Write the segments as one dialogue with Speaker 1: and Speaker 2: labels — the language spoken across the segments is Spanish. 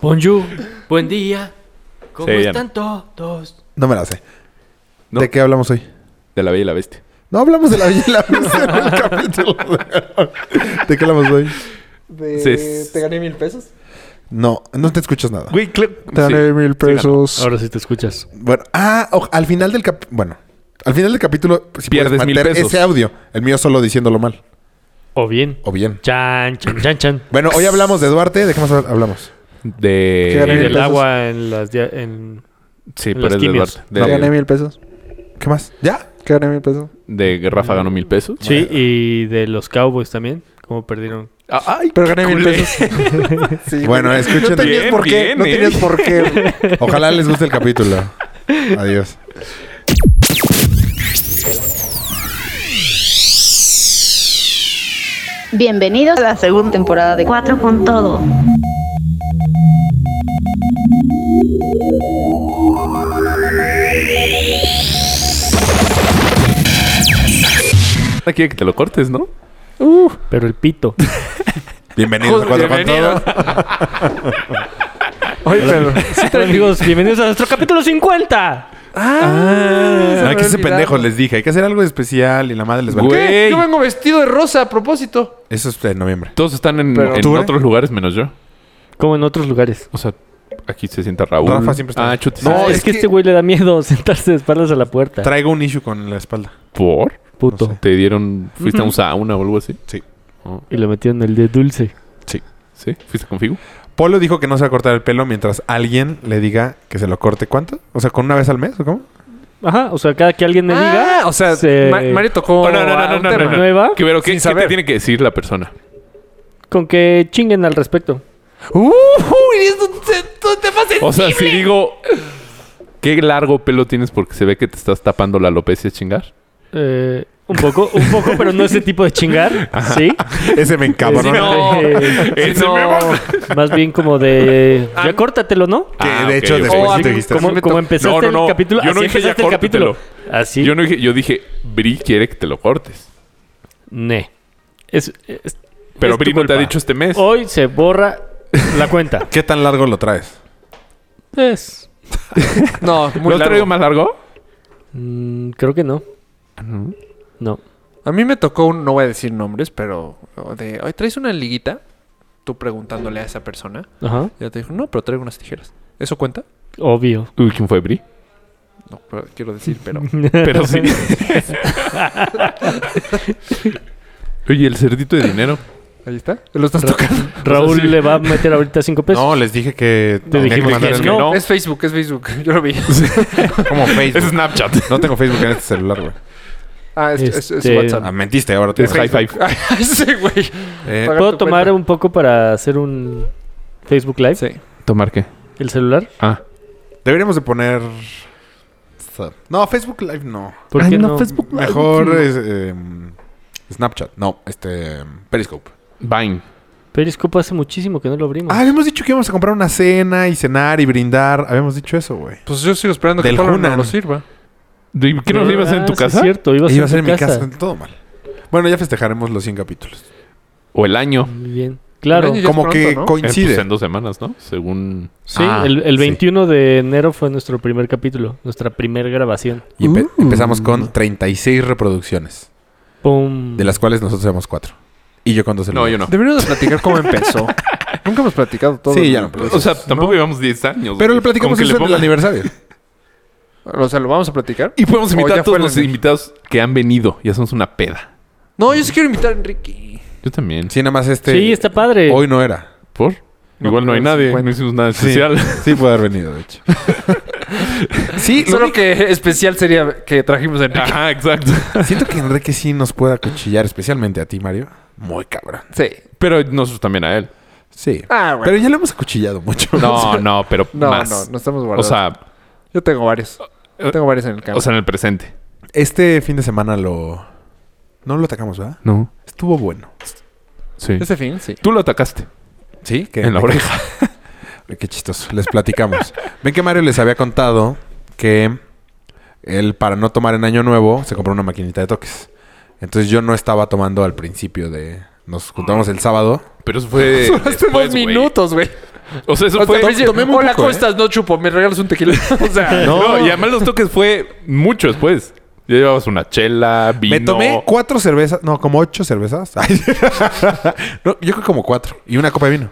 Speaker 1: Bonjour, buen día. ¿Cómo
Speaker 2: Sí, ya
Speaker 1: están todos?
Speaker 3: No me la sé.
Speaker 2: No.
Speaker 3: ¿De qué hablamos hoy?
Speaker 2: De la Bella y la Bestia.
Speaker 3: No hablamos de la Bella y la Bestia en el capítulo. de- ¿De qué hablamos hoy?
Speaker 4: De...
Speaker 2: Sí.
Speaker 4: ¿Te gané mil pesos?
Speaker 3: No, no te escuchas nada.
Speaker 2: Güey, claro.
Speaker 3: Te gané mil pesos.
Speaker 1: Ahora sí te escuchas.
Speaker 3: Bueno, ah, o- al final del cap... Bueno, al final del capítulo... Si
Speaker 2: Pierdes
Speaker 3: puedes
Speaker 2: mil
Speaker 3: meter
Speaker 2: pesos.
Speaker 3: Ese audio. El mío solo diciéndolo mal.
Speaker 1: O bien.
Speaker 3: O bien.
Speaker 1: Chan, chan, chan, chan.
Speaker 3: Bueno, hoy hablamos de Duarte. ¿De qué más hablamos?
Speaker 2: De...
Speaker 4: Te
Speaker 1: Y
Speaker 4: gané mil
Speaker 1: del
Speaker 4: pesos.
Speaker 1: agua en las... dia- en-
Speaker 2: Sí,
Speaker 1: en
Speaker 2: pero
Speaker 1: los
Speaker 2: es de
Speaker 1: quimios.
Speaker 2: Duarte.
Speaker 4: ¿Te gané
Speaker 2: De,
Speaker 4: mil pesos?
Speaker 3: ¿Qué más? ¿Ya?
Speaker 4: ¿Te gané mil pesos?
Speaker 2: de que Rafa ganó mil pesos.
Speaker 1: Sí, y de los Cowboys también. Como perdieron.
Speaker 2: Ah, ay,
Speaker 4: Pero
Speaker 2: qué
Speaker 4: gané mil
Speaker 2: culé.
Speaker 4: pesos. Sí,
Speaker 3: Bueno,
Speaker 4: güey.
Speaker 3: escuchen.
Speaker 4: No tenías
Speaker 2: Bien,
Speaker 4: por qué.
Speaker 2: bien,
Speaker 4: no
Speaker 2: eh.
Speaker 4: tenías por qué.
Speaker 3: Ojalá les guste el capítulo. Adiós.
Speaker 5: Bienvenidos a la segunda temporada de Cuatro con Todo.
Speaker 2: Ahora quiere que te lo cortes, ¿no?
Speaker 1: Pero el pito.
Speaker 3: Pues, Bienvenidos a Cuatro con Todo.
Speaker 4: Oye, pero...
Speaker 1: Hola, amigos, bienvenidos a nuestro capítulo 50.
Speaker 3: No, hay que ser
Speaker 4: olvidado.
Speaker 3: pendejos, les dije. Hay que hacer algo especial y la madre les va a...
Speaker 2: Güey.
Speaker 4: ¿Qué? Yo vengo vestido de rosa a propósito.
Speaker 3: Eso es en noviembre.
Speaker 2: Todos están en,
Speaker 4: Pero-
Speaker 2: en
Speaker 3: ¿Tú, eh?
Speaker 2: otros lugares menos yo.
Speaker 1: Como en otros lugares.
Speaker 2: O sea, aquí se sienta Raúl.
Speaker 3: Rafa siempre está-
Speaker 2: Ah, chute.
Speaker 3: No,
Speaker 1: Ah, es,
Speaker 3: es
Speaker 1: que,
Speaker 3: que-
Speaker 1: este güey le da miedo sentarse de espaldas a la puerta.
Speaker 3: Traigo un issue con la espalda.
Speaker 2: ¿Por?
Speaker 1: Puto.
Speaker 3: no sé.
Speaker 2: ¿Te dieron... ¿Fuiste a un sauna o algo así?
Speaker 3: Sí.
Speaker 2: Oh,
Speaker 1: Y le metieron el de dulce.
Speaker 2: ¿Sí? ¿Fuiste con Figu?
Speaker 3: Polo dijo que no se va a cortar el pelo mientras alguien le diga que se lo corte. ¿Cuánto? O sea, ¿con una vez al mes o cómo?
Speaker 1: Ajá, o sea, cada que alguien me diga.
Speaker 4: Ah, o sea,
Speaker 1: se-
Speaker 4: Ma- Mario tocó
Speaker 2: Oh, no, no, no,
Speaker 4: a
Speaker 2: no,
Speaker 4: un
Speaker 2: no,
Speaker 4: tema.
Speaker 2: no, no.
Speaker 1: nueva.
Speaker 2: Que, pero, ¿qué,
Speaker 4: Sin
Speaker 2: qué te
Speaker 4: saber.
Speaker 2: tiene que decir la persona?
Speaker 1: Con que chinguen al respecto.
Speaker 4: ¡Uh! ¡Es un, es un tema sensible.
Speaker 2: O sea, si digo... ¿Qué largo pelo tienes porque se ve que te estás tapando la alopecia chingar?
Speaker 1: Eh, un poco, un poco, pero no ese tipo de chingar. Sí.
Speaker 3: Ese me
Speaker 1: Sí,
Speaker 3: encabronó.
Speaker 1: no. Eh,
Speaker 2: Ese
Speaker 1: no,
Speaker 2: me va-
Speaker 1: Más bien como de. Ya córtatelo, ¿no?
Speaker 3: Que
Speaker 2: Ah,
Speaker 3: de
Speaker 2: ok,
Speaker 3: hecho,
Speaker 2: ok.
Speaker 3: después
Speaker 4: Oh,
Speaker 3: sí te
Speaker 4: amigo,
Speaker 3: dijiste.
Speaker 1: Como, como empezaste
Speaker 2: No, no, no.
Speaker 1: el capítulo.
Speaker 2: Yo no
Speaker 1: así
Speaker 2: dije ya
Speaker 1: empezaste el capítulo. Así.
Speaker 2: Yo no dije... Yo dije... Bri quiere que te lo cortes.
Speaker 1: Ne. Es- es-
Speaker 2: Pero
Speaker 1: es tu
Speaker 2: Bri no te
Speaker 1: culpa.
Speaker 2: ha
Speaker 1: Oh,
Speaker 2: dicho este mes.
Speaker 1: Hoy se borra la cuenta.
Speaker 3: ¿Qué tan largo lo traes?
Speaker 1: Es.
Speaker 4: No, muy
Speaker 2: ¿Lo
Speaker 4: largo.
Speaker 2: traigo más largo?
Speaker 1: mm, creo que no.
Speaker 2: Ah,
Speaker 1: No.
Speaker 4: A mí me tocó un, no voy a decir nombres, pero o de, "Oye, ¿traes una liguita? Tú preguntándole a esa persona.
Speaker 1: Ajá.
Speaker 4: Ya te dijo, no, pero traigo unas tijeras. ¿Eso cuenta?
Speaker 1: Obvio.
Speaker 2: Uy, ¿quién fue Bri?
Speaker 4: No, pero quiero decir, pero...
Speaker 2: Pero sí. Oye, el cerdito de dinero.
Speaker 4: Ahí está. ¿Lo estás tocando?
Speaker 1: Raúl
Speaker 2: sí.
Speaker 1: le va a meter ahorita cinco pesos.
Speaker 3: No, les dije que
Speaker 1: Te
Speaker 3: tenía que
Speaker 1: Pues, dijimos
Speaker 3: mandar
Speaker 1: que
Speaker 3: el
Speaker 1: no.
Speaker 4: Es Facebook, es Facebook. Yo lo vi.
Speaker 3: como
Speaker 2: Es
Speaker 3: Facebook.
Speaker 2: Snapchat.
Speaker 3: No tengo Facebook en este celular, güey.
Speaker 4: Ah, es, es- es
Speaker 1: Este-
Speaker 3: Ah,
Speaker 4: WhatsApp.
Speaker 3: mentiste, ahora
Speaker 2: Es
Speaker 3: tienes
Speaker 2: high five.
Speaker 4: sí, güey.
Speaker 3: Eh,
Speaker 4: Paga
Speaker 1: ¿Puedo
Speaker 4: tu
Speaker 1: tomar
Speaker 4: cuenta.
Speaker 1: un poco para hacer un Facebook Live?
Speaker 4: Sí.
Speaker 2: ¿Tomar qué?
Speaker 1: ¿El celular?
Speaker 2: Ah.
Speaker 3: Deberíamos de poner... No, Facebook Live no.
Speaker 1: ¿Por qué Ah, no?
Speaker 2: pues-
Speaker 3: Mejor es, em, Snapchat. No, este... em, Periscope.
Speaker 2: Vine.
Speaker 1: Periscope hace muchísimo que no lo abrimos.
Speaker 3: Ah, habíamos dicho que íbamos a comprar una cena y cenar y brindar. Habíamos dicho eso, güey.
Speaker 4: Pues yo sigo esperando
Speaker 3: Del
Speaker 4: que Pablo
Speaker 3: Hunan.
Speaker 4: nos lo sirva.
Speaker 2: ¿De- ¿Qué nos
Speaker 1: Ah,
Speaker 2: ibas a hacer en tu
Speaker 1: sí,
Speaker 2: casa?
Speaker 1: Es cierto, iba a ser,
Speaker 3: Iba a ser
Speaker 1: tu
Speaker 3: en mi casa. Todo mal. Bueno, ya festejaremos los 100 capítulos.
Speaker 2: o el año.
Speaker 1: Muy bien. Claro.
Speaker 4: Ay, Ya es
Speaker 3: Como
Speaker 4: pronto,
Speaker 3: que
Speaker 4: ¿no?
Speaker 2: Eh, pues,
Speaker 3: coincide.
Speaker 2: en dos semanas, ¿no? Según.
Speaker 1: Sí,
Speaker 3: Ah,
Speaker 1: el, el
Speaker 3: sí.
Speaker 1: 21 de enero fue nuestro primer capítulo, nuestra primer grabación.
Speaker 3: Y empe-
Speaker 1: Uh.
Speaker 3: empezamos con 36 reproducciones,
Speaker 1: ¡Pum!
Speaker 3: de las cuales nosotros éramos cuatro. Y yo con dos
Speaker 2: No, yo
Speaker 3: celulares.
Speaker 2: no.
Speaker 4: Deberíamos platicar cómo empezó. Nunca hemos platicado todo.
Speaker 3: Sí, ya no. pero-
Speaker 2: O sea, tampoco llevamos 10 años.
Speaker 3: Pero
Speaker 2: güey.
Speaker 3: lo
Speaker 2: Con
Speaker 3: platicamos
Speaker 2: que
Speaker 3: eso en el
Speaker 2: pongan-
Speaker 3: aniversario.
Speaker 4: O sea, ¿lo vamos a platicar?
Speaker 2: Y podemos
Speaker 4: O
Speaker 2: invitar
Speaker 4: ya
Speaker 2: a todos
Speaker 4: fue
Speaker 2: los
Speaker 4: el-
Speaker 2: invitados que han venido. Ya somos una peda.
Speaker 4: No, yo sí quiero invitar a Enrique.
Speaker 2: Yo también.
Speaker 3: Sí, nada más este...
Speaker 1: sí, está padre.
Speaker 3: Hoy no era.
Speaker 2: ¿Por?
Speaker 4: No,
Speaker 2: Igual no hay
Speaker 4: pero
Speaker 2: nadie.
Speaker 4: 50.
Speaker 2: No hicimos nada
Speaker 3: Sí,
Speaker 2: especial.
Speaker 3: sí puede haber venido, de hecho. sí, lo
Speaker 4: Solo que especial sería que trajimos a Enrique.
Speaker 2: Ajá, exacto.
Speaker 3: único- siento que Enrique sí nos puede acuchillar, especialmente a ti, Mario. Muy cabrón.
Speaker 2: Ah.
Speaker 4: Sí.
Speaker 2: Pero nosotros también a él.
Speaker 3: Sí.
Speaker 4: Ah, bueno.
Speaker 3: Pero ya lo hemos acuchillado mucho.
Speaker 2: No, no, pero
Speaker 4: No,
Speaker 2: más.
Speaker 4: no, no estamos
Speaker 2: o
Speaker 4: guardados.
Speaker 2: sea, uh,
Speaker 4: yo tengo varios. Yo tengo varios en el
Speaker 2: o
Speaker 4: campo.
Speaker 2: sea, en el presente.
Speaker 3: Este fin de semana lo... No lo atacamos, ¿verdad?
Speaker 2: No.
Speaker 3: Estuvo bueno.
Speaker 2: Sí.
Speaker 4: Ese fin, sí.
Speaker 2: Tú lo atacaste
Speaker 3: ¿Sí? que
Speaker 2: en la oreja.
Speaker 3: Ay, Qué chistoso. Les platicamos. Ven que Mario les había contado que él, para no tomar en Año Nuevo, se compró una maquinita de toques. Entonces yo no estaba tomando al principio de... Nos juntamos el sábado.
Speaker 2: Pero eso fue.
Speaker 4: Hace
Speaker 2: después,
Speaker 4: dos
Speaker 2: güey.
Speaker 4: minutos, güey.
Speaker 2: O sea, eso
Speaker 4: O
Speaker 2: fue...
Speaker 4: sea,
Speaker 3: to- tomé muy
Speaker 4: Hola,
Speaker 3: poco,
Speaker 4: ¿cómo
Speaker 3: ¿eh?
Speaker 4: estás? No chupo, me regalas un tequila. O sea,
Speaker 2: No, y además los toques fue mucho después. Ya llevabas una chela, vino...
Speaker 3: Me tomé cuatro cervezas, no, como ocho cervezas. Ay, no, yo creo que como cuatro. Y una copa de vino.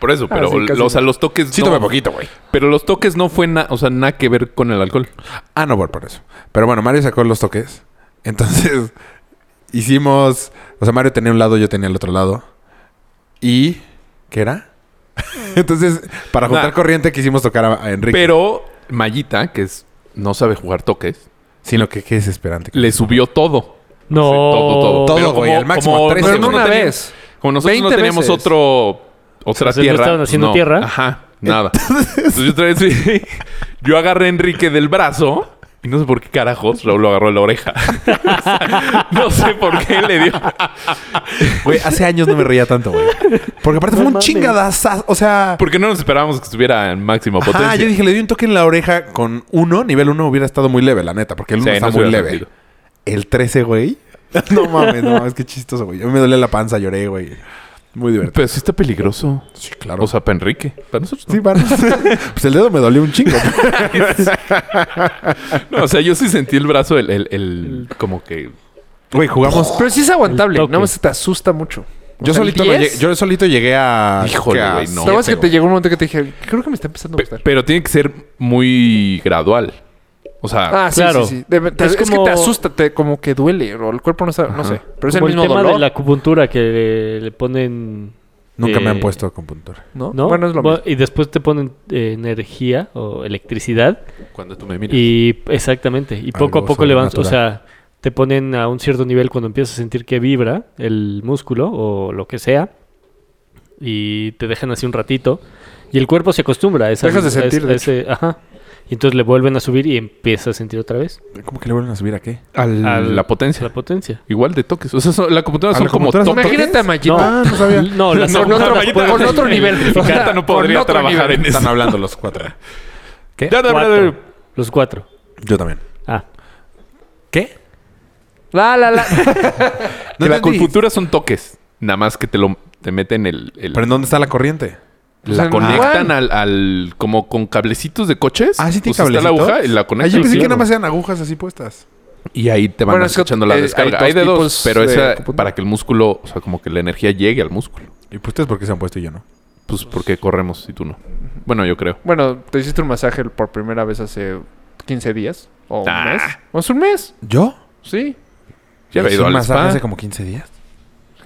Speaker 2: Por eso, pero
Speaker 4: Ah, sí, casi
Speaker 2: los, o sea, los toques...
Speaker 3: Sí,
Speaker 2: no-
Speaker 3: tomé poquito, güey.
Speaker 2: Pero los toques no fue nada, o sea, nada que ver con el alcohol.
Speaker 3: Ah, no, por, por eso. Pero bueno, Mario sacó los toques. Entonces, hicimos. O sea, Mario tenía un lado, yo tenía el otro lado. ¿Y qué era? Entonces, para juntar
Speaker 2: Nah.
Speaker 3: corriente, quisimos tocar a, a Enrique.
Speaker 2: Pero Mayita, que es, no sabe jugar toques,
Speaker 3: Sino que qué desesperante.
Speaker 2: le subió todo.
Speaker 1: No.
Speaker 2: Sí, todo, todo.
Speaker 3: Todo,
Speaker 2: Pero
Speaker 3: güey, al máximo,
Speaker 2: nosotros
Speaker 3: tres
Speaker 4: pero no
Speaker 3: Pero
Speaker 4: una
Speaker 2: teníamos-
Speaker 4: vez.
Speaker 2: Como nosotros no
Speaker 4: 20
Speaker 2: teníamos
Speaker 4: veces.
Speaker 2: otro... Otra
Speaker 1: O sea, no
Speaker 2: tierra.
Speaker 1: estaban haciendo
Speaker 2: no.
Speaker 1: tierra.
Speaker 2: Ajá, nada. Entonces, yo, otra vez, sí, yo agarré a Enrique del brazo y no sé por qué carajos Raúl lo agarró de la oreja. O sea, no sé por qué le dio.
Speaker 3: Güey, hace años no me reía tanto, güey. Porque aparte fue un chingadazo. O sea.
Speaker 2: Porque no nos esperábamos que estuviera en máxima potencia.
Speaker 3: Ah, yo dije, le di un toque en la oreja con uno. Nivel uno hubiera estado muy leve, la neta. Porque el
Speaker 2: Sí,
Speaker 3: uno está
Speaker 2: no se
Speaker 3: muy
Speaker 2: hubiera
Speaker 3: leve.
Speaker 2: sentido.
Speaker 3: El 13, güey. No mames, no mames, qué chistoso, güey. Yo me dolé la panza, lloré, güey. Muy divertido.
Speaker 2: Pero sí está peligroso.
Speaker 3: Sí, claro.
Speaker 2: O sea, para Enrique. Para nosotros. no.
Speaker 3: sí, para- Pues el dedo me dolió un chingo.
Speaker 2: No, o sea, yo sí sentí el brazo, el, el, el- como que.
Speaker 3: Güey, jugamos.
Speaker 4: Pero sí es aguantable.
Speaker 1: El toque.
Speaker 4: Nada más te asusta mucho. O
Speaker 3: Yo
Speaker 4: sea, el
Speaker 3: solito, me
Speaker 4: 10,
Speaker 3: llegué, yo solito llegué a.
Speaker 2: Híjole,
Speaker 3: que a
Speaker 2: güey, no.
Speaker 4: Nada más que
Speaker 3: siete,
Speaker 4: te llegó un momento que te dije, creo que me está empezando a
Speaker 2: Pe-
Speaker 4: gustar.
Speaker 2: pero tiene que ser muy gradual. O sea,
Speaker 4: Ah, sí,
Speaker 1: Claro.
Speaker 4: sí, sí. Debe- te-
Speaker 1: Es
Speaker 4: es,
Speaker 1: como-
Speaker 4: que te asusta, te- como que duele, o el cuerpo no sabe, no sé. Pero es el
Speaker 1: Como
Speaker 4: mismo
Speaker 1: el tema
Speaker 4: dolor,
Speaker 1: de la acupuntura que le, le ponen...
Speaker 3: Nunca me
Speaker 1: eh,
Speaker 3: han puesto acupuntura.
Speaker 4: ¿no?
Speaker 1: ¿no?
Speaker 4: Bueno, es lo
Speaker 1: Bu-
Speaker 4: mismo.
Speaker 1: Y después te ponen eh, energía o electricidad.
Speaker 2: cuando tú me miras.
Speaker 1: Y exactamente. Y poco a
Speaker 3: Algo
Speaker 1: poco le van... O
Speaker 3: sobrenatural.
Speaker 1: sea, te ponen a un cierto nivel cuando empiezas a sentir que vibra el músculo o lo que sea. Y te dejan así un ratito. Y el cuerpo se acostumbra a esa...
Speaker 4: Dejas de
Speaker 1: a- a
Speaker 4: sentir, de
Speaker 1: ese- ajá. Y entonces le vuelven a subir y empiezas a sentir otra vez
Speaker 3: ¿Cómo que le vuelven a subir a qué?
Speaker 2: a
Speaker 1: al-
Speaker 2: la potencia.
Speaker 1: la potencia.
Speaker 2: Igual de toques. O sea, son- la computadora
Speaker 3: A
Speaker 2: son
Speaker 3: la
Speaker 2: como
Speaker 3: computadora son
Speaker 2: toques.
Speaker 4: Imagínate a
Speaker 1: No,
Speaker 4: Mayita.
Speaker 3: no sabía.
Speaker 1: No, la
Speaker 2: No,
Speaker 4: con
Speaker 2: no,
Speaker 4: otro,
Speaker 2: Mayita,
Speaker 4: con
Speaker 2: no,
Speaker 4: otro nivel.
Speaker 2: Mayita no podría
Speaker 4: Con otro
Speaker 2: trabajar
Speaker 4: nivel.
Speaker 2: en eso.
Speaker 3: Están hablando los cuatro.
Speaker 2: ¿Qué?
Speaker 1: Cuatro. Los cuatro.
Speaker 3: Yo también.
Speaker 1: Ah.
Speaker 3: ¿Qué?
Speaker 4: La, la, la.
Speaker 3: No
Speaker 2: Que la
Speaker 3: entendí.
Speaker 2: acupuntura son toques. Nada más que te lo te meten el. el-
Speaker 3: ¿Pero en dónde está la corriente?
Speaker 2: la
Speaker 4: Ah.
Speaker 2: conectan al, al- como con cablecitos de coches.
Speaker 3: Ah, sí, tiene
Speaker 2: O sea, Pues está la
Speaker 3: cablecitos.
Speaker 2: aguja y la
Speaker 3: Ay,
Speaker 2: conectan.
Speaker 3: yo pensé
Speaker 1: claro.
Speaker 3: que nada más eran agujas así puestas.
Speaker 2: Y ahí te van
Speaker 4: Bueno, es que,
Speaker 2: echando la
Speaker 4: eh, hay
Speaker 2: descarga.
Speaker 4: dos
Speaker 2: Hay, de dos,
Speaker 4: tipos
Speaker 2: pero
Speaker 4: de
Speaker 2: esa
Speaker 4: acupuntura.
Speaker 2: para que el músculo, o sea, como que la energía llegue al músculo.
Speaker 3: ¿Y pues ustedes por qué se han puesto y yo no?
Speaker 2: Pues porque corremos y tú no. Bueno, yo creo.
Speaker 4: Bueno, te hiciste un masaje por primera vez hace 15 días. O un
Speaker 2: Ah.
Speaker 4: mes. O hace un mes,
Speaker 3: ¿Yo?
Speaker 4: sí.
Speaker 2: Ya había
Speaker 3: Hice
Speaker 2: ido
Speaker 3: un
Speaker 2: al
Speaker 3: masaje
Speaker 2: spa.
Speaker 3: hace como 15 días.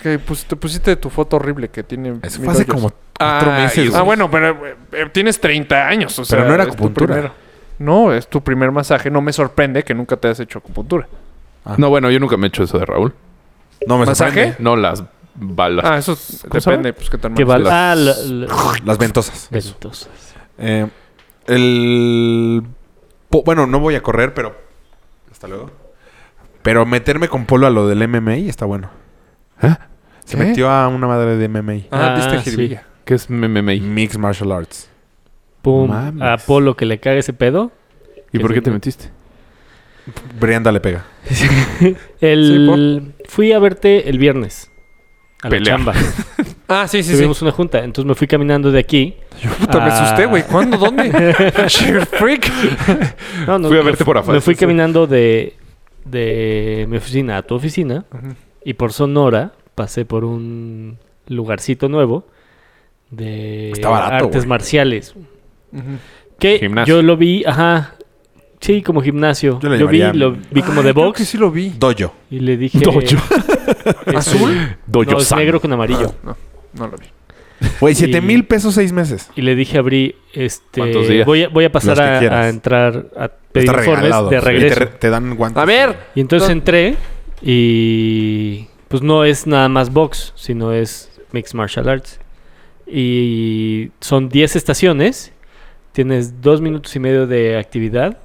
Speaker 4: Que pues, te pusiste tu foto horrible que tiene.
Speaker 3: Eso
Speaker 4: mil
Speaker 3: fue hace
Speaker 4: hoyos.
Speaker 3: como
Speaker 2: Ah,
Speaker 3: cuatro
Speaker 2: y-
Speaker 3: meses.
Speaker 4: Ah,
Speaker 3: güey.
Speaker 4: bueno, pero eh, eh, tienes 30 años, o sea.
Speaker 3: no era
Speaker 4: es tu
Speaker 3: acupuntura.
Speaker 4: primero. No, es tu primer masaje. No me sorprende que nunca te hayas hecho acupuntura.
Speaker 1: Ah.
Speaker 2: No, bueno, yo nunca me he hecho eso de Raúl.
Speaker 3: No me
Speaker 4: ¿Masaje?
Speaker 3: sorprende.
Speaker 2: No las balas.
Speaker 4: Ah, eso
Speaker 2: se
Speaker 4: depende, pues, qué tan
Speaker 1: Que
Speaker 4: mal
Speaker 1: va
Speaker 4: sea.
Speaker 1: ah, la- la-
Speaker 3: Las ventosas.
Speaker 1: ventosas.
Speaker 3: Eh, el. po- bueno, no voy a correr, pero. Hasta luego. Pero meterme con Polo a lo del MMI está bueno. Se
Speaker 4: ¿Ah? ¿Qué?
Speaker 3: metió a una madre de MMI.
Speaker 4: Ah,
Speaker 1: Ah,
Speaker 4: diste
Speaker 1: sí.
Speaker 4: jiribilla.
Speaker 2: ¿Qué es
Speaker 1: Mm.
Speaker 2: MMI?
Speaker 3: Mixed Martial Arts.
Speaker 1: Pum.
Speaker 2: Mames.
Speaker 1: A Apolo que le caga ese pedo.
Speaker 2: ¿Y por qué
Speaker 1: es
Speaker 2: te
Speaker 1: un-
Speaker 2: metiste?
Speaker 3: Brianda le pega.
Speaker 1: El... Fui a verte el viernes. A la
Speaker 2: Pelear.
Speaker 1: chamba.
Speaker 4: Ah, sí, sí, sí.
Speaker 1: Tuvimos una junta. Entonces me fui caminando de aquí.
Speaker 4: Puta, me asusté,
Speaker 1: Ah.
Speaker 4: güey. ¿Cuándo? ¿Dónde? Sheer freak.
Speaker 1: No, no,
Speaker 2: Fui a
Speaker 1: me fu-
Speaker 2: verte por afuera.
Speaker 1: Me fui
Speaker 2: Sí.
Speaker 1: caminando de, de mi oficina a tu oficina. Y por Sonora pasé por un lugarcito nuevo de
Speaker 3: Está barato,
Speaker 1: artes
Speaker 3: güey.
Speaker 1: marciales. Que
Speaker 2: Gimnasio.
Speaker 1: yo lo vi, ajá. Sí, como gimnasio.
Speaker 3: Yo
Speaker 1: Yo,
Speaker 3: le
Speaker 1: vi,
Speaker 3: llamaría-
Speaker 1: lo vi como de
Speaker 4: Creo que
Speaker 1: box
Speaker 4: sí lo vi.
Speaker 3: Dojo.
Speaker 1: y le dije.
Speaker 2: Dojo.
Speaker 1: es-
Speaker 4: ¿Azul?
Speaker 1: No, es
Speaker 2: Doyo-san.
Speaker 1: negro con amarillo.
Speaker 4: No, Ah, no lo vi.
Speaker 3: Güey,
Speaker 1: Y-
Speaker 3: 7 mil pesos seis meses.
Speaker 1: Y le dije a Bri, este,
Speaker 2: ¿Cuántos días?
Speaker 1: Voy, a, voy a pasar
Speaker 3: Los que
Speaker 1: a,
Speaker 3: quieras.
Speaker 1: a entrar a pedir informes de
Speaker 3: sí.
Speaker 1: regreso.
Speaker 3: Y Te, te dan guantes.
Speaker 4: A ver.
Speaker 1: Y entonces entré y pues no es nada más box, sino es mixed martial arts. Y son 10 estaciones, tienes 2 minutos y medio de actividad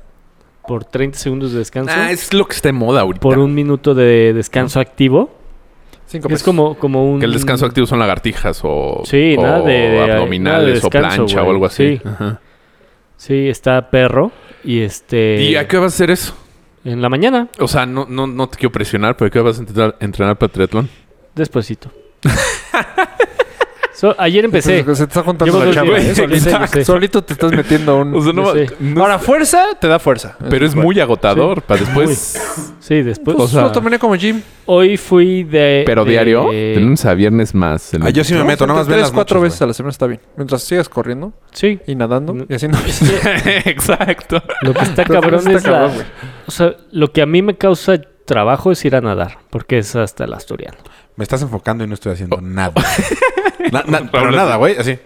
Speaker 1: por 30 segundos de descanso,
Speaker 2: Ah, es lo que está en moda ahorita.
Speaker 1: por un minuto de descanso activo.
Speaker 4: Cinco
Speaker 1: Es como, como un...
Speaker 2: Que el descanso activo son lagartijas o,
Speaker 1: Sí,
Speaker 2: o
Speaker 1: nada de- de- nada de
Speaker 2: abdominales o
Speaker 1: descanso,
Speaker 2: plancha
Speaker 1: güey.
Speaker 2: o algo así.
Speaker 1: Sí.
Speaker 2: Ajá.
Speaker 1: Sí, está perro y este...
Speaker 2: ¿Y a qué vas a hacer eso?
Speaker 1: En la mañana,
Speaker 2: O sea, no, no, no te quiero presionar, pero ¿a qué vas a entrenar, entrenar para triatlón?
Speaker 1: despuesito. So, ayer empecé.
Speaker 4: Pues Se, se te está juntando
Speaker 1: Llevo
Speaker 4: la
Speaker 1: dos
Speaker 4: chamba.
Speaker 2: días.
Speaker 4: ¿eh? Solito,
Speaker 1: Exacto.
Speaker 4: solito te estás metiendo un...
Speaker 2: O sea, no,
Speaker 1: Yo sé.
Speaker 2: no-
Speaker 4: Ahora, fuerza te da fuerza.
Speaker 1: Pues,
Speaker 2: pero es muy agotador para después.
Speaker 1: Sí, después.
Speaker 2: o sea-
Speaker 4: lo tomé como gym.
Speaker 1: hoy fui de. eh,
Speaker 2: Pero
Speaker 1: de-
Speaker 2: diario, de lunes a viernes más. el-
Speaker 3: Ah, yo sí me meto, nada más ven
Speaker 4: Tres,
Speaker 3: las
Speaker 4: cuatro
Speaker 3: noches,
Speaker 4: veces a la semana está bien. Mientras sigas corriendo
Speaker 1: Sí.
Speaker 4: y nadando
Speaker 1: No.
Speaker 4: y haciendo...
Speaker 2: Exacto.
Speaker 1: Lo que está
Speaker 4: Pero
Speaker 1: cabrón
Speaker 4: está
Speaker 1: es la-
Speaker 4: cabrón, güey.
Speaker 1: O sea, lo que a mí me causa trabajo es ir a nadar, porque es hasta el asturiano.
Speaker 3: güey. Me estás enfocando y no estoy
Speaker 4: Oh.
Speaker 3: haciendo nada. Na- na- pero
Speaker 2: Raúl,
Speaker 3: nada, güey. Así.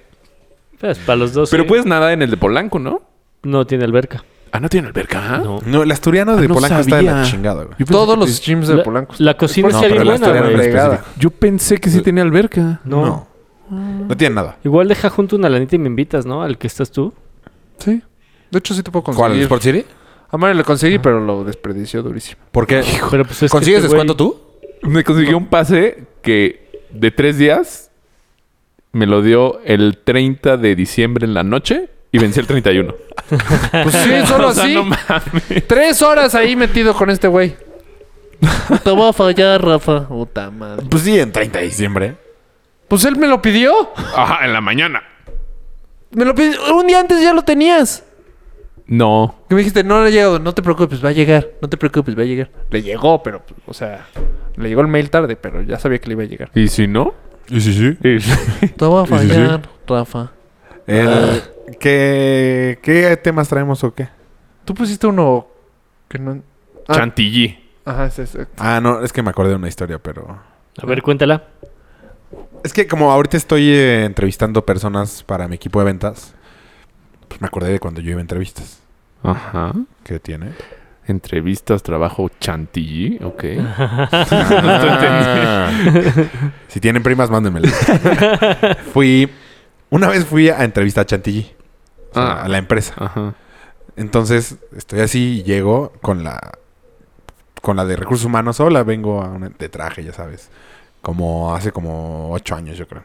Speaker 1: Pues, para los dos.
Speaker 2: Pero
Speaker 1: sí.
Speaker 2: puedes nadar en el de Polanco, ¿no?
Speaker 1: No tiene alberca.
Speaker 2: Ah, no tiene alberca.
Speaker 1: No.
Speaker 3: No, el asturiano de
Speaker 2: Ah, no
Speaker 3: Polanco está de la
Speaker 2: sabía.
Speaker 3: chingada, güey.
Speaker 4: Todos los gyms de
Speaker 1: La-
Speaker 4: Polanco.
Speaker 1: la cocina
Speaker 4: Es por
Speaker 1: está
Speaker 4: eso
Speaker 1: bien
Speaker 4: que
Speaker 1: buena,
Speaker 4: la
Speaker 1: güey.
Speaker 4: fregada.
Speaker 3: específico.
Speaker 2: Yo pensé que sí tenía alberca.
Speaker 1: No.
Speaker 3: No. No tiene nada.
Speaker 1: Igual deja junto una lanita y me invitas, ¿no? Al que estás tú.
Speaker 4: Sí. De hecho, sí te puedo
Speaker 3: ¿Cuál? ¿El
Speaker 4: conseguir.
Speaker 3: Sport City?
Speaker 4: A Mario le conseguí, pero lo desperdició durísimo.
Speaker 3: ¿Por qué?
Speaker 1: Pero pues es que
Speaker 3: ¿Consigues
Speaker 1: este güey-
Speaker 3: descuento tú?
Speaker 2: Me consiguió un pase que de tres días me lo dio el 30 de diciembre en la noche y vencí el 31.
Speaker 4: Pues sí, solo
Speaker 2: O sea,
Speaker 4: así.
Speaker 2: no mames.
Speaker 4: Tres horas ahí metido con este güey. Te voy a fallar, Rafa. Puta madre.
Speaker 3: Pues sí, en 30 de diciembre.
Speaker 4: Pues él me lo pidió.
Speaker 2: Ajá, en la mañana.
Speaker 4: Me lo pidió. Un día antes ya lo tenías.
Speaker 2: No.
Speaker 4: Que me dijiste, no le ha llegado. No te preocupes, va a llegar. No te preocupes, va a llegar. Le llegó, pero, o sea, le llegó el mail tarde, pero ya sabía que le iba a llegar.
Speaker 2: ¿Y si no?
Speaker 3: Sí, sí, sí.
Speaker 2: Y si-
Speaker 4: Te voy a
Speaker 2: Sí, sí, sí.
Speaker 4: fallar, Rafa.
Speaker 3: El- ¿qué, ¿Qué temas traemos o qué?
Speaker 4: Tú pusiste uno que no. Ah.
Speaker 2: Chantilly.
Speaker 4: Ajá, es ese.
Speaker 3: Ah, no, es que me acordé de una historia, pero...
Speaker 1: A ver, cuéntala.
Speaker 3: Es que como ahorita estoy eh, entrevistando personas para mi equipo de ventas, pues me acordé de cuando yo iba a entrevistas.
Speaker 2: Ajá.
Speaker 3: ¿Qué tiene?
Speaker 2: Entrevistas, trabajo, chantilly. Ok. Ah.
Speaker 3: si tienen primas, mándenmelas. fui... Una vez fui a entrevistar a Chantilly. o sea,
Speaker 2: Ah.
Speaker 3: A la empresa.
Speaker 2: Ajá.
Speaker 3: Entonces, estoy así y llego con la con la de recursos humanos. Hola, vengo a una, de traje, ya sabes. Como hace como ocho años, yo creo.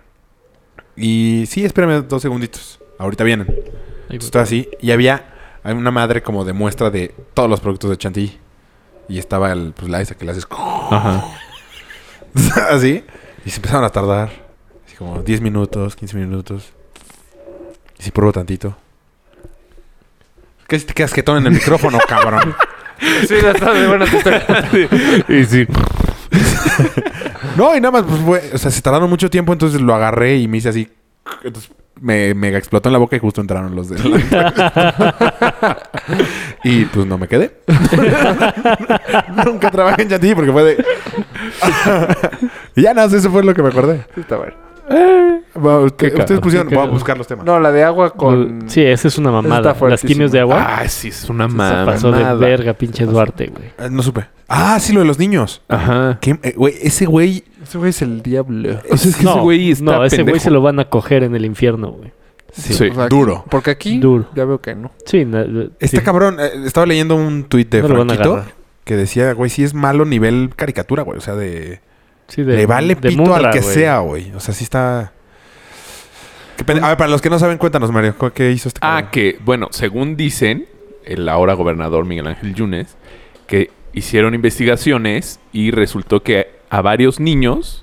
Speaker 3: Y sí, espérame dos segunditos. Ahorita vienen.
Speaker 1: Ahí voy.
Speaker 3: Estoy así. Y había hay una madre como de muestra de todos los productos de Chantilly. Y estaba el, pues, la esa que le haces
Speaker 2: Ajá.
Speaker 3: así. Y se empezaron a tardar. Así como 10 minutos, 15 minutos. Y si pruebo tantito. ¿Qué si te quedas jetón en el micrófono, cabrón?
Speaker 4: Sí, ya está de buena tu historia.
Speaker 2: Y si...
Speaker 3: No, y nada más, pues, fue- o sea, se tardaron mucho tiempo, entonces lo agarré y me hice así. Entonces me, me explotó en la boca y justo entraron los de y pues no me quedé. Nunca trabajé en Chantilly porque fue de. y ya nada, más, eso fue lo que me acordé.
Speaker 4: Está bueno.
Speaker 3: Va, usted-
Speaker 2: Qué
Speaker 3: ustedes
Speaker 2: caro,
Speaker 3: pusieron.
Speaker 1: qué
Speaker 3: Voy a
Speaker 1: caro.
Speaker 3: buscar los temas.
Speaker 4: No, la de agua con.
Speaker 1: Sí, esa es una mamada. Las
Speaker 4: fuertísimo.
Speaker 1: quimios de agua.
Speaker 2: Ah, sí, es una
Speaker 1: se pasó
Speaker 2: mamada.
Speaker 1: de verga, pinche Duarte, güey.
Speaker 3: Eh, No supe. Ah, sí, lo de los niños.
Speaker 2: Ajá.
Speaker 3: ¿Qué- eh, güey, ese güey.
Speaker 4: Ese güey es el diablo.
Speaker 2: O sea, es que ese güey está
Speaker 1: no, ese güey
Speaker 2: pendejo.
Speaker 1: se lo van a coger en el infierno, güey.
Speaker 3: Sí.
Speaker 2: Sí.
Speaker 4: O sea,
Speaker 3: Duro.
Speaker 4: Porque aquí
Speaker 1: Duro.
Speaker 4: ya veo que no.
Speaker 1: Sí, na- eh,
Speaker 3: Este
Speaker 1: sí.
Speaker 3: cabrón, eh, estaba leyendo un tuit de
Speaker 1: No lo van a
Speaker 3: Franquito
Speaker 1: agarrar.
Speaker 3: que decía, güey, sí es malo nivel caricatura, güey. O sea, de.
Speaker 1: Sí, de-
Speaker 3: le vale
Speaker 1: de
Speaker 3: pito
Speaker 1: Mundra,
Speaker 3: al que
Speaker 1: güey.
Speaker 3: sea, güey. O sea, sí está. Qué pende- A ver, para los que no saben, cuéntanos, Mario, ¿cu- ¿qué hizo este
Speaker 2: Ah, que, bueno, según dicen, el ahora gobernador Miguel Ángel Yunes, que hicieron investigaciones y resultó que a varios niños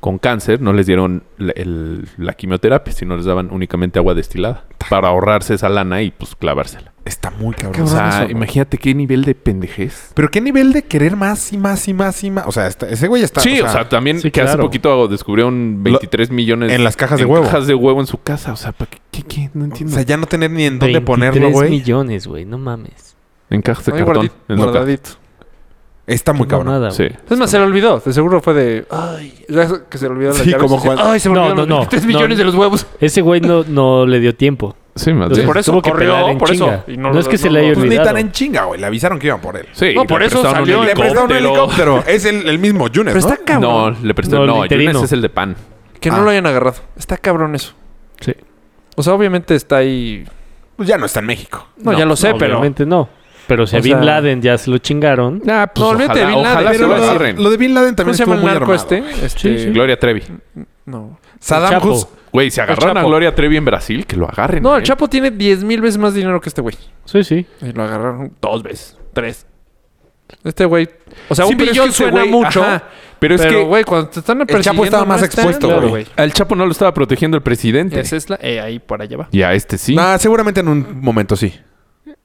Speaker 2: con cáncer no les dieron la, el- la quimioterapia, sino les daban únicamente agua destilada para ahorrarse esa lana y pues clavársela.
Speaker 3: Está muy cabrón.
Speaker 2: O
Speaker 3: O sea,
Speaker 2: sea,
Speaker 3: ima-
Speaker 2: imagínate qué nivel de pendejez.
Speaker 3: Pero qué nivel de querer más y más y más y más. O sea, está- ese güey está.
Speaker 2: sí, o sea, también
Speaker 1: sí,
Speaker 2: que hace
Speaker 1: claro.
Speaker 2: poquito descubrieron 23 millones
Speaker 3: en las cajas de huevo.
Speaker 2: cajas de huevo en su casa. O sea, ¿para qué, qué- qué? No
Speaker 3: o
Speaker 2: entiendo.
Speaker 3: sea, ya no tener ni en dónde
Speaker 1: 23
Speaker 3: ponerlo, güey.
Speaker 1: millones, güey. No mames.
Speaker 2: en cajas de
Speaker 4: Ahí
Speaker 2: cartón.
Speaker 4: guardi-
Speaker 2: En su casa.
Speaker 4: guardadito.
Speaker 3: Está muy
Speaker 1: Qué
Speaker 3: cabrón.
Speaker 1: mamada,
Speaker 2: Sí.
Speaker 1: güey.
Speaker 4: Es más, se le olvidó. De seguro fue de. Ay. ya Que se le olvidó la
Speaker 3: Sí,
Speaker 4: llave,
Speaker 3: como
Speaker 4: se dice,
Speaker 3: cuando-
Speaker 4: Ay, se me
Speaker 1: No,
Speaker 4: olvidaron
Speaker 1: no, no.
Speaker 4: los 23
Speaker 1: No,
Speaker 4: millones
Speaker 1: no.
Speaker 4: de los huevos.
Speaker 1: Ese güey no, no le dio tiempo.
Speaker 2: Ah, Sí, más
Speaker 1: Entonces,
Speaker 2: bien.
Speaker 4: por eso
Speaker 1: tuvo que
Speaker 4: corrió,
Speaker 1: pelar en
Speaker 4: por eso.
Speaker 1: chinga.
Speaker 4: Y
Speaker 1: no,
Speaker 4: no
Speaker 1: es
Speaker 4: lo-
Speaker 1: que se
Speaker 4: no
Speaker 1: le
Speaker 4: lo-
Speaker 1: haya
Speaker 3: Pues ni
Speaker 1: olvidado.
Speaker 3: tan en chinga, güey. Le avisaron que iban por él.
Speaker 2: Sí,
Speaker 4: No, por eso
Speaker 2: prestaron
Speaker 4: salió.
Speaker 2: un
Speaker 3: Le prestaron un helicóptero. Es el, el mismo Junes,
Speaker 4: Pero
Speaker 3: ¿no?
Speaker 4: está cabrón.
Speaker 2: No, le prestaron.
Speaker 1: No, el
Speaker 2: No,
Speaker 1: interino.
Speaker 2: Yunes es el de pan.
Speaker 4: Que
Speaker 3: Ah.
Speaker 4: no lo hayan agarrado. Está cabrón eso.
Speaker 1: Sí.
Speaker 4: O sea, obviamente está ahí.
Speaker 3: Pues ya no está en México.
Speaker 4: No,
Speaker 2: No,
Speaker 4: ya lo sé, pero.
Speaker 1: Obviamente no. Pero si a
Speaker 4: O sea-
Speaker 1: Bin Laden ya se lo chingaron.
Speaker 2: Ah,
Speaker 4: pues, ojalá- ojalá
Speaker 2: se
Speaker 4: se
Speaker 2: lo
Speaker 4: lo
Speaker 3: Pero lo,
Speaker 2: agarren.
Speaker 3: lo de Bin Laden
Speaker 4: ¿Cómo
Speaker 3: también
Speaker 4: se llama
Speaker 3: estuvo
Speaker 4: el
Speaker 3: muy
Speaker 4: narco
Speaker 3: armado.
Speaker 4: este? este...
Speaker 2: Gloria Trevi.
Speaker 4: No.
Speaker 3: Saddam
Speaker 1: Chapo.
Speaker 3: Hus-
Speaker 2: Güey, si agarraron a
Speaker 4: Chapo.
Speaker 2: Gloria Trevi en Brasil, que lo agarren.
Speaker 4: No,
Speaker 2: ¿eh?
Speaker 4: el Chapo tiene 10 mil veces más dinero que este güey.
Speaker 1: Sí, sí.
Speaker 4: Y lo agarraron dos veces. Tres. Este güey. O sea,
Speaker 2: Sí,
Speaker 4: un
Speaker 2: pero es que
Speaker 4: billón
Speaker 2: ese
Speaker 4: suena
Speaker 2: güey-
Speaker 4: mucho.
Speaker 2: ajá, Pero es
Speaker 4: Pero,
Speaker 2: que
Speaker 4: güey, cuando te están persiguiendo...
Speaker 3: Chapo estaba más
Speaker 4: están,
Speaker 3: expuesto,
Speaker 4: claro,
Speaker 3: güey.
Speaker 2: al Chapo no lo estaba protegiendo el presidente.
Speaker 4: Esa es la... eh, ahí, por allá va.
Speaker 2: Y a este sí.
Speaker 3: Nah, Ah, seguramente en un momento sí.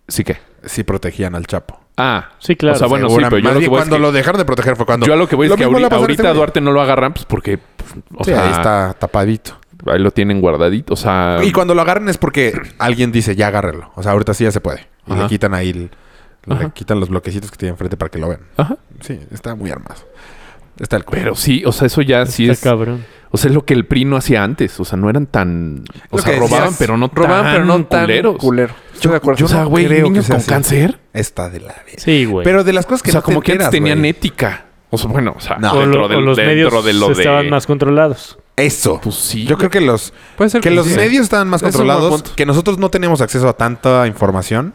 Speaker 2: Sí que.
Speaker 3: Sí protegían al Chapo.
Speaker 2: Ah.
Speaker 1: Sí, claro.
Speaker 2: O sea, bueno, sí,
Speaker 3: Segura-
Speaker 2: pero yo
Speaker 3: Más
Speaker 2: lo que
Speaker 3: bien
Speaker 2: voy es
Speaker 3: cuando
Speaker 2: que-
Speaker 3: lo dejaron de proteger fue cuando...
Speaker 2: yo a lo que voy es
Speaker 3: Lo
Speaker 2: que
Speaker 3: mismo le
Speaker 2: ahorita,
Speaker 3: va a pasar a
Speaker 2: ahorita
Speaker 3: este güey.
Speaker 2: Duarte no lo agarran, pues porque. pues, o
Speaker 3: Sí,
Speaker 2: sea, ah.
Speaker 3: ahí está tapadito.
Speaker 2: ahí lo tienen guardadito. O sea.
Speaker 3: Y cuando lo agarran es porque alguien dice, ya agárrelo. O sea, ahorita sí ya se puede. Y
Speaker 2: Ajá.
Speaker 3: le quitan ahí... el-
Speaker 2: Ajá.
Speaker 3: le quitan los bloquecitos que tiene enfrente para que lo vean.
Speaker 2: Ajá.
Speaker 3: Sí, está muy armado. Está el cuero.
Speaker 2: Pero sí, o sea, eso ya sí
Speaker 1: Está
Speaker 2: es.
Speaker 1: cabrón.
Speaker 2: O sea, es lo que el PRI no hacía antes. O sea, no eran tan. O
Speaker 3: Lo
Speaker 2: sea,
Speaker 3: que
Speaker 2: robaban,
Speaker 3: decías,
Speaker 2: pero no
Speaker 4: Robaban,
Speaker 2: tan
Speaker 4: pero no tan
Speaker 2: culeros.
Speaker 4: culero. Estoy de acuerdo.
Speaker 2: o sea,
Speaker 3: no
Speaker 2: güey,
Speaker 3: creo que
Speaker 2: niños
Speaker 3: sea
Speaker 2: con
Speaker 3: así.
Speaker 2: cáncer.
Speaker 3: Está de la vez.
Speaker 1: Sí, güey.
Speaker 3: Pero de las cosas
Speaker 2: o
Speaker 3: que
Speaker 2: sea,
Speaker 3: no
Speaker 2: como
Speaker 3: te
Speaker 2: que antes
Speaker 3: enteras,
Speaker 2: tenían
Speaker 3: güey.
Speaker 2: ética. O sea, bueno, o sea,
Speaker 3: No.
Speaker 1: o, lo- o los medios estaban más controlados.
Speaker 3: Eso.
Speaker 2: Pues sí.
Speaker 3: Yo creo que los
Speaker 4: Puede ser
Speaker 3: que los
Speaker 4: sí.
Speaker 3: medios estaban más
Speaker 4: Es un buen
Speaker 3: controlados,
Speaker 4: punto.
Speaker 3: que nosotros no tenemos acceso a tanta información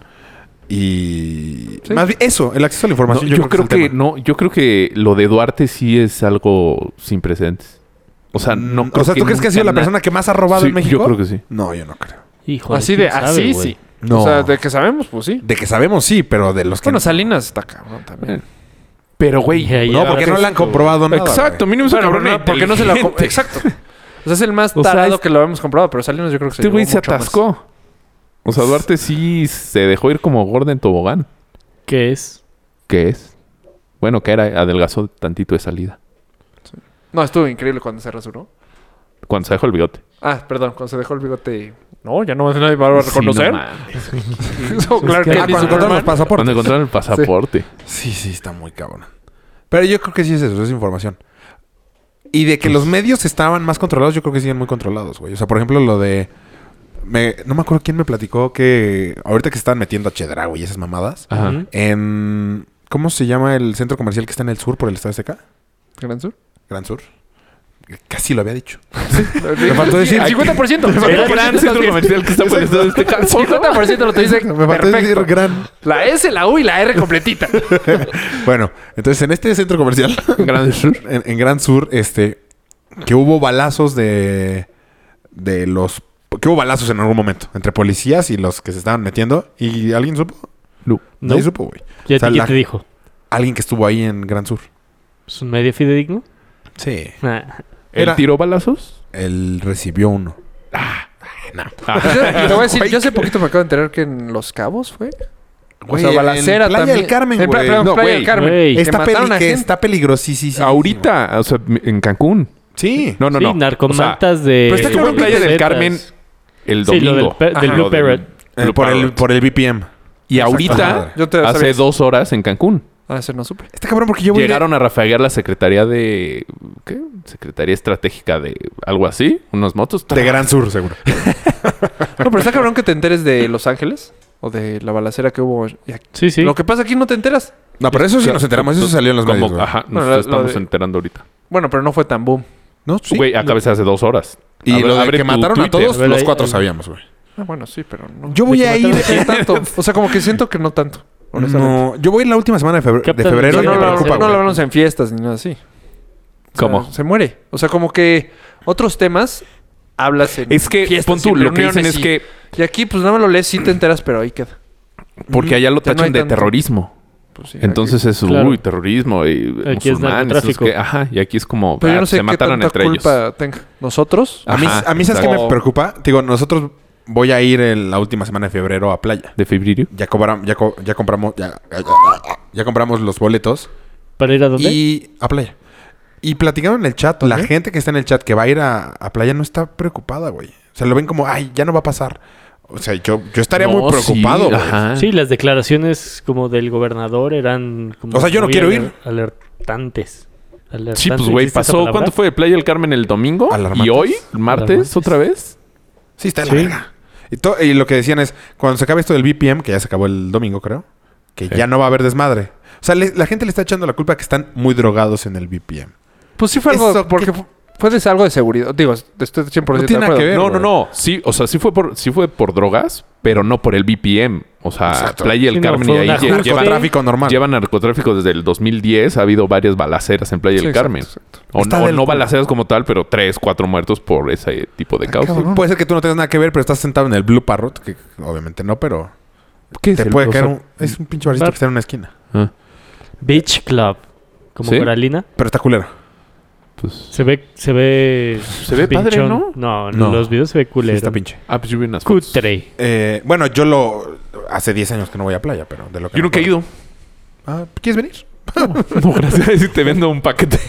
Speaker 3: y
Speaker 4: Sí.
Speaker 3: más bien eso, el acceso a la
Speaker 2: No,
Speaker 3: información.
Speaker 2: yo, creo que,
Speaker 3: es el tema.
Speaker 2: no, yo creo que lo de Duarte sí es algo sin precedentes. O sea, no creo
Speaker 3: Mm, o sea, ¿tú crees que ha sido
Speaker 2: nunca
Speaker 3: la
Speaker 2: na-
Speaker 3: persona que más ha robado
Speaker 2: Sí,
Speaker 3: en México?
Speaker 2: Yo creo que sí.
Speaker 3: No, yo no creo.
Speaker 1: Hijo
Speaker 4: Así de... Así sí.
Speaker 3: No.
Speaker 4: O sea, de que sabemos, pues sí.
Speaker 3: De que sabemos sí, pero de los que
Speaker 4: Bueno, Salinas está cabrón también.
Speaker 2: Pero, güey.
Speaker 1: Ya, ya.
Speaker 3: Eh. no, porque no le han comprobado nada.
Speaker 2: Exacto,
Speaker 3: güey.
Speaker 2: mínimo
Speaker 4: Bueno,
Speaker 2: cabrón
Speaker 4: pero no,
Speaker 2: era
Speaker 4: porque no se la... com-
Speaker 2: inteligente.
Speaker 4: Exacto. O sea, es el más
Speaker 2: O sea,
Speaker 4: tarado
Speaker 2: es-
Speaker 4: que lo hemos comprado, pero Salinas yo creo que se
Speaker 2: Este güey
Speaker 4: llevó
Speaker 2: se
Speaker 4: mucho más.
Speaker 2: atascó. O sea, Duarte sí se dejó ir como gordo en tobogán.
Speaker 1: ¿Qué es?
Speaker 2: ¿Qué es? Bueno, que era adelgazó tantito de salida.
Speaker 4: No, estuvo increíble cuando se rasuró.
Speaker 2: Cuando se dejó el bigote.
Speaker 4: Ah, perdón, cuando se dejó el bigote. No, ya no nadie va a reconocer. Eso, claro
Speaker 1: que-
Speaker 4: que,
Speaker 3: Ah,
Speaker 4: ni
Speaker 3: cuando encontraron
Speaker 4: Superman.
Speaker 3: los pasaportes.
Speaker 2: Cuando encontraron el pasaporte.
Speaker 3: Sí, sí, está muy cabrón. Pero yo creo que sí es eso, es información. Y de que
Speaker 2: Pues
Speaker 3: los medios estaban más controlados, yo creo que siguen muy controlados, güey. O sea, por ejemplo, lo de. me- no me acuerdo quién me platicó que ahorita que estaban metiendo a Chedra, güey, esas mamadas.
Speaker 2: Ajá.
Speaker 1: Ujú.
Speaker 3: En. ¿Cómo se llama el centro comercial que está en el sur por el estado Azteca?
Speaker 4: Gran Sur.
Speaker 3: Gran Sur. Casi lo había dicho.
Speaker 4: Me
Speaker 3: faltó decir-
Speaker 4: 50%.
Speaker 2: El gran centro comercial que está por el estado de este calzón.
Speaker 4: 50% lo te dice.
Speaker 3: Me faltó
Speaker 4: perfecto.
Speaker 3: decir gran.
Speaker 4: La S, la U y la R completita.
Speaker 3: Bueno, entonces en este centro comercial,
Speaker 2: Gran sur.
Speaker 3: en, en Gran Sur, este. Que hubo balazos de. De los. Que hubo balazos en algún momento entre policías y los que se estaban metiendo. ¿Y alguien supo?
Speaker 2: No.
Speaker 1: No.
Speaker 3: Nadie supo, güey.
Speaker 1: ¿Y a
Speaker 3: O sea,
Speaker 1: ti qué
Speaker 3: la-
Speaker 1: te dijo?
Speaker 3: Alguien que estuvo ahí en Gran Sur.
Speaker 1: ¿Es un medio fidedigno?
Speaker 3: Sí.
Speaker 1: Ah,
Speaker 2: ¿El
Speaker 3: Era-
Speaker 2: tiró balazos?
Speaker 3: Él recibió uno.
Speaker 4: Ah, pues Yo- Te voy a decir, yo hace poquito me acabo de enterar que en Los Cabos fue.
Speaker 3: Güey, en Playa Eh, del Carmen,
Speaker 4: En Pla-
Speaker 3: güey.
Speaker 4: perdón,
Speaker 2: No,
Speaker 4: Playa
Speaker 2: güey.
Speaker 4: del Carmen.
Speaker 1: Güey.
Speaker 4: Que
Speaker 3: Está,
Speaker 4: mataron a
Speaker 3: peli, que
Speaker 4: gente.
Speaker 3: está peligrosísimo.
Speaker 2: Ahorita, o sea, en Cancún.
Speaker 3: Sí.
Speaker 2: No, no,
Speaker 1: sí,
Speaker 2: no. O sea,
Speaker 1: narcomantas de...
Speaker 2: pero está claro
Speaker 1: de
Speaker 2: que Playa del
Speaker 1: pesetas.
Speaker 2: Carmen el
Speaker 1: Sí,
Speaker 2: domingo.
Speaker 1: lo del pe- del
Speaker 2: Ajá.
Speaker 1: Blue
Speaker 2: Lo del-
Speaker 1: Parrot.
Speaker 3: Eh,
Speaker 2: Blue
Speaker 3: por, el,
Speaker 2: Parrot.
Speaker 3: por el BPM.
Speaker 2: Y
Speaker 3: Exacto.
Speaker 2: ahorita,
Speaker 4: Yo te
Speaker 2: hace
Speaker 4: sabía.
Speaker 2: dos horas en Cancún,
Speaker 4: Ah, ese no supe.
Speaker 3: Está cabrón porque yo voy de-
Speaker 2: llegaron a rafaguear la Secretaría de... ¿Qué? Secretaría Estratégica de algo así. Unos motos.
Speaker 3: de Gran Sur, seguro.
Speaker 4: No, pero está cabrón que te enteres de Los Ángeles o de la balacera que hubo. y aquí.
Speaker 1: Sí, sí.
Speaker 4: Lo que pasa aquí no te enteras.
Speaker 3: No, pero eso sí nos enteramos. Eso salió en los
Speaker 2: Como-
Speaker 3: medios. güey.
Speaker 2: Ajá, nos
Speaker 4: Bueno, lo- lo
Speaker 2: estamos
Speaker 4: de-
Speaker 2: enterando ahorita.
Speaker 4: Bueno, pero no fue tan boom.
Speaker 3: No, sí.
Speaker 2: Güey, acabas hace dos horas.
Speaker 3: Y
Speaker 2: Abre-
Speaker 3: lo de
Speaker 2: abre
Speaker 3: que
Speaker 2: tu
Speaker 3: mataron a
Speaker 2: Twitter.
Speaker 3: todos,
Speaker 1: A ver,
Speaker 3: los
Speaker 1: ahí-
Speaker 3: cuatro
Speaker 1: ahí-
Speaker 3: sabíamos, güey.
Speaker 4: Ah, bueno, sí, pero no.
Speaker 3: Yo voy
Speaker 1: que
Speaker 3: a ir...
Speaker 1: mataron
Speaker 4: No tanto. O sea, como que siento que no tanto. honestamente.
Speaker 3: No, yo voy en la última semana de febrero. De
Speaker 1: Captain
Speaker 3: febrero
Speaker 4: Pero
Speaker 1: Sí,
Speaker 3: y
Speaker 4: no,
Speaker 3: me
Speaker 1: me
Speaker 4: lo-
Speaker 3: preocupa,
Speaker 4: no lo
Speaker 3: güey.
Speaker 4: hablamos en fiestas ni nada así. O sea,
Speaker 2: ¿Cómo?
Speaker 4: Se muere. O sea, como que otros temas hablas en
Speaker 2: Es que,
Speaker 4: fiestas
Speaker 2: pon tú,
Speaker 4: y
Speaker 2: lo que dicen
Speaker 4: reuniones
Speaker 2: es
Speaker 4: y-
Speaker 2: que...
Speaker 4: Y aquí, pues nada más lo lees, sí te enteras, pero ahí queda.
Speaker 2: Porque allá lo
Speaker 4: Ya no hay
Speaker 2: tachan de
Speaker 4: tanto.
Speaker 2: terrorismo.
Speaker 4: Pues, sí,
Speaker 2: Entonces es,
Speaker 1: Claro.
Speaker 2: uy, terrorismo y
Speaker 1: Aquí es
Speaker 2: musulmanes. no sé
Speaker 1: narcotráfico.
Speaker 2: qué. Ajá, y aquí es como...
Speaker 4: aquí. Pero
Speaker 2: ah,
Speaker 4: yo no sé
Speaker 2: se
Speaker 4: qué
Speaker 2: mataron
Speaker 4: tanta
Speaker 2: entre ellos. Ah,
Speaker 4: culpa tenga. ¿Nosotros?
Speaker 3: A mí,
Speaker 2: Ajá,
Speaker 3: a mí ¿sabes qué
Speaker 2: exacto.
Speaker 3: me preocupa? Digo, nosotros voy a ir en la última semana de febrero a playa.
Speaker 2: ¿De febrero?
Speaker 3: Ya, cobram- ya, co- ya compramos... Ya, ya- ya compramos los boletos.
Speaker 1: ¿Para ir a dónde?
Speaker 3: Y a playa. Y platicaron en el chat. La gente que está en el chat que va a ir a, a playa no está preocupada, güey. O sea, lo ven como, ay, ya no va a pasar. O sea, yo, yo estaría
Speaker 2: No,
Speaker 3: muy preocupado,
Speaker 2: sí,
Speaker 3: güey.
Speaker 2: ajá.
Speaker 1: Sí, las declaraciones como del gobernador eran como
Speaker 3: O sea, yo no
Speaker 1: muy
Speaker 3: quiero
Speaker 1: aler-
Speaker 3: ir.
Speaker 1: Alertantes. Alertantes,
Speaker 2: Sí, pues, güey,
Speaker 1: ¿existe esa
Speaker 2: pasó.
Speaker 1: palabra?
Speaker 2: ¿Cuánto fue de Playa del Carmen el domingo?
Speaker 3: Alarmantes.
Speaker 2: Y hoy, martes,
Speaker 1: Alarmantes.
Speaker 2: otra vez.
Speaker 3: Sí, está en la verga. Y, to- y lo que decían es, cuando se acabe esto del BPM, que ya se acabó el domingo, creo, que ya no va a haber desmadre. O sea, le- la gente le está echando la culpa que están muy drogados en el BPM.
Speaker 4: Pues sí fue algo.
Speaker 3: Eso,
Speaker 4: porque
Speaker 3: ¿qué?
Speaker 4: fu- fue de algo de seguridad. Digo, estoy 100%
Speaker 3: No tiene
Speaker 4: de
Speaker 3: nada
Speaker 4: acuerdo.
Speaker 3: que ver.
Speaker 2: No, no,
Speaker 3: güey.
Speaker 2: no. Sí, o sea, sí fue por, sí fue por drogas, pero no por el BPM. O sea,
Speaker 3: Exacto.
Speaker 2: Playa del
Speaker 1: Sí, no,
Speaker 2: Carmen
Speaker 1: fue
Speaker 2: y ahí
Speaker 1: una
Speaker 2: lle-
Speaker 1: junta.
Speaker 2: llevan,
Speaker 3: Narcotráfico normal.
Speaker 2: llevan narcotráfico desde el 2010. Ha habido varias balaceras en Playa
Speaker 4: Sí,
Speaker 2: del
Speaker 4: exacto,
Speaker 2: Carmen.
Speaker 4: exacto.
Speaker 2: O,
Speaker 3: Está
Speaker 2: no- o
Speaker 3: del
Speaker 2: no
Speaker 3: culo.
Speaker 2: balaceras como tal, pero tres, cuatro muertos por ese tipo de causas.
Speaker 3: Cabrón. Puede ser que tú no tengas nada que ver, pero estás sentado en el Blue Parrot, que obviamente no, pero
Speaker 2: ¿Qué
Speaker 3: te
Speaker 2: el-
Speaker 3: puede
Speaker 2: o sea,
Speaker 3: caer un... Es un pinche barista
Speaker 1: bar-
Speaker 3: que está en una esquina.
Speaker 2: ah.
Speaker 1: Beach Club. Como
Speaker 2: ¿Sí?
Speaker 1: Coralina.
Speaker 3: Pero está culero.
Speaker 2: pues.
Speaker 1: Se ve, se ve.
Speaker 2: Se ve padre, ¿no?
Speaker 1: No,
Speaker 3: No.
Speaker 1: los videos se ve
Speaker 3: Sí,
Speaker 1: culero.
Speaker 3: está pinche.
Speaker 2: Ah, pues yo vi unas fotos.
Speaker 1: Cutre.
Speaker 3: Eh, bueno, yo lo... Hace 10 años que no voy a playa, pero de lo que...
Speaker 2: Yo
Speaker 3: me
Speaker 2: nunca he
Speaker 3: acuerdo.
Speaker 2: ido.
Speaker 3: Ah, ¿Quieres venir?
Speaker 2: No, gracias. Si te vendo un paquete.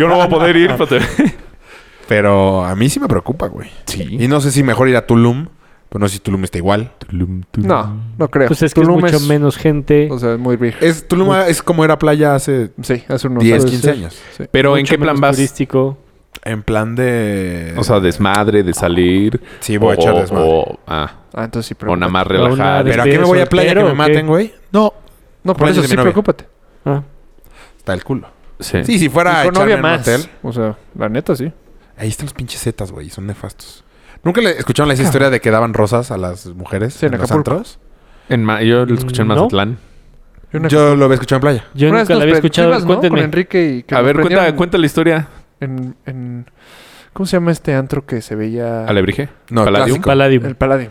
Speaker 2: yo no voy a poder ir. pero te-
Speaker 3: Pero a mí sí me preocupa, güey.
Speaker 2: Sí.
Speaker 3: Y no sé si mejor ir a Tulum. Pero no sé si Tulum está igual.
Speaker 4: No, no creo.
Speaker 1: Pues es que
Speaker 4: Tulum
Speaker 1: es mucho menos gente.
Speaker 4: O sea, es muy virgen.
Speaker 3: Es, Tulum es como era playa hace
Speaker 4: Sí, hace unos
Speaker 3: 10,
Speaker 4: años.
Speaker 3: 15 años.
Speaker 4: Sí.
Speaker 2: Pero ¿en
Speaker 1: mucho
Speaker 2: qué plan
Speaker 1: menos
Speaker 2: vas?
Speaker 1: turístico.
Speaker 3: En plan de...
Speaker 2: O sea, desmadre, de salir.
Speaker 3: sí, voy a echar
Speaker 2: o-
Speaker 3: desmadre.
Speaker 2: o- ah,
Speaker 4: Ah, entonces sí,
Speaker 2: o nada
Speaker 4: preocúpate.
Speaker 2: más
Speaker 1: Pero una
Speaker 2: relajada.
Speaker 1: de-
Speaker 3: ¿Pero a qué me voy a playa que
Speaker 1: soltero
Speaker 3: me
Speaker 1: o
Speaker 3: maten,
Speaker 1: qué?
Speaker 3: ey? No.
Speaker 4: No, por
Speaker 3: Cumpleaños
Speaker 4: eso
Speaker 3: de mi
Speaker 4: sí,
Speaker 3: novia.
Speaker 4: preocúpate.
Speaker 1: Ah.
Speaker 3: Está el culo.
Speaker 2: Sí.
Speaker 3: Sí, si fuera
Speaker 2: Ah,
Speaker 4: Y
Speaker 3: a
Speaker 4: con
Speaker 3: echarme
Speaker 4: novia
Speaker 3: en un
Speaker 4: más.
Speaker 3: hotel...
Speaker 4: O sea, la neta sí.
Speaker 3: Ahí están los pinches zetas, güey. Son nefastos. ¿Nunca le escucharon la historia de que daban rosas a las mujeres
Speaker 4: Sí, en
Speaker 3: en los
Speaker 4: Acapulco.
Speaker 3: antros?
Speaker 2: En Ma- yo lo escuché en
Speaker 1: No.
Speaker 2: Mazatlán.
Speaker 3: Yo lo había escuchado en playa.
Speaker 1: Yo
Speaker 4: Una vez
Speaker 1: nunca la
Speaker 4: nos
Speaker 1: había
Speaker 4: pre-
Speaker 1: escuchado.
Speaker 4: ibas, ¿no? Con
Speaker 1: Cuéntenme.
Speaker 4: Enrique y que
Speaker 2: A
Speaker 4: nos
Speaker 2: ver, cuenta,
Speaker 4: prendieron
Speaker 2: cuenta la historia.
Speaker 4: En, en- ¿Cómo se llama este antro que se veía?
Speaker 2: Alebrije.
Speaker 3: No,
Speaker 2: Palladium.
Speaker 3: clásico.
Speaker 1: Palladium.
Speaker 4: El Palladium.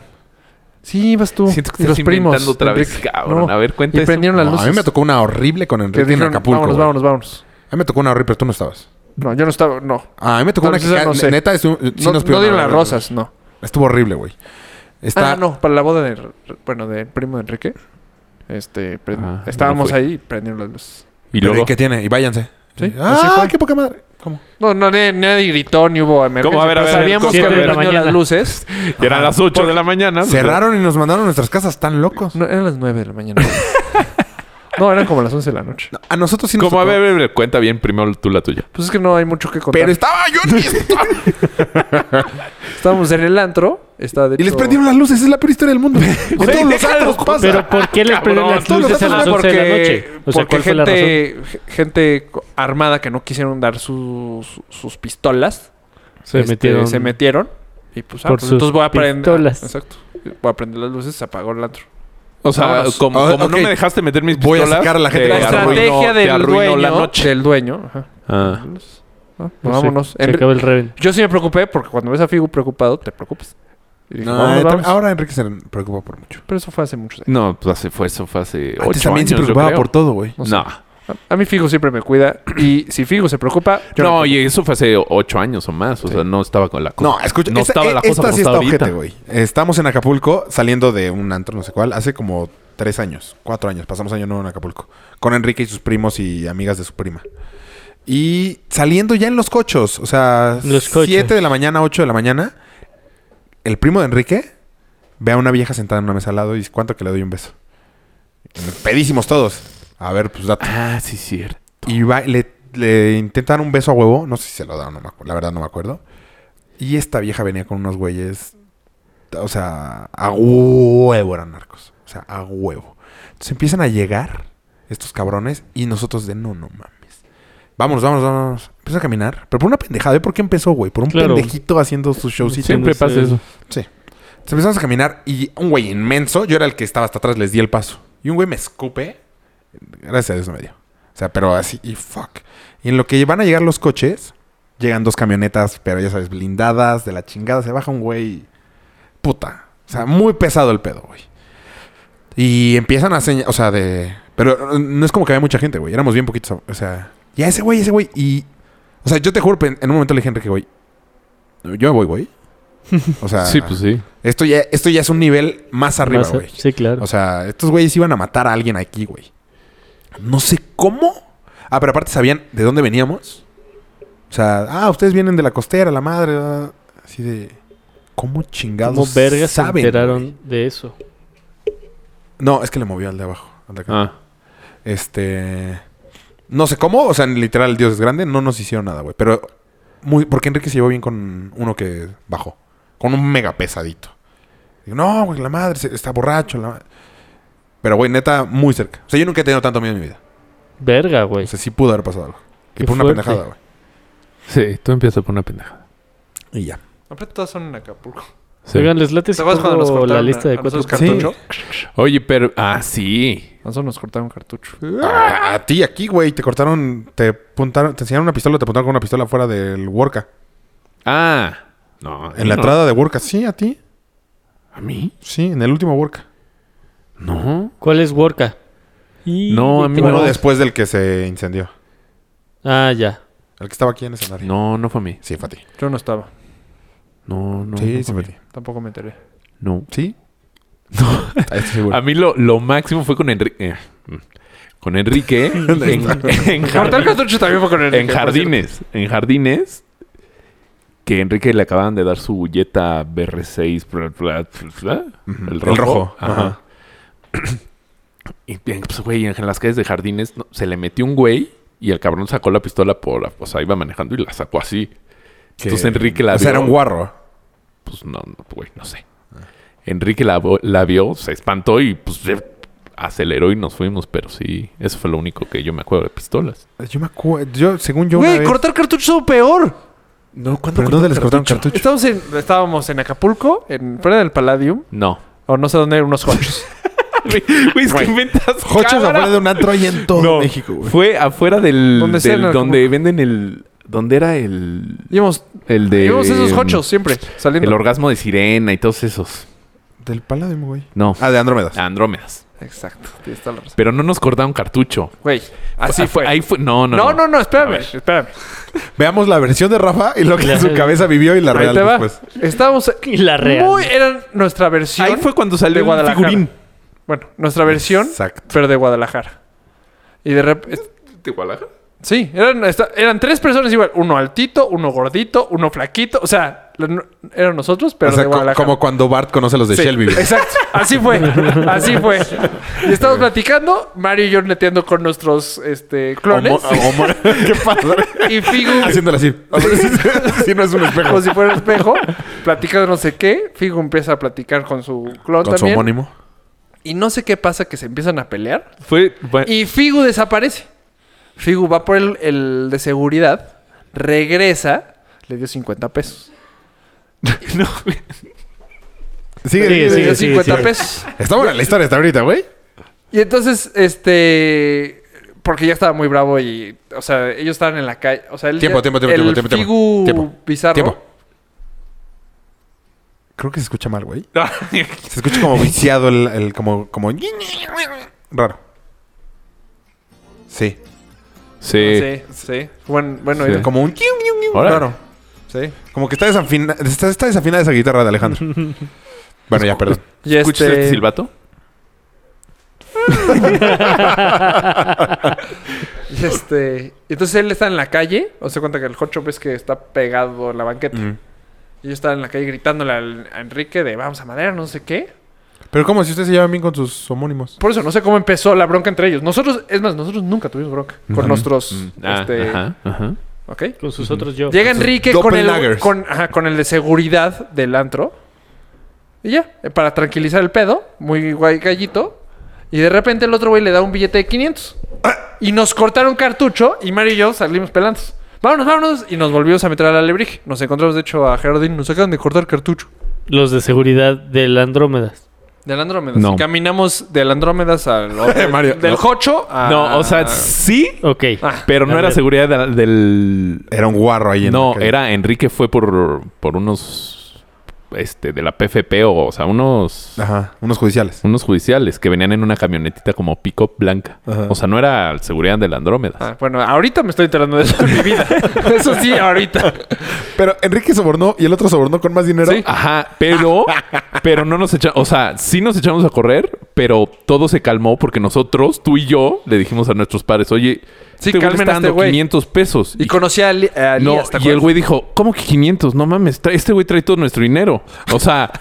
Speaker 4: Sí, ibas tú.
Speaker 2: Siento
Speaker 4: y
Speaker 2: que estás
Speaker 4: Uh, los primos.
Speaker 2: inventando otra vez,
Speaker 4: Enrique.
Speaker 2: cabrón.
Speaker 4: No,
Speaker 2: A ver, cuenta
Speaker 4: Y
Speaker 2: eso.
Speaker 4: prendieron las
Speaker 3: No,
Speaker 4: luces.
Speaker 3: a mí me tocó una horrible con
Speaker 4: Que
Speaker 3: Enrique en
Speaker 4: dijeron,
Speaker 3: Acapulco.
Speaker 4: vámonos,
Speaker 3: güey.
Speaker 4: vámonos, vámonos.
Speaker 3: A mí me tocó una horrible, pero tú no estabas.
Speaker 4: No, yo no estaba, no.
Speaker 3: Ah, a mí me tocó
Speaker 4: Tal vez
Speaker 3: una
Speaker 4: esa
Speaker 3: que
Speaker 4: no
Speaker 3: ca-
Speaker 4: sé.
Speaker 3: neta es un, sí
Speaker 4: no
Speaker 3: nos
Speaker 4: no
Speaker 3: pidieron
Speaker 4: dieron las
Speaker 3: hablar.
Speaker 4: rosas, no.
Speaker 3: Estuvo horrible, güey. Está
Speaker 4: Ah, no, para la boda de, bueno, del primo de Enrique. Este, pre-
Speaker 2: Ah,
Speaker 4: estábamos
Speaker 2: no fui.
Speaker 4: ahí y prendieron las luces.
Speaker 2: Y
Speaker 3: Pero,
Speaker 2: luego.
Speaker 3: qué tiene? Y váyanse.
Speaker 4: Sí, así
Speaker 3: Ah,
Speaker 4: fue.
Speaker 3: qué poca madre.
Speaker 4: No, no, nadie, nadie gritó, ni hubo emergencia.
Speaker 2: ¿Cómo? A ver, a
Speaker 4: pero
Speaker 2: ver,
Speaker 4: Sabíamos que
Speaker 1: ¿cómo?
Speaker 4: habían
Speaker 1: Siete de la
Speaker 4: prendido las
Speaker 1: mañana.
Speaker 4: luces.
Speaker 2: Y eran las 8 de la mañana.
Speaker 3: Cerraron y nos mandaron a nuestras casas tan locos.
Speaker 4: No, eran las nueve de la mañana. no, eran como las once de la noche.
Speaker 3: A nosotros sí nos
Speaker 2: Como, a
Speaker 3: tocó.
Speaker 2: ver, a ver, cuenta bien primero tú la tuya.
Speaker 4: Pues es que no hay mucho que contar.
Speaker 3: Pero estaba yo en esto.
Speaker 4: Estábamos en el antro. Estaba de
Speaker 3: Y les
Speaker 4: hecho-
Speaker 3: prendieron las luces. Es la peor historia del mundo. en todos los antros pasa.
Speaker 1: Pero ¿por qué les prenden las
Speaker 3: todos los
Speaker 1: luces a
Speaker 3: datos
Speaker 1: las
Speaker 3: son
Speaker 1: 11 de la noche? O sea,
Speaker 4: porque
Speaker 1: ¿cuál fue la razón?
Speaker 4: gente, gente co- armada que no quisieron dar sus, sus pistolas
Speaker 1: Se
Speaker 4: este,
Speaker 1: metieron.
Speaker 4: se metieron. Y pues, ah,
Speaker 1: por
Speaker 4: pues
Speaker 1: sus
Speaker 4: entonces voy a prender.
Speaker 1: pistolas.
Speaker 4: Exacto. Voy a prender las luces, se apagó el antro.
Speaker 2: O sea,
Speaker 4: Vámonos.
Speaker 2: como,
Speaker 3: Ah,
Speaker 2: como
Speaker 3: ok.
Speaker 2: no me dejaste meter mis
Speaker 3: Voy a
Speaker 2: pistolas...
Speaker 3: sacar a la gente
Speaker 2: te
Speaker 3: con
Speaker 4: La
Speaker 3: Te arruinó-
Speaker 4: estrategia
Speaker 2: te
Speaker 4: del
Speaker 2: arruinó
Speaker 4: dueño.
Speaker 2: la noche.
Speaker 4: Del dueño. Ajá.
Speaker 2: Ah.
Speaker 4: Ah, pues
Speaker 1: No sé,
Speaker 4: vámonos.
Speaker 1: Se
Speaker 4: Enri-
Speaker 1: acabó el reven.
Speaker 4: Yo sí me preocupé porque cuando ves a Figu preocupado, te preocupas. Y dije,
Speaker 3: No,
Speaker 4: vámonos,
Speaker 3: eh,
Speaker 4: vamos.
Speaker 3: ahora Enrique se preocupa por mucho.
Speaker 4: Pero eso fue hace muchos años.
Speaker 2: No, pues hace, fue eso fue hace ocho
Speaker 3: Antes también
Speaker 2: años,
Speaker 3: se
Speaker 2: yo
Speaker 3: preocupaba
Speaker 2: creo.
Speaker 3: por todo, güey.
Speaker 4: No sé.
Speaker 2: No,
Speaker 4: A mí Figu siempre me cuida. Y si Figu se preocupa, yo
Speaker 2: no,
Speaker 4: me
Speaker 2: y eso fue hace ocho años o más. O
Speaker 4: Sí.
Speaker 2: sea, no estaba con la cosa.
Speaker 3: No, escucha,
Speaker 2: no
Speaker 3: esta,
Speaker 2: estaba
Speaker 3: e-
Speaker 2: la cosa
Speaker 3: esta
Speaker 2: como
Speaker 3: sí
Speaker 2: está
Speaker 3: está
Speaker 2: ahorita.
Speaker 3: ojete, güey. Estamos en Acapulco, saliendo de un antro, no sé cuál, hace como tres años, cuatro años, pasamos año nuevo en Acapulco, con Enrique y sus primos y amigas de su prima. Y saliendo ya en los cochos, o sea,
Speaker 1: Los cochos.
Speaker 3: siete de la mañana, ocho de la mañana, el primo de Enrique ve a una vieja sentada en una mesa al lado y dice, ¿cuánto que le doy un beso? Pedísimos todos. A ver, pues date.
Speaker 2: Ah, sí, cierto.
Speaker 3: Y va- le, le intentan un beso a huevo. No sé si se lo da o no me acu- La verdad no me acuerdo. Y esta vieja venía con unos güeyes. O sea, a huevo eran narcos. O sea, a huevo. Entonces empiezan a llegar estos cabrones y nosotros de no, no mames. Vámonos, vámonos, vámonos. Empieza a caminar. Pero por una pendejada. ¿Ve por qué empezó, güey? Por un
Speaker 1: Claro.
Speaker 3: pendejito haciendo sus showcitos.
Speaker 2: Siempre
Speaker 1: Entonces,
Speaker 2: pasa eso.
Speaker 3: Entonces empezamos a caminar y un güey inmenso, yo era el que estaba hasta atrás, les di el paso. Y un güey me escupe. Gracias a Dios no me dio. O sea, pero así, y fuck. Y en lo que van a llegar los coches, llegan dos camionetas, pero ya sabes, blindadas, de la chingada. Se baja un güey. Puta. O sea, muy pesado el pedo, güey. Y empiezan a señalar, o sea, de... Pero eh, no es como que había mucha gente, güey. Éramos bien poquitos, o sea... Ya ese güey, ese güey. Y... O sea, yo te juro, en en un momento le dije a Enrique, güey. Yo me voy, güey. O sea...
Speaker 2: Sí, pues sí.
Speaker 3: Esto ya, esto ya es un nivel más arriba,
Speaker 1: Más-
Speaker 3: güey.
Speaker 1: Sí, claro.
Speaker 3: O sea, estos güeyes iban a matar a alguien aquí, güey. No sé cómo. Ah, pero aparte sabían de dónde veníamos. O sea, ah, ustedes vienen de la costera, la madre. ah, Así de. ¿Cómo chingados?
Speaker 1: ¿Cómo vergas se
Speaker 3: saben,
Speaker 1: enteraron
Speaker 3: güey?
Speaker 1: de eso?
Speaker 3: No, es que le movió al de abajo. al de acá.
Speaker 2: Ah.
Speaker 3: Este. No sé cómo, o sea, literal, Dios es grande, no nos hicieron nada, güey. Pero. Muy, porque Enrique se llevó bien con uno que bajó. Con un mega pesadito. Digo, no, güey, la madre se- está borracho. la ma-". Pero, güey, neta, muy cerca. O sea, yo nunca he tenido tanto miedo en mi vida.
Speaker 1: Verga, güey.
Speaker 3: O sea, sí pudo haber pasado algo. Y
Speaker 1: Qué
Speaker 3: por una
Speaker 1: fuerte.
Speaker 3: pendejada, güey.
Speaker 2: Sí, tú empiezas por una pendejada.
Speaker 3: Y ya.
Speaker 4: Aparte todas son en Acapulco.
Speaker 2: Sí.
Speaker 1: Oigan, les late si
Speaker 4: ¿Te acuerdas cuando nos
Speaker 1: pongo
Speaker 4: cortaron
Speaker 1: la lista
Speaker 4: a-
Speaker 1: de
Speaker 4: a
Speaker 1: cuatro
Speaker 4: nosotros
Speaker 1: cartones?
Speaker 4: cartucho?
Speaker 2: Oye, pero... Ah, sí.
Speaker 4: Nosotros nos cortaron cartucho.
Speaker 3: A, a ti, aquí, güey, te cortaron, te apuntaron, te enseñaron una pistola, te apuntaron con una pistola fuera del Worka.
Speaker 2: Ah. No.
Speaker 3: En la
Speaker 2: no.
Speaker 3: entrada de Worka, sí, a ti.
Speaker 2: ¿A mí?
Speaker 3: Sí, en el último Worka.
Speaker 2: No.
Speaker 1: ¿Cuál es Worka?
Speaker 2: No, a mí
Speaker 3: Uno
Speaker 2: no.
Speaker 3: después del que se incendió.
Speaker 1: Ah, ya.
Speaker 3: El que estaba aquí en el escenario.
Speaker 2: No, no fue a mí.
Speaker 3: Sí, fue a ti.
Speaker 4: Yo no estaba.
Speaker 2: No, no.
Speaker 3: sí,
Speaker 2: no fue
Speaker 3: sí, fue
Speaker 2: a
Speaker 3: a
Speaker 2: mí.
Speaker 3: ti.
Speaker 4: Tampoco me enteré.
Speaker 2: No.
Speaker 3: Sí. Ah, estoy seguro.
Speaker 2: A mí lo, lo máximo fue con Enrique. con Enrique en, en
Speaker 4: Cortar
Speaker 2: jardines.
Speaker 4: cartucho también fue con el
Speaker 2: en jardines. En jardines. Que Enrique le acababan de dar su Jetta BR6. bla, bla, bla, bla,
Speaker 3: Ujú.
Speaker 2: el
Speaker 3: El
Speaker 2: rojo.
Speaker 3: rojo.
Speaker 2: Ajá. y pues, güey, en las calles de jardines no, se le metió un güey. Y el cabrón sacó la pistola por... la- O sea, iba manejando y la sacó así.
Speaker 3: Que-
Speaker 2: Entonces Enrique la
Speaker 3: O sea,
Speaker 2: vio.
Speaker 3: era un guarro.
Speaker 2: Pues no, no, güey, no sé. Enrique la, vo- la vio, se espantó y pues eh, aceleró y nos fuimos. Pero sí, eso fue lo único que yo me acuerdo de pistolas.
Speaker 3: Yo me acuerdo. Yo, según yo. una
Speaker 4: Güey,
Speaker 3: vez-
Speaker 4: cortar cartucho estuvo peor.
Speaker 2: No, ¿cuándo
Speaker 3: ¿Pero dónde les cortaron cartucho?
Speaker 4: Estábamos en, estábamos en Acapulco, en, fuera del Palladium,
Speaker 2: No.
Speaker 4: o no sé dónde, unos hochos.
Speaker 2: Güey, güey, es que inventas
Speaker 3: Jochos
Speaker 2: cada-
Speaker 3: afuera de un antro y en todo
Speaker 2: No,
Speaker 3: México, güey.
Speaker 2: Fue afuera del...
Speaker 4: Donde
Speaker 2: Donde,
Speaker 4: sea, no,
Speaker 2: donde venden el... Donde era el...
Speaker 4: Llevamos,
Speaker 2: El de... em,
Speaker 4: llevamos esos hochos siempre,
Speaker 2: El
Speaker 4: saliendo.
Speaker 2: orgasmo de sirena y todos esos.
Speaker 3: Del Palladium, güey.
Speaker 2: No.
Speaker 3: Ah, de Andrómedas.
Speaker 2: Andrómedas.
Speaker 4: Exacto, tienes toda la razón.
Speaker 2: Pero no nos cortaron cartucho.
Speaker 4: Güey, así
Speaker 2: Ah,
Speaker 4: fue.
Speaker 2: Ahí fue... No, no,
Speaker 4: no, no, no,
Speaker 2: A
Speaker 4: espérame,
Speaker 2: ver.
Speaker 4: espérame.
Speaker 3: Veamos la versión de Rafa y lo que en su cabeza vivió y la
Speaker 4: Ahí
Speaker 3: real
Speaker 4: te va.
Speaker 3: después.
Speaker 4: Estábamos
Speaker 1: Y la real.
Speaker 4: muy, era nuestra versión.
Speaker 2: Ahí fue cuando
Speaker 4: de
Speaker 2: salió el
Speaker 4: Guadalajara.
Speaker 2: figurín.
Speaker 4: Bueno, nuestra versión,
Speaker 3: Exacto.
Speaker 4: pero de Guadalajara. Y de repente.
Speaker 2: ¿De Guadalajara?
Speaker 4: Sí, eran, esta- eran tres personas igual. Uno altito, uno gordito, uno flaquito. O sea, lo- eran nosotros, pero
Speaker 3: o sea,
Speaker 4: de
Speaker 3: co-
Speaker 4: Guadalajara.
Speaker 3: como cuando Bart conoce los de
Speaker 4: Sí,
Speaker 3: Shelby. güey.
Speaker 4: Exacto. Así fue. Así fue. Y estábamos platicando, Mario y yo neteando con nuestros este, clones.
Speaker 3: Homo- homo- ¿Qué pasa?
Speaker 4: y Figu,
Speaker 3: Haciéndolo así. O sea, si, si no es un espejo.
Speaker 4: como si fuera un espejo, platicando no sé qué. Figu empieza a platicar con su clon
Speaker 3: Con su
Speaker 4: también.
Speaker 3: homónimo.
Speaker 4: Y no sé qué pasa, que se empiezan a pelear.
Speaker 2: Fue... fue-
Speaker 4: Y Figu desaparece. Figu va por el, el de seguridad, regresa, le dio 50 pesos.
Speaker 2: No, güey.
Speaker 1: Sigue,
Speaker 3: Sigue, sigue,
Speaker 4: le dio
Speaker 1: sigue,
Speaker 3: sigue.
Speaker 1: sí,
Speaker 4: 50
Speaker 1: sí.
Speaker 4: pesos.
Speaker 3: Está buena la historia hasta ahorita, güey.
Speaker 4: Y entonces, este. Porque ya estaba muy bravo y. O sea, ellos estaban en la calle. O sea, el.
Speaker 3: Tiempo,
Speaker 4: ya-
Speaker 3: tiempo, tiempo,
Speaker 4: el
Speaker 3: tiempo, tiempo, tiempo.
Speaker 4: Figu
Speaker 3: Tiempo.
Speaker 4: bizarro.
Speaker 3: Tiempo. Creo que se escucha mal, güey. Se escucha como viciado el, el- como, como. Raro. Sí.
Speaker 2: Sí.
Speaker 4: Sí, sí. Buen, bueno,
Speaker 2: Sí.
Speaker 4: oído.
Speaker 3: Como un.
Speaker 2: Órale.
Speaker 3: Raro.
Speaker 4: Sí.
Speaker 3: Como que está desafinada, está, está desafinada esa guitarra de Alejandro. bueno, ya, perdón.
Speaker 4: Y
Speaker 2: ¿Escuchas
Speaker 4: este-
Speaker 2: este silbato?
Speaker 4: Y este. y Entonces él está en la calle. O sea, cuenta que el hot shop es que está pegado a la banqueta.
Speaker 3: Mm.
Speaker 4: Y yo estaba en la calle gritándole al- a Enrique de vamos a madera, no sé qué.
Speaker 3: Pero como si ustedes se llevan bien con sus homónimos.
Speaker 4: Por eso no sé cómo empezó la bronca entre ellos. Nosotros, es más, nosotros nunca tuvimos bronca con
Speaker 3: Ujú.
Speaker 4: nuestros.
Speaker 2: Ah,
Speaker 4: este,
Speaker 2: ajá, ajá.
Speaker 4: ¿ok?
Speaker 1: Con sus otros yo.
Speaker 4: Llega Enrique con el,
Speaker 3: doppelgangers.
Speaker 4: con, ajá, con el de seguridad del antro. Y ya, eh, para tranquilizar el pedo, muy guay gallito. Y de repente el otro güey le da un billete de 500. Y nos cortaron cartucho y Mario y yo salimos pelantes. Vámonos, vámonos. Y nos volvimos a meter al alebrije. Nos encontramos, de hecho, a Gerardín. Nos acaban de cortar cartucho.
Speaker 1: Los de seguridad del Andrómedas.
Speaker 4: Del Andrómedas.
Speaker 2: No.
Speaker 4: Y caminamos del Andrómedas al otro.
Speaker 3: Mario,
Speaker 4: del
Speaker 3: no.
Speaker 4: Jocho a...
Speaker 2: No, o
Speaker 4: ah.
Speaker 2: sea, sí,
Speaker 1: Ok.
Speaker 2: pero no
Speaker 1: A
Speaker 2: era
Speaker 1: ver.
Speaker 2: seguridad de- del...
Speaker 3: Era un guarro ahí en la
Speaker 2: No,
Speaker 3: calle.
Speaker 2: era Enrique fue por, por unos... Este, de la PFP o, o sea, unos...
Speaker 4: Ah.
Speaker 3: Ajá, unos judiciales.
Speaker 2: Unos judiciales que venían en una camionetita como pick-up blanca.
Speaker 3: Ajá.
Speaker 2: O sea, no era seguridad del Andrómeda.
Speaker 4: Ah, bueno, ahorita me estoy enterando de eso en mi vida. eso sí, ahorita.
Speaker 3: Pero Enrique sobornó y el otro sobornó con más dinero.
Speaker 4: Sí.
Speaker 2: Ajá, pero, pero no nos echamos, o sea, sí nos echamos a correr, pero todo se calmó porque nosotros, tú y yo, le dijimos a nuestros padres, oye,
Speaker 4: Sí,
Speaker 2: este güey
Speaker 4: calmen
Speaker 2: está
Speaker 4: a este
Speaker 2: dando
Speaker 4: güey.
Speaker 2: 500 pesos.
Speaker 4: Y conocí a, Ali, a
Speaker 2: no,
Speaker 4: Elías, ¿te
Speaker 2: y el
Speaker 4: acuerdas?
Speaker 2: güey dijo, ¿cómo que 500? No mames, trae- este güey trae todo nuestro dinero. O sea,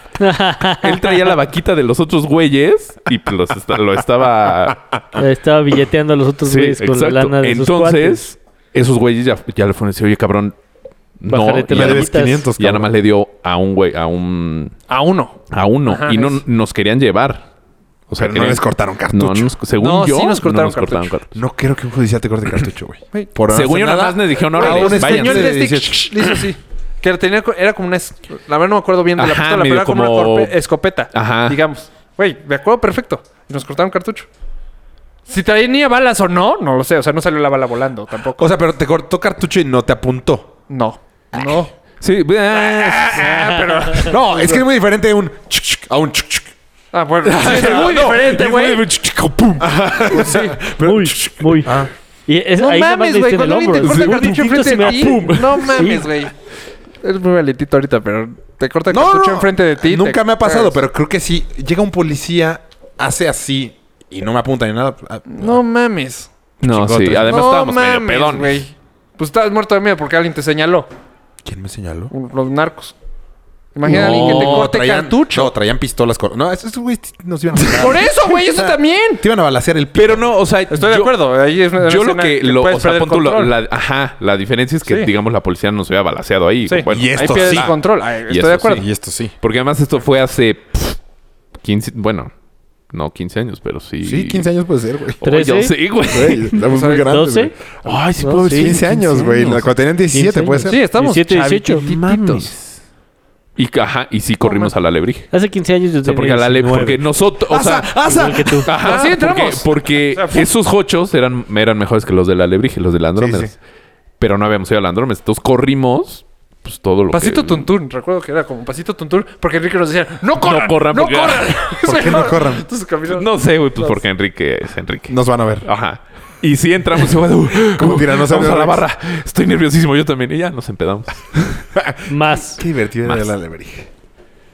Speaker 2: él traía la vaquita de los otros güeyes y pues, los esta- lo estaba...
Speaker 1: Estaba billeteando a los otros
Speaker 2: Sí,
Speaker 1: güeyes con la
Speaker 2: exacto.
Speaker 1: lana de sus cuates.
Speaker 2: Entonces, esos güeyes ya, ya le fueron a decir, oye, cabrón, no,
Speaker 1: Bájale, te
Speaker 2: y
Speaker 1: la
Speaker 2: ya-
Speaker 1: debes quitas.
Speaker 3: 500,
Speaker 2: ya nada
Speaker 3: cabrón.
Speaker 2: más le dio a un güey, a un
Speaker 4: A uno.
Speaker 2: a uno
Speaker 4: Ajá,
Speaker 2: y no
Speaker 4: es.
Speaker 2: nos querían llevar. O sea,
Speaker 3: Pero no
Speaker 2: querían-
Speaker 3: les cortaron
Speaker 2: No,
Speaker 3: cartucho. No,
Speaker 2: nos- según
Speaker 4: No,
Speaker 2: yo,
Speaker 4: sí nos cortaron
Speaker 2: cartucho.
Speaker 3: creo que un judicial te corte cartucho, güey.
Speaker 4: Güey.
Speaker 3: Por
Speaker 2: Según
Speaker 3: hacer
Speaker 2: yo, nada más me dijeron, órale,
Speaker 3: a un
Speaker 2: váyanse.
Speaker 4: Señor
Speaker 3: español de este
Speaker 4: desde
Speaker 3: 18.
Speaker 4: le hizo así. Que lo tenía, co- era como una... es- La verdad no me acuerdo bien de la
Speaker 2: Ajá,
Speaker 4: pistola, pero
Speaker 2: medio
Speaker 4: era como, una
Speaker 2: como-
Speaker 4: corpe- escopeta.
Speaker 2: Ajá.
Speaker 4: Digamos. Güey, me acuerdo perfecto. Y nos cortaron cartucho. Si traía balas o no, no lo sé. O sea, no salió la bala volando tampoco.
Speaker 3: O sea, pero te cortó cartucho y no te apuntó.
Speaker 4: No. No.
Speaker 2: Sí, ah,
Speaker 3: No, es que es muy diferente de un chuc, chuc, a un chuc, chuc.
Speaker 4: Ah, bueno. sí, es muy
Speaker 3: No,
Speaker 4: diferente,
Speaker 3: es
Speaker 4: güey.
Speaker 3: muy- chuc, chuc, pum.
Speaker 4: Sí.
Speaker 3: Pero-
Speaker 1: Muy, muy.
Speaker 3: Ah,
Speaker 1: Y es,
Speaker 4: No
Speaker 1: ahí nada más
Speaker 4: mames,
Speaker 1: le
Speaker 4: güey.
Speaker 1: diste en el
Speaker 4: Cuando alguien te
Speaker 1: hombro.
Speaker 4: corta el
Speaker 1: Un puntito
Speaker 4: cartucho enfrente
Speaker 1: se me da,
Speaker 4: de ti.
Speaker 1: ¡pum!
Speaker 4: No
Speaker 1: Sí.
Speaker 4: mames, güey. Es muy valentito ahorita, pero te corta el cartucho enfrente de ti.
Speaker 3: Nunca
Speaker 4: te-
Speaker 3: me ha pasado,
Speaker 4: cagas.
Speaker 3: pero creo que sí. Llega un policía, hace así y no me apunta ni nada. Ah,
Speaker 4: No mames.
Speaker 2: No,
Speaker 3: Chingotes.
Speaker 2: sí. Además
Speaker 4: no
Speaker 2: estábamos medio pedones.
Speaker 4: güey. Pues estabas muerto de miedo porque alguien te señaló.
Speaker 3: ¿Quién me señaló?
Speaker 4: Los narcos. Imagina a alguien que te
Speaker 3: No,
Speaker 4: corte
Speaker 3: traían-
Speaker 4: cartucho.
Speaker 3: No, traían pistolas. cor- No, esos güey nos iban a matar.
Speaker 4: Por eso, güey, eso también.
Speaker 3: Te iban a balasear el pie.
Speaker 2: Pero no, o sea,
Speaker 4: Estoy de
Speaker 2: yo-
Speaker 4: acuerdo. Ahí es una
Speaker 2: Yo lo
Speaker 4: escena
Speaker 2: que, lo,
Speaker 4: puedes
Speaker 2: o sea,
Speaker 4: perder
Speaker 2: pon tú lo-
Speaker 4: control.
Speaker 2: la- ajá, la diferencia es que,
Speaker 4: Sí.
Speaker 2: digamos, la policía no se había balaseado ahí.
Speaker 4: Sí.
Speaker 2: Bueno,
Speaker 3: Y
Speaker 4: ahí
Speaker 3: esto
Speaker 4: pierdes
Speaker 3: sí.
Speaker 4: el control. Ahí
Speaker 2: Y
Speaker 4: Estoy
Speaker 2: esto
Speaker 4: de acuerdo.
Speaker 3: Y esto sí.
Speaker 2: Porque además esto fue hace pff, 15, bueno, no 15 años, pero sí.
Speaker 3: Sí, 15 años puede ser, güey.
Speaker 2: Oye, yo
Speaker 1: 13.
Speaker 2: sí, güey.
Speaker 3: Güey, estamos muy grandes.
Speaker 1: ¿doce?
Speaker 3: güey. Ay, sí,
Speaker 1: No,
Speaker 3: puede haber
Speaker 1: sí,
Speaker 3: sido 15 años, güey. La- Cuando tenían 17 puede ser.
Speaker 4: Sí, estamos
Speaker 1: 17, 18.
Speaker 4: chavititos.
Speaker 2: Y, que, ajá, y sí corrimos a la alebrije.
Speaker 1: Hace 15 años yo
Speaker 2: O sea, porque a
Speaker 1: tenía
Speaker 2: la ale-
Speaker 1: 19.
Speaker 2: porque nosotros, o sea,
Speaker 1: Igual que tú.
Speaker 2: ajá,
Speaker 4: Así entramos.
Speaker 2: porque, porque
Speaker 4: O sea, fue-
Speaker 2: esos hochos eran, eran mejores que los de la alebrije, los de la Andrómeda.
Speaker 3: sí.
Speaker 2: Pero no habíamos ido a la Andrómeda, entonces corrimos pues todo lo
Speaker 4: Pasito
Speaker 2: que...
Speaker 4: Tuntún, recuerdo que era como Pasito Tuntún, porque Enrique nos decía, no corran, no
Speaker 2: corran,
Speaker 4: corran, no
Speaker 2: porque-
Speaker 4: corran.
Speaker 3: ¿Por qué no corran?
Speaker 4: Entonces caminó.
Speaker 2: No sé, güey, pues porque Enrique es Enrique.
Speaker 3: Nos van a ver.
Speaker 2: Ajá. Y si pues, entramos, se va
Speaker 3: Como tiranosaurio
Speaker 2: Vamos a la
Speaker 3: Rex.
Speaker 2: barra. Estoy nerviosísimo yo también. Y ya nos empedamos.
Speaker 1: Más.
Speaker 3: Qué divertido era
Speaker 2: Más.
Speaker 3: la alebrije.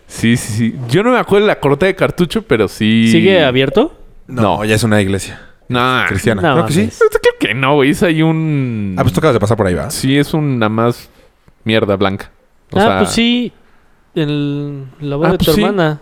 Speaker 2: Sí, sí, sí. Yo no me acuerdo de la corta de cartucho, pero sí.
Speaker 1: ¿Sigue abierto?
Speaker 3: No,
Speaker 2: No.
Speaker 3: ya es una iglesia
Speaker 4: Ah,
Speaker 2: Nah.
Speaker 3: cristiana.
Speaker 1: No
Speaker 3: Creo que sí.
Speaker 1: mames.
Speaker 2: Creo que no, güey. Es ahí un.
Speaker 3: Ah, pues tú acabas de pasar por ahí, ¿va?
Speaker 2: Sí, es una más mierda blanca. O
Speaker 1: ah,
Speaker 2: sea,
Speaker 1: pues sí. El, la voz
Speaker 2: Ah,
Speaker 1: de
Speaker 2: pues
Speaker 1: tu
Speaker 2: sí.
Speaker 1: hermana.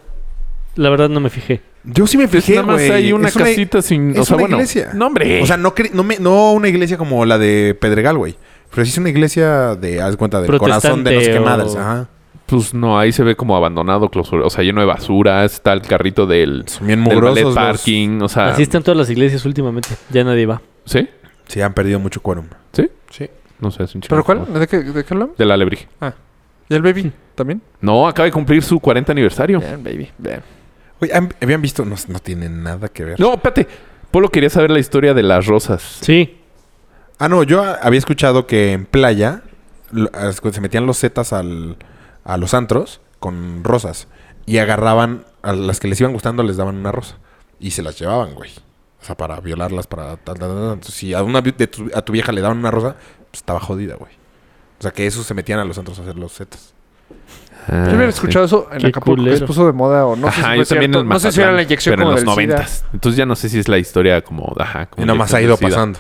Speaker 1: La verdad no me fijé.
Speaker 3: Yo sí me
Speaker 2: Es
Speaker 3: fijé,
Speaker 2: nada más
Speaker 3: güey.
Speaker 2: hay una
Speaker 3: Es
Speaker 2: casita sin.
Speaker 3: Es
Speaker 2: o sea,
Speaker 3: una
Speaker 2: bueno.
Speaker 3: iglesia.
Speaker 2: No, hombre.
Speaker 3: O sea, no, cre- no, me- no una iglesia como la de Pedregal, güey. Pero sí es una iglesia de, haz cuenta, del corazón de los
Speaker 1: Protestante o-
Speaker 3: quemadas. Ajá.
Speaker 2: pues no, ahí se ve como abandonado, clausura. O sea, lleno de basura. Está el carrito del.
Speaker 3: Son bien
Speaker 2: Del
Speaker 3: mugrosos.
Speaker 2: ballet
Speaker 3: los-
Speaker 2: parking. O sea.
Speaker 1: Así están todas las iglesias últimamente. Ya nadie va.
Speaker 2: ¿Sí?
Speaker 3: Sí, han perdido mucho quórum.
Speaker 2: ¿Sí?
Speaker 3: Sí.
Speaker 2: No sé, es un chingo.
Speaker 4: ¿Pero cuál? ¿De qué, de qué hablamos?
Speaker 2: De la alebrije.
Speaker 4: ¿Y el baby? ¿También?
Speaker 2: No, acaba de cumplir su 40 aniversario.
Speaker 4: Bien, baby. Bien.
Speaker 3: Oye, ¿han- habían visto, no, no tiene nada que ver.
Speaker 2: No, espérate. Polo quería saber la historia de las rosas.
Speaker 1: Sí.
Speaker 3: Ah, no, yo a- había escuchado que en playa lo- as- se metían los zetas al, a los antros con rosas y agarraban a las que les iban gustando, les daban una rosa y se las llevaban, güey. O sea, para violarlas, para tal, tal, tal. tal. Entonces, si a, una vi- de tu, a tu vieja le daban una rosa, pues estaba jodida, güey. O sea, que esos se metían a los antros a hacer los zetas. Ah,
Speaker 4: Yo había escuchado eso en
Speaker 1: Qué
Speaker 4: Acapulco. que
Speaker 1: culero.
Speaker 4: Se puso de moda o no sé
Speaker 2: Ajá,
Speaker 4: si
Speaker 2: yo
Speaker 4: fue
Speaker 2: también
Speaker 4: cierto.
Speaker 2: en
Speaker 4: No sé si
Speaker 2: Mazatlán,
Speaker 4: era la inyección
Speaker 2: Pero
Speaker 4: como
Speaker 2: en los
Speaker 4: del SIDA.
Speaker 2: noventas. Entonces ya no sé si es la historia como... Ajá. Como
Speaker 3: Y nomás ha
Speaker 2: inyección
Speaker 3: ido
Speaker 2: del SIDA.
Speaker 3: pasando.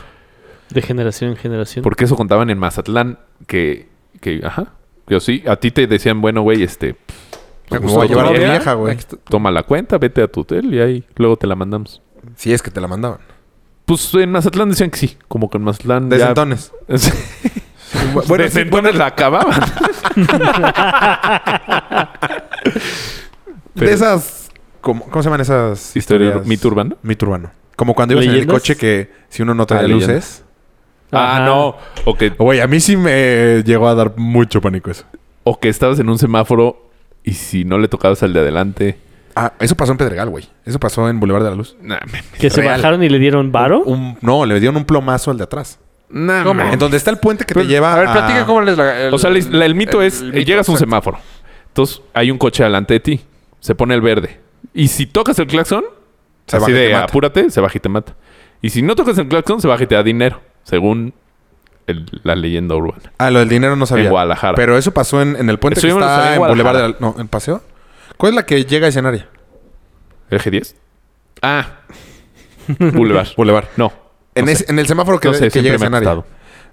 Speaker 1: De generación en generación.
Speaker 2: Porque eso contaban en Mazatlán que... que ajá. Yo sí. A ti te decían, bueno, güey, este...
Speaker 3: Me
Speaker 2: gustó
Speaker 3: voy a
Speaker 2: tu
Speaker 3: llevar a mi
Speaker 2: novia.
Speaker 3: vieja, güey.
Speaker 4: Aquí está.
Speaker 2: Toma la cuenta, vete a tu hotel y ahí luego te la mandamos.
Speaker 3: Si es que te la mandaban.
Speaker 2: Pues en Mazatlán decían que sí. Como que en Mazatlán
Speaker 3: Desde
Speaker 2: ya-
Speaker 3: entonces.
Speaker 2: bueno,
Speaker 3: Bueno,
Speaker 2: Desde
Speaker 3: sí,
Speaker 2: entonces la acababan. Pero-
Speaker 3: de esas... ¿cómo, cómo se llaman esas
Speaker 2: Historia- mito urbano.
Speaker 3: Mito urbano. Como cuando ibas en el
Speaker 1: ¿Leyendas?
Speaker 3: coche que si uno no trae
Speaker 2: Ah,
Speaker 3: luces.
Speaker 2: Ah,
Speaker 1: Ajá.
Speaker 2: no. O que
Speaker 3: Oye, a mí sí me llegó a dar mucho pánico eso.
Speaker 2: O que estabas en un semáforo y si no le tocabas al de adelante.
Speaker 3: Ah, eso pasó en Pedregal, güey. Eso pasó en Boulevard de la Luz.
Speaker 2: Nah, me-
Speaker 1: Que se
Speaker 3: Real.
Speaker 1: bajaron y le dieron varo.
Speaker 3: Un- no, le dieron un plomazo al de atrás.
Speaker 2: nah,
Speaker 4: ¿Cómo?
Speaker 2: me-
Speaker 3: En donde está el puente que te lleva
Speaker 4: A ver, platica cómo les la... el-
Speaker 2: Pues o sea, la- la- el mito es: eh,
Speaker 4: el mito,
Speaker 2: llegas a un
Speaker 4: exacto.
Speaker 2: semáforo. Entonces hay un coche delante de ti. Se pone el verde. Y si tocas el claxon,
Speaker 3: Se
Speaker 2: así
Speaker 3: baja y
Speaker 2: de
Speaker 3: te mata.
Speaker 2: apúrate, se baja y te mata. Y si no tocas el claxon, se baja y te da dinero. Según el- la leyenda urbana.
Speaker 3: Ah, lo del dinero no sabía.
Speaker 2: En Guadalajara.
Speaker 3: Pero eso pasó en, en el puente
Speaker 2: Eso
Speaker 3: que
Speaker 2: yo me lo sabía
Speaker 3: está
Speaker 2: en
Speaker 3: en Boulevard de la
Speaker 2: Guadalajara.
Speaker 3: Luz. No, ¿en Paseo? ¿Cuál es la que llega a escenario?
Speaker 2: ¿El G10? Ah. Boulevard.
Speaker 3: Boulevard.
Speaker 2: No.
Speaker 3: En,
Speaker 2: sé.
Speaker 3: es- en el semáforo que,
Speaker 2: No sé,
Speaker 3: que llega a
Speaker 2: siempre me ha
Speaker 3: escenario.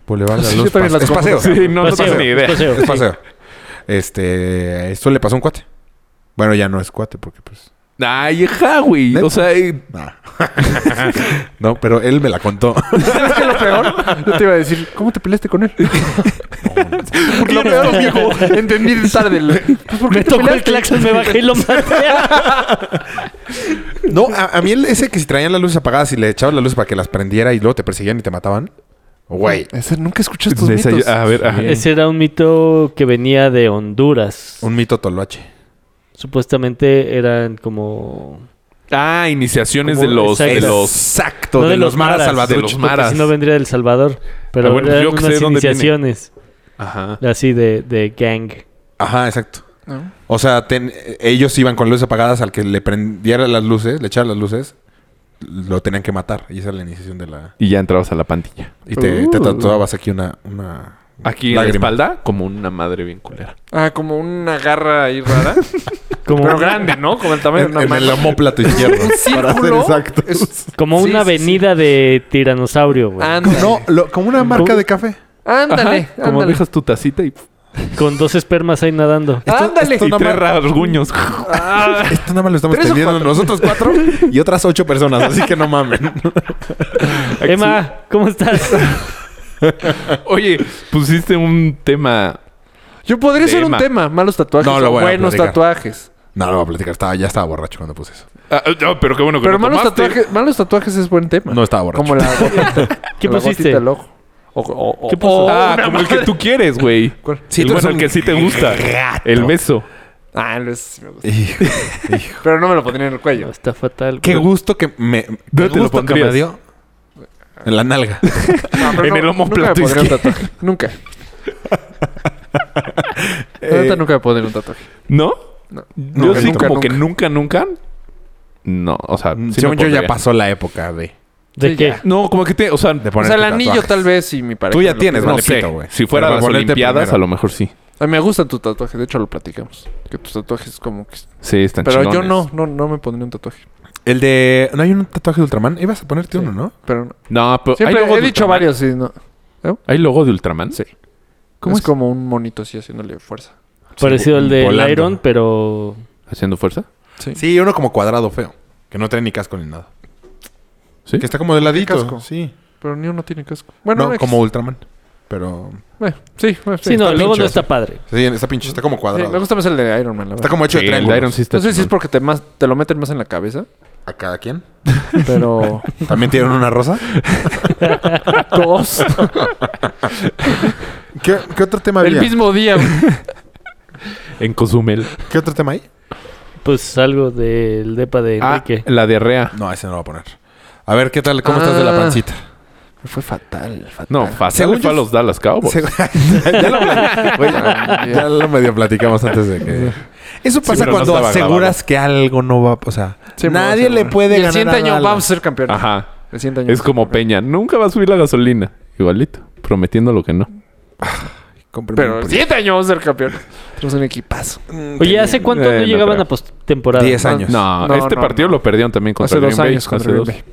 Speaker 3: Boulevard de la
Speaker 4: Sí,
Speaker 3: Luz.
Speaker 4: yo también
Speaker 3: Paseo.
Speaker 4: las
Speaker 3: Es paseo.
Speaker 4: confundo.
Speaker 2: Sí, no, no tengo ni idea.
Speaker 1: paseo,
Speaker 3: Es
Speaker 1: sí.
Speaker 3: paseo. Este, esto le pasó a un cuate. Bueno, ya no es cuate porque pues...
Speaker 2: Ay, ajá, güey. O sea, eh,
Speaker 3: nah. no, pero él me la contó.
Speaker 4: ¿Sabes qué es lo peor? Yo te iba a decir, ¿cómo te peleaste con él?
Speaker 2: ¿por qué
Speaker 4: lo
Speaker 2: le das
Speaker 4: peor, viejo. Entendí de tarde. Pues, ¿por qué
Speaker 1: Me
Speaker 4: te
Speaker 1: tocó el
Speaker 4: peleaste?
Speaker 1: claxon, me bajé y lo maté.
Speaker 3: No, a, a mí el- ese que si traían las luces apagadas y le echaban las luces para que las prendiera y luego te perseguían y te mataban. Güey.
Speaker 4: Ese, nunca escuché estos
Speaker 2: Desay-
Speaker 4: mitos.
Speaker 2: A ver, ajá.
Speaker 1: Ese era un mito que venía de Honduras.
Speaker 3: Un mito toloache.
Speaker 1: Supuestamente eran como...
Speaker 2: Ah, iniciaciones de
Speaker 1: Como
Speaker 2: los, de
Speaker 1: exacto.
Speaker 2: los
Speaker 3: Exacto.
Speaker 1: No
Speaker 3: de, los maras
Speaker 2: de
Speaker 3: salvadruchos.
Speaker 2: los
Speaker 1: Porque
Speaker 2: maras.
Speaker 1: si no vendría del Salvador. Pero
Speaker 2: Ah, bueno,
Speaker 1: eran
Speaker 2: yo que sé
Speaker 1: unas
Speaker 2: dónde viene.
Speaker 1: iniciaciones
Speaker 2: Ajá.
Speaker 1: así de, de gang.
Speaker 3: Ajá, exacto.
Speaker 4: No.
Speaker 3: O sea, ten- eh, ellos iban con luces apagadas al que le prendiera las luces, le echara las luces, lo tenían que matar. Y esa es la iniciación de la...
Speaker 2: Y ya entrabas a la pandilla.
Speaker 3: Y te,
Speaker 1: Uh.
Speaker 3: te tatuabas aquí una... una
Speaker 2: Aquí en la
Speaker 3: lágrima.
Speaker 2: espalda, como una madre bien culera.
Speaker 4: Ah, como una garra ahí rara.
Speaker 1: Como,
Speaker 4: Pero grande, ¿no? Como el tamaño de
Speaker 3: En,
Speaker 4: una
Speaker 3: en el
Speaker 4: mano.
Speaker 3: homóplato izquierdo. para ser
Speaker 4: círculo
Speaker 3: exactos.
Speaker 4: es-
Speaker 1: como
Speaker 4: Sí,
Speaker 1: una
Speaker 4: sí, sí.
Speaker 1: avenida de tiranosaurio,
Speaker 2: Ah,
Speaker 1: güey.
Speaker 4: Ándale.
Speaker 3: No, lo- como una marca de café.
Speaker 4: Ándale,
Speaker 2: Ajá, Como
Speaker 4: ándale.
Speaker 2: dejas tu tacita y,
Speaker 1: Con dos espermas ahí nadando.
Speaker 4: ándale.
Speaker 3: esto
Speaker 2: y
Speaker 3: nada
Speaker 2: tres
Speaker 3: más-
Speaker 2: rasguños.
Speaker 4: Ah,
Speaker 3: Esto nada más lo estamos
Speaker 4: Tres o
Speaker 3: teniendo nosotros cuatro y otras ocho personas, así que no mamen.
Speaker 1: Emma, ¿cómo estás?
Speaker 2: Oye, pusiste un tema.
Speaker 4: yo podría ser un
Speaker 2: Tema.
Speaker 4: tema. Malos tatuajes.
Speaker 3: No, lo
Speaker 4: o
Speaker 3: voy a
Speaker 4: buenos
Speaker 3: platicar.
Speaker 4: tatuajes.
Speaker 3: No, no voy a platicar. Estaba, ya estaba borracho cuando puse eso.
Speaker 2: Ah, no, pero qué bueno que
Speaker 4: Pero
Speaker 2: no
Speaker 4: malos
Speaker 2: tomaste.
Speaker 4: tatuajes, malos tatuajes es buen tema.
Speaker 3: No estaba borracho.
Speaker 4: Como la gotita.
Speaker 1: ¿Qué
Speaker 4: la
Speaker 1: pusiste?
Speaker 4: gotita del ojo. O- o- o-
Speaker 1: ¿Qué puso?
Speaker 2: Ah, como el que tú quieres, güey.
Speaker 4: ¿Cuál?
Speaker 3: Oh, Sí,
Speaker 2: el
Speaker 3: tú eres
Speaker 2: bueno, el
Speaker 3: un
Speaker 2: que sí te gusta. El beso.
Speaker 4: Ah, no es- me gusta.
Speaker 3: Hijo,
Speaker 4: Pero no me lo ponía en el
Speaker 1: No,
Speaker 4: cuello.
Speaker 1: está fatal.
Speaker 3: Qué
Speaker 1: güey.
Speaker 3: gusto que me. qué
Speaker 2: ¿Dónde te lo
Speaker 3: gusto que
Speaker 2: pondrías?
Speaker 3: me dio? En la nalga.
Speaker 4: No, pero
Speaker 2: En
Speaker 4: nunca
Speaker 2: el
Speaker 4: me
Speaker 2: omóplato
Speaker 4: pondría un
Speaker 2: izquierdo.
Speaker 4: tatuaje. Nunca. La
Speaker 3: Eh,
Speaker 4: neta, nunca me pondría un tatuaje.
Speaker 2: ¿No?
Speaker 4: No.
Speaker 2: Yo
Speaker 3: No,
Speaker 2: sí,
Speaker 3: nunca,
Speaker 2: como que nunca, nunca. No, o sea, sí
Speaker 3: Según
Speaker 2: me
Speaker 3: yo, ya
Speaker 2: pondría.
Speaker 3: pasó la época de,
Speaker 1: ¿De
Speaker 4: Sí,
Speaker 1: qué?
Speaker 4: ya.
Speaker 2: No, como que te. O sea,
Speaker 3: de
Speaker 4: O
Speaker 3: poner
Speaker 4: sea, el anillo tal vez y mi pareja.
Speaker 3: Tú ya
Speaker 4: lo-
Speaker 3: tienes,
Speaker 2: no
Speaker 3: vale,
Speaker 2: sé.
Speaker 3: pito, güey.
Speaker 2: Si fuera
Speaker 3: Pero
Speaker 2: las
Speaker 3: ponerte
Speaker 2: Olimpiadas,
Speaker 3: primero.
Speaker 2: a lo mejor sí.
Speaker 4: A mí me gustan tus tatuajes. De hecho, lo platicamos. Que tus tatuajes como que...
Speaker 2: Sí, están
Speaker 4: Pero yo
Speaker 2: chingones.
Speaker 4: no, no, no me pondría un tatuaje.
Speaker 3: El de. No hay un tatuaje de Ultraman. Ibas a ponerte
Speaker 4: Sí.
Speaker 3: uno, ¿no?
Speaker 4: Pero no.
Speaker 2: No, pero.
Speaker 4: Siempre
Speaker 2: logo
Speaker 4: he
Speaker 2: de
Speaker 4: dicho
Speaker 2: Ultraman?
Speaker 4: varios, sí, no.
Speaker 2: ¿Hay logo de Ultraman?
Speaker 4: Sí.
Speaker 2: ¿Cómo
Speaker 4: es,
Speaker 2: es?
Speaker 4: como un monito así haciéndole fuerza.
Speaker 1: Parecido al de
Speaker 3: volando.
Speaker 1: Iron, pero...
Speaker 2: ¿Haciendo fuerza?
Speaker 3: Sí, uno como cuadrado feo. Que no trae ni casco ni nada.
Speaker 2: Sí.
Speaker 3: Que está como de ladito.
Speaker 4: casco?
Speaker 3: Sí.
Speaker 4: Pero ni uno tiene casco. Bueno,
Speaker 3: no,
Speaker 4: X.
Speaker 3: como Ultraman. Pero.
Speaker 4: Bueno, sí, bueno, sí.
Speaker 1: Sí, no,
Speaker 3: está
Speaker 1: luego
Speaker 3: pinche,
Speaker 1: no está padre.
Speaker 3: Sí, está pinche. Está como
Speaker 4: Sí,
Speaker 3: cuadrado.
Speaker 4: me gusta más el de Iron Man, la
Speaker 3: Está
Speaker 4: verdad.
Speaker 3: como hecho
Speaker 2: Sí,
Speaker 3: de
Speaker 2: el
Speaker 3: triángulo.
Speaker 2: de Iron sí está
Speaker 4: No sé si es
Speaker 2: chingón.
Speaker 4: porque te, más, te lo meten más en la cabeza,
Speaker 3: ¿A cada quien?
Speaker 4: pero...
Speaker 3: ¿También tienen una rosa?
Speaker 4: Dos.
Speaker 3: ¿Qué, qué otro tema
Speaker 4: el
Speaker 3: había?
Speaker 4: mismo día. güey.
Speaker 2: En Cozumel.
Speaker 3: ¿Qué otro tema hay?
Speaker 1: Pues algo del depa de
Speaker 2: Ah,
Speaker 1: Enrique.
Speaker 2: la diarrea.
Speaker 3: No, ese no lo voy a poner. A ver, ¿qué tal? ¿Cómo estás de la
Speaker 4: Ah.
Speaker 3: pancita?
Speaker 4: Fue fatal, fatal.
Speaker 2: No, fácil.
Speaker 3: Según
Speaker 2: le fue
Speaker 3: yo-
Speaker 2: a los Dallas Cowboys.
Speaker 3: Se- ya, lo pla- Pues. Güey, ya- ya lo medio platicamos antes de que... Eso pasa
Speaker 2: pero no
Speaker 3: cuando
Speaker 2: estaba
Speaker 3: aseguras que algo no va... O sea,
Speaker 4: Sí, me voy a
Speaker 3: nadie
Speaker 4: hacer
Speaker 3: le
Speaker 4: una.
Speaker 3: puede
Speaker 4: Y
Speaker 3: ganar
Speaker 4: El siguiente
Speaker 3: a
Speaker 4: año
Speaker 3: Dallas.
Speaker 4: vamos a ser campeones.
Speaker 2: Ajá.
Speaker 4: El siguiente año.
Speaker 2: Es como Peña. Nunca va a subir la gasolina. Igualito. Prometiendo lo que no.
Speaker 3: Cómprame
Speaker 4: Pero
Speaker 3: un
Speaker 4: el
Speaker 3: pulito.
Speaker 4: siguiente año vamos a ser campeones. Tenemos un equipazo.
Speaker 1: Oye, ¿hace cuánto
Speaker 2: Eh,
Speaker 1: no
Speaker 2: no
Speaker 1: llegaban
Speaker 2: creo.
Speaker 1: a postemporada?
Speaker 3: Diez años.
Speaker 2: No,
Speaker 4: No,
Speaker 2: este
Speaker 4: no,
Speaker 2: partido
Speaker 4: no.
Speaker 2: lo perdieron también contra
Speaker 4: Hace
Speaker 2: Green
Speaker 4: dos
Speaker 2: Bay.
Speaker 4: años contra Green
Speaker 2: dos.
Speaker 4: Bay.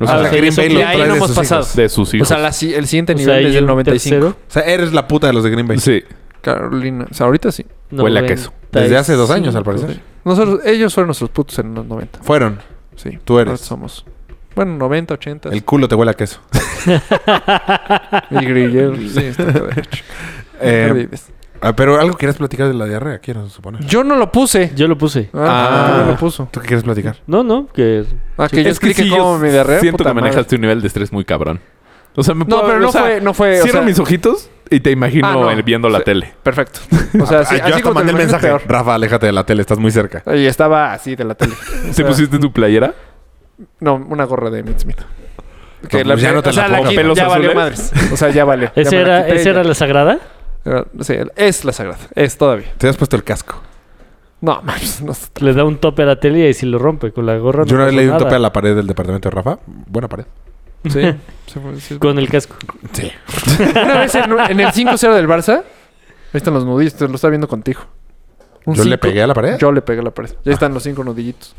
Speaker 2: O
Speaker 3: Ah,
Speaker 2: sea,
Speaker 3: la Green
Speaker 1: eso- y
Speaker 3: Bay lo
Speaker 1: ahí
Speaker 3: trae
Speaker 1: no
Speaker 3: de
Speaker 1: hemos
Speaker 3: sus
Speaker 1: pasado.
Speaker 3: hijos.
Speaker 2: de sus
Speaker 4: O
Speaker 2: hijos.
Speaker 4: sea, la si- el siguiente
Speaker 1: O sea,
Speaker 4: nivel
Speaker 1: ¿hay
Speaker 4: desde el
Speaker 1: un
Speaker 4: 95.
Speaker 1: tercero?
Speaker 3: O sea, eres la puta de los de Green Bay.
Speaker 2: Sí.
Speaker 4: Carolina. O sea, ahorita sí.
Speaker 2: Huele a queso.
Speaker 3: Desde hace dos años, al parecer.
Speaker 4: Nosotros, ellos fueron nuestros putos en los 90.
Speaker 3: Fueron.
Speaker 4: Sí.
Speaker 3: Tú eres.
Speaker 4: Nosotros somos. Bueno, 90, 80.
Speaker 3: El culo te huele a queso.
Speaker 4: Y grillero. sí, está todo derecho.
Speaker 3: Eh,
Speaker 4: No olvides.
Speaker 3: ah, pero algo quieres platicar de la diarrea, quiero suponer.
Speaker 4: Yo no lo puse.
Speaker 1: Yo lo puse.
Speaker 4: Ah,
Speaker 2: Ah.
Speaker 4: no lo puso.
Speaker 3: ¿Tú qué quieres platicar?
Speaker 1: No, no, que...
Speaker 4: Ah, que yo
Speaker 2: Es que
Speaker 4: expliqué
Speaker 2: sí,
Speaker 4: cómo
Speaker 2: yo
Speaker 4: me derré.
Speaker 2: Siento que
Speaker 4: manejaste
Speaker 2: manejaste un nivel de estrés muy cabrón. O sea, me
Speaker 4: No,
Speaker 2: puedo-
Speaker 4: pero
Speaker 2: o
Speaker 4: no
Speaker 2: sea,
Speaker 4: fue, no fue. o
Speaker 2: Cierro
Speaker 4: sea,
Speaker 2: mis ojitos y te imagino
Speaker 4: Ah, no.
Speaker 2: el- viendo la
Speaker 4: Sí.
Speaker 2: tele.
Speaker 4: Perfecto. O sea, sí,
Speaker 3: Ah, yo
Speaker 4: así
Speaker 3: hasta
Speaker 4: como te
Speaker 3: mandé el
Speaker 4: lo imaginas,
Speaker 3: mensaje.
Speaker 4: peor.
Speaker 3: Rafa, aléjate de la tele, estás muy cerca.
Speaker 4: Y estaba así de la tele. O
Speaker 2: ¿Te
Speaker 4: sea,
Speaker 2: pusiste tu playera?
Speaker 4: No, una gorra de Mitt Smith.
Speaker 3: No, pues ya no te
Speaker 4: o sea,
Speaker 3: la pongas,
Speaker 4: quit-
Speaker 2: pelos
Speaker 4: ya valió
Speaker 2: azules.
Speaker 4: madres. O sea, ya valió.
Speaker 1: ¿Esa
Speaker 4: Ya me la
Speaker 1: era,
Speaker 4: quité,
Speaker 1: ¿esa era
Speaker 4: ya.
Speaker 1: la sagrada?
Speaker 4: Era- sí, es la sagrada. Es todavía.
Speaker 3: Te has puesto el casco.
Speaker 4: No, mames. No, está-
Speaker 1: Le da un tope a la tele y si lo rompe con la gorra...
Speaker 3: Yo
Speaker 1: no
Speaker 3: una vez
Speaker 1: pasa
Speaker 3: le di un
Speaker 1: nada.
Speaker 3: tope a la pared del departamento de Rafa. Buena pared.
Speaker 4: sí. sí, fue- sí.
Speaker 1: Con el casco.
Speaker 3: Sí.
Speaker 4: Una vez en, en el 5-0 del Barça, ahí están los nudillos, lo está viendo contigo. Un
Speaker 3: Yo le
Speaker 4: cinco.
Speaker 3: pegué ¿eh? a la pared.
Speaker 4: Yo le pegué a la pared. Ya están los cinco nudillitos.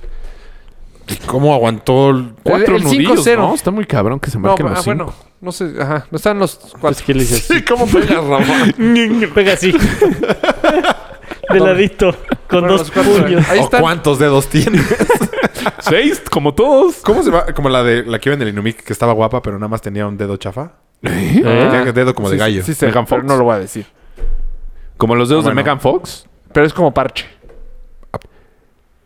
Speaker 3: ¿Cómo aguantó el...
Speaker 2: Cuatro
Speaker 4: el
Speaker 2: nudillos,
Speaker 4: 5-0.
Speaker 2: ¿no? Está muy cabrón que se
Speaker 4: No,
Speaker 2: marquen
Speaker 4: ah,
Speaker 2: los cinco.
Speaker 4: bueno, no sé, ajá, no están los cuatro.
Speaker 1: Es que le dices...
Speaker 3: ¿Cómo pegas, Rafa?
Speaker 1: Pega así. De ladito. Con
Speaker 4: Bueno,
Speaker 1: dos
Speaker 4: los cuatro.
Speaker 1: puños.
Speaker 4: Ahí
Speaker 3: ¿O
Speaker 4: están.
Speaker 3: cuántos dedos tiene?
Speaker 2: Seis, como todos.
Speaker 3: ¿Cómo se va? Como la de la que iba en el Inumic, que estaba guapa, pero nada más tenía un dedo chafa.
Speaker 1: ¿Eh?
Speaker 3: Tenía un dedo como de gallo.
Speaker 4: Ah. Sí, sí,
Speaker 2: Megan
Speaker 4: pero
Speaker 2: Fox.
Speaker 4: no lo voy a decir.
Speaker 2: Como los dedos
Speaker 3: Ah, bueno.
Speaker 2: de Megan Fox.
Speaker 4: Pero es como parche.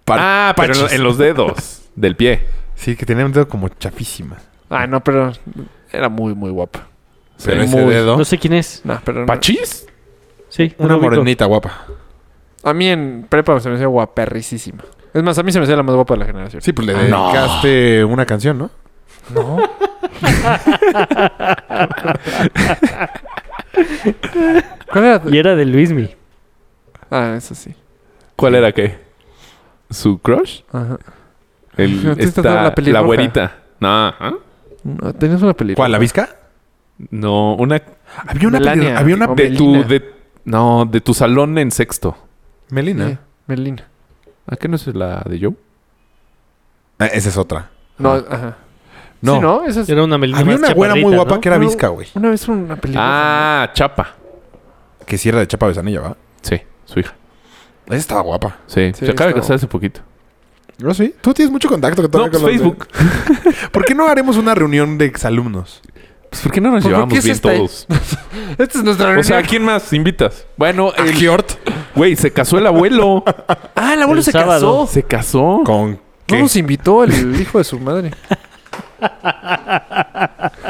Speaker 3: Par-
Speaker 2: ah, pero en,
Speaker 3: parches.
Speaker 2: en los dedos del pie.
Speaker 3: Sí, que tenía un dedo como chafísima.
Speaker 4: Ah, no, pero era muy, muy guapa.
Speaker 3: Pero ese
Speaker 4: muy-
Speaker 3: dedo...
Speaker 1: No sé quién es.
Speaker 4: No, pero no.
Speaker 2: ¿Pachis?
Speaker 1: Sí. no
Speaker 3: Una
Speaker 1: lo ubico.
Speaker 3: morenita guapa.
Speaker 4: A mí en prepa se me hacía guaperricísima. Es más, a mí se me hacía la más guapa de la generación.
Speaker 3: Sí, pues le
Speaker 2: Ah, no.
Speaker 3: dedicaste una canción, ¿no?
Speaker 4: No. ¿Cuál era?
Speaker 1: Y era de Luismi.
Speaker 4: Ah, eso sí.
Speaker 2: ¿Cuál era qué? ¿Su crush?
Speaker 4: Ajá.
Speaker 2: El,
Speaker 4: No, tú estás
Speaker 2: esta-
Speaker 4: dando la
Speaker 2: la,
Speaker 4: pelirroja.
Speaker 2: güerita. No, ¿ah?
Speaker 4: No, Tenías una película.
Speaker 3: ¿Cuál? ¿La Vizca?
Speaker 2: no, una
Speaker 3: Había una
Speaker 4: Melania.
Speaker 3: pelirroja- Había una
Speaker 4: O
Speaker 2: de tu,
Speaker 4: Melina.
Speaker 2: de, no, de tu salón en sexto.
Speaker 3: Melina.
Speaker 4: Sí, Melina.
Speaker 2: ¿A qué no es la de Joe?
Speaker 3: Ah, esa es otra.
Speaker 4: No, ajá.
Speaker 3: No.
Speaker 4: Sí, ¿no? Esa es-
Speaker 1: Era una melina
Speaker 3: Había
Speaker 1: más
Speaker 3: una güera muy
Speaker 1: chaparrita,
Speaker 3: guapa
Speaker 1: ¿no?
Speaker 3: que era
Speaker 4: No,
Speaker 3: Vizca, güey.
Speaker 4: Una vez una película.
Speaker 2: Ah, Chapa.
Speaker 3: Que sí era de Chapa Besanilla, ¿va?
Speaker 2: Sí, su hija.
Speaker 3: Esa estaba guapa.
Speaker 2: Sí,
Speaker 4: Sí,
Speaker 2: se acaba de
Speaker 4: está
Speaker 2: casar hace poquito.
Speaker 3: ¿No sí? Tú tienes mucho contacto que
Speaker 2: No,
Speaker 3: todavía
Speaker 2: pues
Speaker 3: con los de-
Speaker 2: Facebook.
Speaker 3: ¿Por qué no haremos una reunión de exalumnos?
Speaker 2: Pues, ¿por qué no nos
Speaker 4: ¿Por qué
Speaker 2: llevamos
Speaker 4: es este?
Speaker 2: bien
Speaker 4: esta?
Speaker 2: todos?
Speaker 4: Esta es nuestra
Speaker 2: O sea, ¿a
Speaker 4: reunión.
Speaker 2: quién más invitas? Bueno,
Speaker 3: ¿A
Speaker 2: el-
Speaker 3: Giort?
Speaker 2: güey, se casó el abuelo.
Speaker 4: Ah, el abuelo
Speaker 1: El
Speaker 4: se
Speaker 1: sábado.
Speaker 4: casó.
Speaker 2: Se casó.
Speaker 3: ¿Con
Speaker 4: No
Speaker 3: qué?
Speaker 4: nos invitó el hijo de su madre.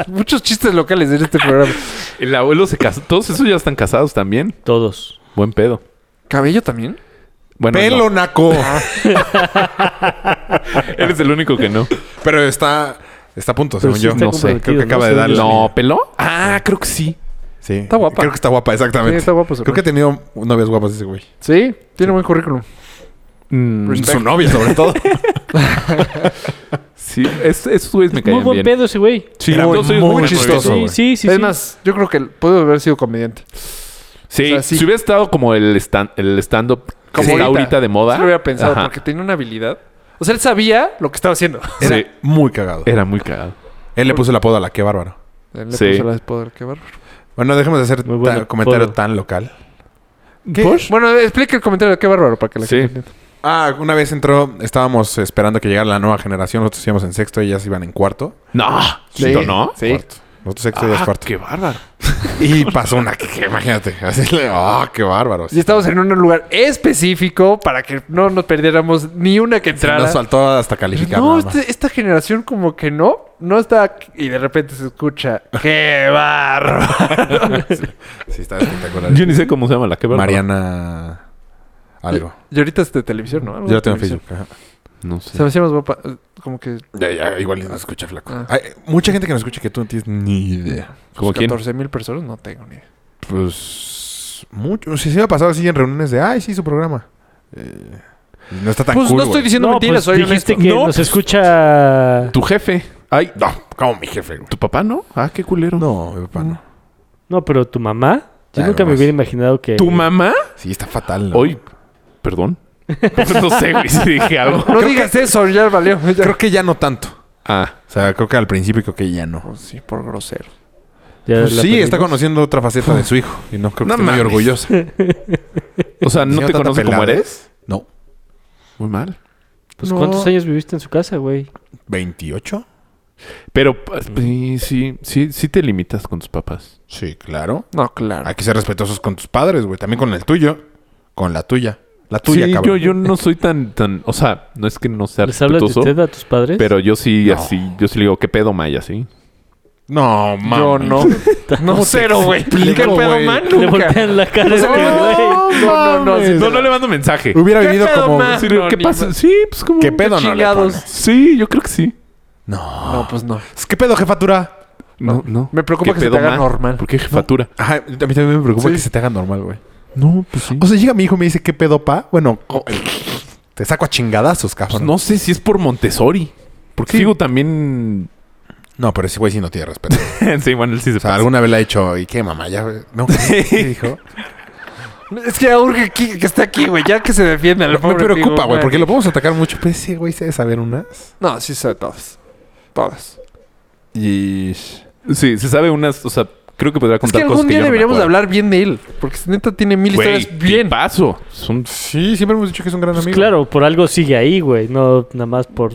Speaker 4: Muchos chistes locales en este programa.
Speaker 2: El abuelo se casó. Todos esos ya están casados también.
Speaker 1: Todos.
Speaker 2: Buen pedo.
Speaker 4: ¿Cabello también?
Speaker 2: Bueno,
Speaker 3: Pelo, naco.
Speaker 2: no. eres el único que no.
Speaker 3: Pero está, está a punto, según
Speaker 1: sí
Speaker 3: yo.
Speaker 1: está
Speaker 2: no sé,
Speaker 3: creo que
Speaker 1: comprometido,
Speaker 3: acaba de
Speaker 1: Según
Speaker 3: darle.
Speaker 1: yo.
Speaker 2: No, ¿peló? Ah, creo que sí.
Speaker 3: Sí.
Speaker 4: Está guapa.
Speaker 3: Creo que está guapa, exactamente.
Speaker 4: Sí, está guapa su
Speaker 3: Creo que ha tenido novias guapas ese güey.
Speaker 4: Sí, tiene buen currículum.
Speaker 2: Mm,
Speaker 3: Su novia, sobre todo.
Speaker 2: sí, es, esos güeyes me
Speaker 1: Muy
Speaker 2: caían
Speaker 1: buen
Speaker 2: bien.
Speaker 1: pedo ese güey.
Speaker 2: Sí,
Speaker 3: Era
Speaker 2: todos
Speaker 3: muy
Speaker 2: ellos me caían
Speaker 3: chistoso,
Speaker 2: bien.
Speaker 1: Sí, sí,
Speaker 3: güey.
Speaker 1: sí.
Speaker 4: es
Speaker 1: sí.
Speaker 4: más, yo creo que puedo haber sido comediante.
Speaker 2: Sí,
Speaker 4: O sea, sí.
Speaker 2: si hubiera estado como el stand el stand up que
Speaker 4: Como
Speaker 2: está
Speaker 4: ahorita.
Speaker 2: ahorita de moda.
Speaker 4: Sí lo hubiera pensado
Speaker 2: Ajá.
Speaker 4: porque tenía una habilidad. O sea, él sabía lo que estaba haciendo.
Speaker 3: Era
Speaker 2: Sí.
Speaker 3: muy cagado.
Speaker 2: era muy cagado.
Speaker 3: Él le puso el apodo a la qué bárbaro.
Speaker 4: Él le
Speaker 2: Sí.
Speaker 4: puso la de poder, qué bárbaro.
Speaker 3: Bueno, dejemos de hacer
Speaker 1: Muy
Speaker 3: un
Speaker 1: bueno,
Speaker 3: comentario
Speaker 1: apodo.
Speaker 3: tan local.
Speaker 4: Bueno, explica el comentario de qué bárbaro para que la
Speaker 2: Sí.
Speaker 4: gente entienda.
Speaker 3: Ah, una vez entró, estábamos esperando que llegara la nueva generación. Nosotros íbamos en sexto, ellas iban en cuarto.
Speaker 2: No,
Speaker 4: Sí.
Speaker 2: ¿no?
Speaker 4: Sí.
Speaker 3: Cuarto. Nosotros sexto, ellas
Speaker 2: Ah,
Speaker 3: cuarto.
Speaker 2: qué bárbaro.
Speaker 3: Y pasó una que, que imagínate. Así le, ah, qué bárbaro.
Speaker 4: Y estamos en un lugar específico para que no nos perdiéramos ni una que
Speaker 3: Se
Speaker 4: entrara.
Speaker 3: Nos faltó hasta calificar.
Speaker 4: No,
Speaker 3: nada más.
Speaker 4: este- esta generación como que no, no está... Y de repente se escucha, ¡qué barro!
Speaker 3: Sí, está espectacular.
Speaker 2: Yo ni sé cómo se llama la que bárbaro.
Speaker 3: Mariana. Algo.
Speaker 4: y ahorita es de televisión, ¿no? Algo
Speaker 3: Yo
Speaker 4: de
Speaker 3: la tengo en
Speaker 4: televisión.
Speaker 3: Facebook. ajá.
Speaker 2: No
Speaker 4: Se
Speaker 2: sé.
Speaker 4: me hacía más guapa. eh, Como que
Speaker 3: Ya, ya, igual y no escucha flaco.
Speaker 4: Ah.
Speaker 3: Hay mucha gente que nos escucha que tú no tienes ni idea.
Speaker 2: ¿Como quién?
Speaker 4: 14 mil personas, no tengo ni idea.
Speaker 3: Pues. Mucho. Si se ha pasado así en reuniones de. Ay, sí, su programa. Eh, no está tan
Speaker 4: Pues
Speaker 3: cool.
Speaker 4: no estoy
Speaker 3: güey.
Speaker 4: diciendo
Speaker 1: No, pues
Speaker 4: mentiras, soy
Speaker 1: dijiste
Speaker 4: honesto.
Speaker 1: que
Speaker 2: No,
Speaker 1: nos
Speaker 2: pues-
Speaker 1: escucha...
Speaker 2: Tu jefe. Ay,
Speaker 3: No, como mi jefe, güey.
Speaker 2: tu papá no. Ah, qué culero.
Speaker 3: No, mi papá no.
Speaker 1: No, pero tu mamá. Yo
Speaker 3: Ah,
Speaker 1: nunca me
Speaker 3: nomás.
Speaker 1: hubiera imaginado que...
Speaker 2: ¿Tu mamá?
Speaker 3: Sí, está fatal. ¿no?
Speaker 2: Hoy, perdón. no sé, güey, si dije algo.
Speaker 4: No digas eso, ya valió. ya.
Speaker 3: Creo que ya no tanto.
Speaker 2: Ah,
Speaker 3: O sea, creo que al principio creo que ya no.
Speaker 4: Pues sí, por grosero.
Speaker 1: Ya
Speaker 3: Pues
Speaker 1: la
Speaker 3: sí, está
Speaker 1: perdimos.
Speaker 3: conociendo otra faceta de su hijo. Y no creo
Speaker 2: No
Speaker 3: que esté muy
Speaker 2: mames.
Speaker 3: orgullosa.
Speaker 2: o sea, ¿no
Speaker 3: Señor
Speaker 2: te
Speaker 3: Tata
Speaker 2: conoce como
Speaker 3: Peláez.
Speaker 2: eres?
Speaker 3: No.
Speaker 2: Muy mal.
Speaker 1: Pues
Speaker 4: No.
Speaker 1: ¿cuántos años viviste en su casa, güey?
Speaker 3: ¿28?
Speaker 2: Pero pues, sí, sí, sí, sí te limitas con tus papás.
Speaker 3: Sí, claro.
Speaker 4: No, claro.
Speaker 3: Hay que ser respetuosos con tus padres, güey. También con el tuyo. Con la tuya. La tuya,
Speaker 2: sí, yo,
Speaker 3: cabrón.
Speaker 2: yo no soy tan, tan, o sea, no es que no sea
Speaker 1: ¿Les hablas de
Speaker 2: respetuoso,
Speaker 1: usted a tus padres?
Speaker 2: pero yo sí,
Speaker 3: No.
Speaker 2: así, yo sí le digo, ¿qué pedo, Maya? Sí.
Speaker 3: No, mames.
Speaker 4: Yo no. No, cero, güey.
Speaker 3: explico,
Speaker 4: ¿Qué pedo,
Speaker 3: güey?
Speaker 4: man?
Speaker 1: Le
Speaker 4: Nunca.
Speaker 1: voltean la cara a este güey.
Speaker 4: No, no, no. sí,
Speaker 2: No, no le mando mensaje.
Speaker 3: Hubiera
Speaker 4: ¿Qué
Speaker 3: vivido
Speaker 4: pedo,
Speaker 3: como...
Speaker 4: ma?
Speaker 2: Sí, digo,
Speaker 4: No,
Speaker 2: ¿Qué
Speaker 4: ni
Speaker 2: pasa?
Speaker 4: ma-
Speaker 2: Sí, pues como...
Speaker 3: ¿Qué pedo no le
Speaker 4: chingados.
Speaker 3: pones?
Speaker 2: Sí, yo creo que sí.
Speaker 3: No.
Speaker 4: No, pues no.
Speaker 3: ¿Qué pedo, jefatura?
Speaker 2: No, no.
Speaker 4: Me preocupa
Speaker 2: ¿Qué
Speaker 4: que se te
Speaker 2: pedo,
Speaker 4: haga
Speaker 2: ma?
Speaker 4: normal.
Speaker 2: ¿Por qué jefatura?
Speaker 3: Ajá, a mí también me preocupa
Speaker 4: Sí.
Speaker 3: que se te haga normal, güey.
Speaker 2: No, pues sí.
Speaker 3: O sea, llega mi hijo y me dice, ¿qué pedo, pa? Bueno, co- te saco a chingadazos,
Speaker 2: Pues
Speaker 3: cabrón.
Speaker 2: no sé si es por Montessori. Porque digo también...
Speaker 3: No, pero ese güey sí no tiene respeto. O
Speaker 2: sí, bueno, él sí se
Speaker 3: sea,
Speaker 2: pasa.
Speaker 3: alguna vez le ha dicho, ¿y qué, mamá? Ya, güey?" no, ¿qué ¿Qué dijo?
Speaker 4: Es que ya urge aquí- que esté aquí, güey. Ya que se defienda. el
Speaker 3: me
Speaker 4: pobre
Speaker 3: preocupa,
Speaker 4: Pigu,
Speaker 3: güey,
Speaker 4: man.
Speaker 3: porque lo podemos atacar mucho. Pero ese güey se debe saber unas.
Speaker 4: No, sí sabe todas. Todas.
Speaker 3: Y...
Speaker 2: Sí, se sabe unas... O sea, creo que podrá
Speaker 4: Es que
Speaker 2: contar cosas
Speaker 4: algún
Speaker 2: que
Speaker 4: día
Speaker 2: yo no me
Speaker 4: deberíamos de
Speaker 2: acuerdo.
Speaker 4: hablar bien de él. Porque neta tiene mil historias
Speaker 2: Güey,
Speaker 4: bien.
Speaker 2: tipazo. Es un-
Speaker 3: Sí, siempre hemos dicho que es un gran
Speaker 1: Pues
Speaker 3: amigo.
Speaker 1: claro, por algo sigue ahí, güey. No, nada más por...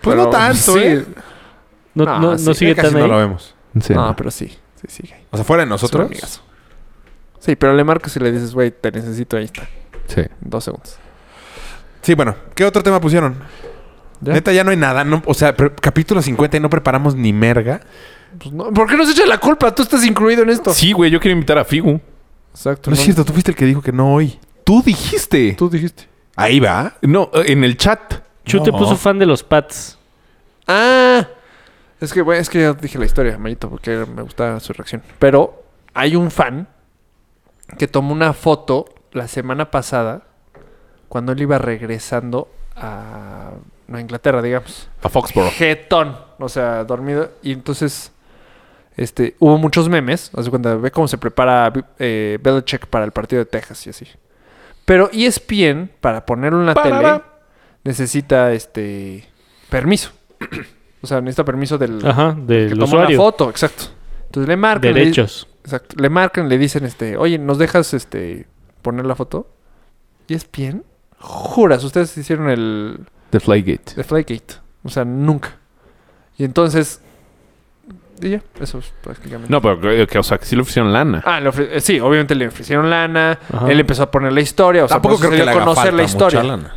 Speaker 3: Pues no
Speaker 4: Pero,
Speaker 3: tanto,
Speaker 4: sí.
Speaker 3: ¿eh?
Speaker 1: No,
Speaker 4: Ah,
Speaker 1: no,
Speaker 4: sí,
Speaker 1: no sigue
Speaker 3: Casi
Speaker 1: tan
Speaker 3: no
Speaker 1: ahí.
Speaker 3: lo vemos.
Speaker 2: Sí,
Speaker 4: no,
Speaker 2: no.
Speaker 4: pero sí. Sí, sí. güey.
Speaker 3: O sea, fuera de
Speaker 4: Es un
Speaker 3: nosotros.
Speaker 4: amigazo. Sí, pero le marcas y le dices, güey, te necesito, ahí está.
Speaker 2: Sí.
Speaker 4: En Dos segundos.
Speaker 3: Sí, bueno. ¿Qué otro tema pusieron?
Speaker 4: ¿Ya?
Speaker 3: Neta, ya no hay nada. no- o sea, pre- capítulo 50 y no preparamos ni merga.
Speaker 4: Pues no, ¿Por qué nos echa la culpa? Tú estás incluido en esto.
Speaker 2: Sí, güey, yo quiero invitar a Figu.
Speaker 4: Exacto.
Speaker 3: No es cierto, tú fuiste el que dijo que no hoy.
Speaker 2: Tú dijiste.
Speaker 4: Tú dijiste.
Speaker 3: Ahí va.
Speaker 2: No, eh, en el chat.
Speaker 1: Chu te
Speaker 3: No.
Speaker 1: puso fan de los Pats.
Speaker 4: Ah. Es que, güey, es que ya dije la historia, Mayito, porque me gustaba su reacción. Pero hay un fan que tomó una foto la semana pasada cuando él iba regresando a Nueva Inglaterra, digamos.
Speaker 2: A Foxborough.
Speaker 4: Jetón. O sea, dormido. Y entonces, este, hubo muchos memes. Haz de cuenta, ve cómo se prepara eh, Belichick para el partido de Texas y así. Pero E ESPN, para ponerlo en la
Speaker 2: Parará.
Speaker 4: tele, necesita este permiso. o sea, necesita permiso del,
Speaker 1: Ajá,
Speaker 4: que
Speaker 1: del
Speaker 4: toma una
Speaker 1: usuario.
Speaker 4: foto, exacto. Entonces le marcan. le-
Speaker 1: Derechos.
Speaker 4: Exacto. Le marcan, le dicen, este, oye, ¿nos dejas este poner la foto? E Y es bien. Juras, ustedes hicieron el,
Speaker 2: The Flygate.
Speaker 4: el Flygate. O sea, nunca. Y entonces. Y ya, eso es prácticamente.
Speaker 2: No, pero que, que, o sea, que sí le ofrecieron lana.
Speaker 4: Ah, le ofre- eh, sí, obviamente le ofrecieron lana.
Speaker 1: Ajá.
Speaker 4: Él empezó a poner la historia. O sea,
Speaker 3: Tampoco
Speaker 4: por eso
Speaker 3: creo que
Speaker 4: se
Speaker 3: le
Speaker 4: dio a
Speaker 3: haga
Speaker 4: conocer
Speaker 3: falta
Speaker 4: la historia.
Speaker 3: mucha lana.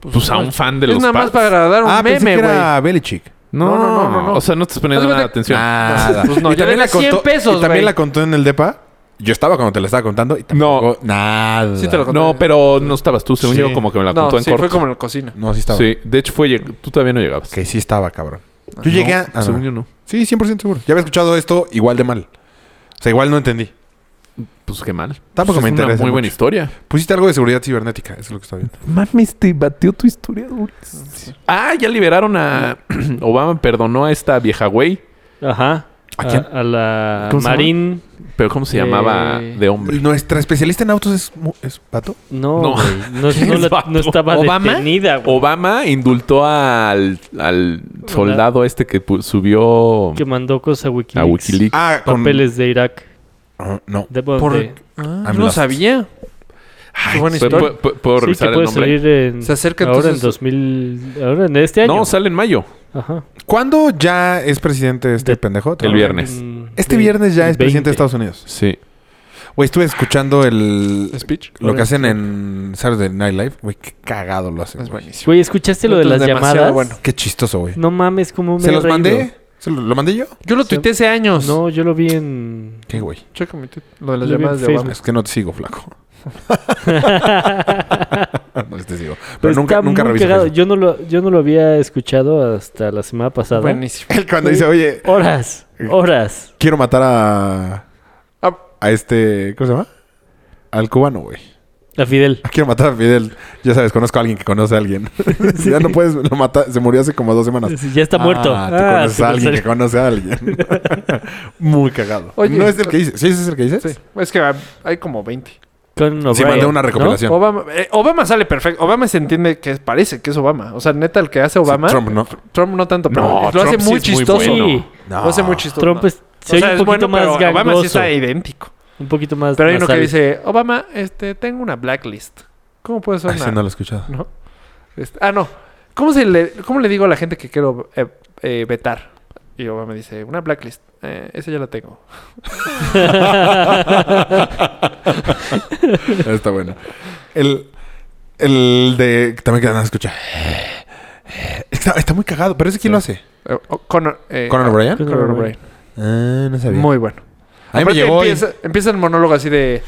Speaker 2: Pues a
Speaker 4: no,
Speaker 2: un fan de
Speaker 4: es
Speaker 2: los
Speaker 4: nada más
Speaker 2: Pats.
Speaker 4: para agradar un
Speaker 3: Ah, pensé
Speaker 4: meme,
Speaker 3: que
Speaker 4: güey.
Speaker 3: era Belichick.
Speaker 2: No, no, no, no, no. O sea, no te estás poniendo
Speaker 4: Haz de
Speaker 2: nada
Speaker 4: cuenta-
Speaker 2: de atención.
Speaker 3: Ah, Nada.
Speaker 4: Pues no, yo
Speaker 3: también
Speaker 4: le
Speaker 3: la
Speaker 4: cien
Speaker 3: contó-
Speaker 4: pesos,
Speaker 3: Y también
Speaker 4: güey.
Speaker 3: la contó en el depa. Yo estaba cuando te la estaba contando y tampoco nada.
Speaker 4: Sí te lo conté.
Speaker 2: No, pero no estabas tú, según
Speaker 3: Sí.
Speaker 2: yo, como que me la
Speaker 4: No,
Speaker 2: contó en
Speaker 4: sí,
Speaker 2: corto.
Speaker 4: fue como en la cocina.
Speaker 3: No, sí estaba.
Speaker 2: Sí, de hecho fue... lleg- Tú todavía no llegabas.
Speaker 3: Que sí estaba, cabrón. Yo
Speaker 2: No,
Speaker 3: llegué a...
Speaker 4: pues,
Speaker 3: ah,
Speaker 2: Según
Speaker 3: no.
Speaker 2: yo no.
Speaker 3: Sí, 100% seguro. Ya había escuchado esto igual de mal. O sea, igual no entendí.
Speaker 2: Pues qué mal.
Speaker 3: Tampoco
Speaker 2: Pues
Speaker 3: me
Speaker 2: es una
Speaker 3: interesa
Speaker 2: muy buena
Speaker 3: mucho.
Speaker 2: historia.
Speaker 3: Pusiste algo de seguridad cibernética. Eso es lo que está bien.
Speaker 2: Mames, te batió tu historia, Ah, ya liberaron a... Obama perdonó a esta vieja güey.
Speaker 1: Ajá.
Speaker 3: ¿A quién?
Speaker 1: A, la
Speaker 2: ¿Cómo se llama?
Speaker 1: Marín.
Speaker 2: Pero ¿cómo se
Speaker 1: Eh,
Speaker 2: llamaba de hombre?
Speaker 3: Nuestra especialista en autos es, mu- es Pato.
Speaker 1: No,
Speaker 2: No.
Speaker 1: güey. No,
Speaker 2: ¿Qué
Speaker 1: no
Speaker 2: es,
Speaker 1: la-
Speaker 2: vato?
Speaker 1: no estaba
Speaker 4: ¿Obama?
Speaker 1: detenida, güey.
Speaker 2: Obama indultó al, al soldado este que pu- subió
Speaker 1: Que mandó cosas a Wikileaks.
Speaker 2: a Wikileaks.
Speaker 3: Ah, con...
Speaker 1: Papeles de Irak.
Speaker 3: Ah, no.
Speaker 1: De,
Speaker 4: Por-
Speaker 1: de-
Speaker 4: Ah,
Speaker 3: I'm
Speaker 4: no
Speaker 3: lost.
Speaker 4: sabía. Ah, Qué buena
Speaker 2: ¿Puedo-
Speaker 4: historia.
Speaker 2: ¿Puedo, puedo- puedo
Speaker 1: sí, que
Speaker 2: revisar el
Speaker 1: puede
Speaker 2: nombre?
Speaker 1: salir en...
Speaker 4: Se acerca
Speaker 1: ahora
Speaker 4: entonces-
Speaker 1: en 2000... Ahora en este año.
Speaker 2: No, sale en mayo.
Speaker 1: Ajá.
Speaker 3: ¿Cuándo ya es presidente este
Speaker 1: De-
Speaker 3: pendejo?
Speaker 2: El viernes.
Speaker 1: Mm,
Speaker 3: Este
Speaker 1: de-
Speaker 3: viernes ya es
Speaker 1: 20.
Speaker 3: presidente de Estados Unidos.
Speaker 2: Sí.
Speaker 3: Güey, estuve escuchando el...
Speaker 4: Speech.
Speaker 3: Lo que hacen en Saturday Night Live. Güey, qué cagado lo hacen.
Speaker 4: Es
Speaker 3: güey.
Speaker 4: buenísimo.
Speaker 1: Güey, ¿escuchaste lo de
Speaker 4: Esto es
Speaker 1: las
Speaker 4: demasiado
Speaker 1: llamadas?
Speaker 4: bueno.
Speaker 3: Qué chistoso, güey.
Speaker 1: No mames, cómo me
Speaker 3: ¿Se
Speaker 1: he
Speaker 3: los
Speaker 1: reído.
Speaker 3: mandé? ¿Se lo, lo mandé yo?
Speaker 4: Yo lo
Speaker 1: Sí.
Speaker 4: tuiteé hace años.
Speaker 1: No, yo lo vi en...
Speaker 3: ¿Qué, güey?
Speaker 4: Checa mi tuit. Lo de las
Speaker 1: Lo vi en
Speaker 4: llamadas de Obama.
Speaker 1: Facebook.
Speaker 3: Es que no te sigo, flaco. no te sigo. Pero
Speaker 1: Pero Pues
Speaker 3: nunca,
Speaker 1: está
Speaker 3: nunca
Speaker 1: muy
Speaker 3: revisé
Speaker 1: cagado.
Speaker 3: Facebook.
Speaker 1: Yo no, lo, yo no lo había escuchado hasta la semana pasada.
Speaker 4: Buenísimo.
Speaker 3: Cuando dice, oye,
Speaker 1: Horas, horas.
Speaker 3: quiero matar a...
Speaker 4: Ah.
Speaker 3: A este... ¿Cómo se llama? Al cubano, güey.
Speaker 1: A Fidel.
Speaker 3: Quiero matar a Fidel. Ya sabes, conozco a alguien que conoce a alguien. ya no puedes... Lo mata... Se murió hace como dos semanas.
Speaker 1: Ya está muerto.
Speaker 3: Ah, tú
Speaker 1: Ah,
Speaker 3: conoces
Speaker 1: sí,
Speaker 3: a alguien
Speaker 1: sí.
Speaker 3: que conoce a alguien. Muy cagado.
Speaker 4: Oye.
Speaker 3: ¿No es el que dices? ¿Sí ese es el que dices?
Speaker 4: Sí. Es que hay como 20.
Speaker 1: Conan
Speaker 3: Sí,
Speaker 1: O'Brien,
Speaker 3: mandé una
Speaker 1: ¿no?
Speaker 3: recopilación.
Speaker 4: Obama, eh, Obama sale perfecto. Obama se entiende que es- parece que es Obama. O sea, neta, el que hace
Speaker 3: Sí,
Speaker 4: Obama.
Speaker 3: Trump, ¿no?
Speaker 4: Trump no tanto, pero
Speaker 2: No,
Speaker 4: lo
Speaker 2: Trump
Speaker 4: hace
Speaker 2: sí
Speaker 4: muy
Speaker 2: es muy
Speaker 4: chistoso.
Speaker 2: bueno.
Speaker 1: Sí.
Speaker 3: No.
Speaker 4: Lo hace muy chistoso.
Speaker 1: Trump es, se
Speaker 4: O
Speaker 1: oye
Speaker 4: sea,
Speaker 1: un
Speaker 4: es
Speaker 1: poquito
Speaker 4: bueno,
Speaker 1: más
Speaker 4: pero Obama sí
Speaker 1: gangoso.
Speaker 4: está idéntico.
Speaker 1: Un poquito más
Speaker 4: Pero hay uno que
Speaker 1: nasal.
Speaker 4: dice, Obama, este, tengo una blacklist. ¿Cómo puede ser
Speaker 3: Ay, sí,
Speaker 4: una-
Speaker 3: no lo he escuchado.
Speaker 4: ¿no? Este, ah, no. ¿Cómo, se le, ¿Cómo le digo a la gente que quiero eh, eh, vetar? Y Obama me dice, una blacklist. Eh, esa ya la tengo.
Speaker 3: Está bueno. El, el de... También que nada escucha. Está, está muy cagado. ¿Pero ese quién lo hace?
Speaker 4: Eh, oh, Conor, eh,
Speaker 3: ¿Conan O'Brien?
Speaker 1: Conan
Speaker 4: Conor
Speaker 1: O'Brien.
Speaker 4: O'Brien.
Speaker 3: Ah, no sabía.
Speaker 4: Muy bueno.
Speaker 3: A mí me
Speaker 4: Aparte
Speaker 3: llegó... y-
Speaker 4: empieza, empieza el monólogo así de,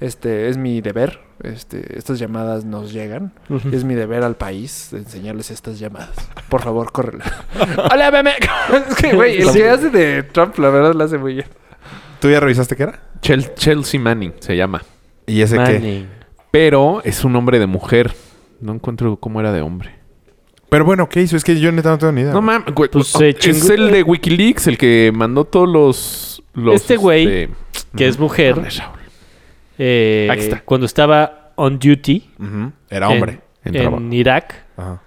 Speaker 4: este, es mi deber. Este, estas llamadas nos llegan.
Speaker 1: Ujú.
Speaker 4: Es mi deber al país de enseñarles estas llamadas. Por favor, córrela. Hola, meme. es que, güey, el
Speaker 1: Sí.
Speaker 4: que hace de Trump, la verdad, la hace muy bien.
Speaker 3: ¿Tú ya revisaste qué era?
Speaker 2: Chel- Chelsea Manning se llama.
Speaker 3: ¿Y ese qué?
Speaker 1: Manning.
Speaker 2: Pero es un hombre de mujer. No encuentro cómo era de hombre.
Speaker 3: Pero bueno, ¿qué hizo? Es que yo neta no tengo ni idea.
Speaker 2: No
Speaker 3: güey.
Speaker 2: mames, güey.
Speaker 1: Pues
Speaker 2: Oh,
Speaker 1: se
Speaker 2: es
Speaker 1: chingó-
Speaker 2: el de Wikileaks, el que mandó todos los. los,
Speaker 1: Este güey, Que es
Speaker 2: ¿Dónde
Speaker 1: mujer.
Speaker 2: es Raúl?
Speaker 1: eh,
Speaker 2: Aquí está.
Speaker 1: Cuando estaba on duty
Speaker 3: Ujú. Era hombre.
Speaker 1: en,
Speaker 2: En trabajo.
Speaker 1: en Irak,
Speaker 3: Ajá.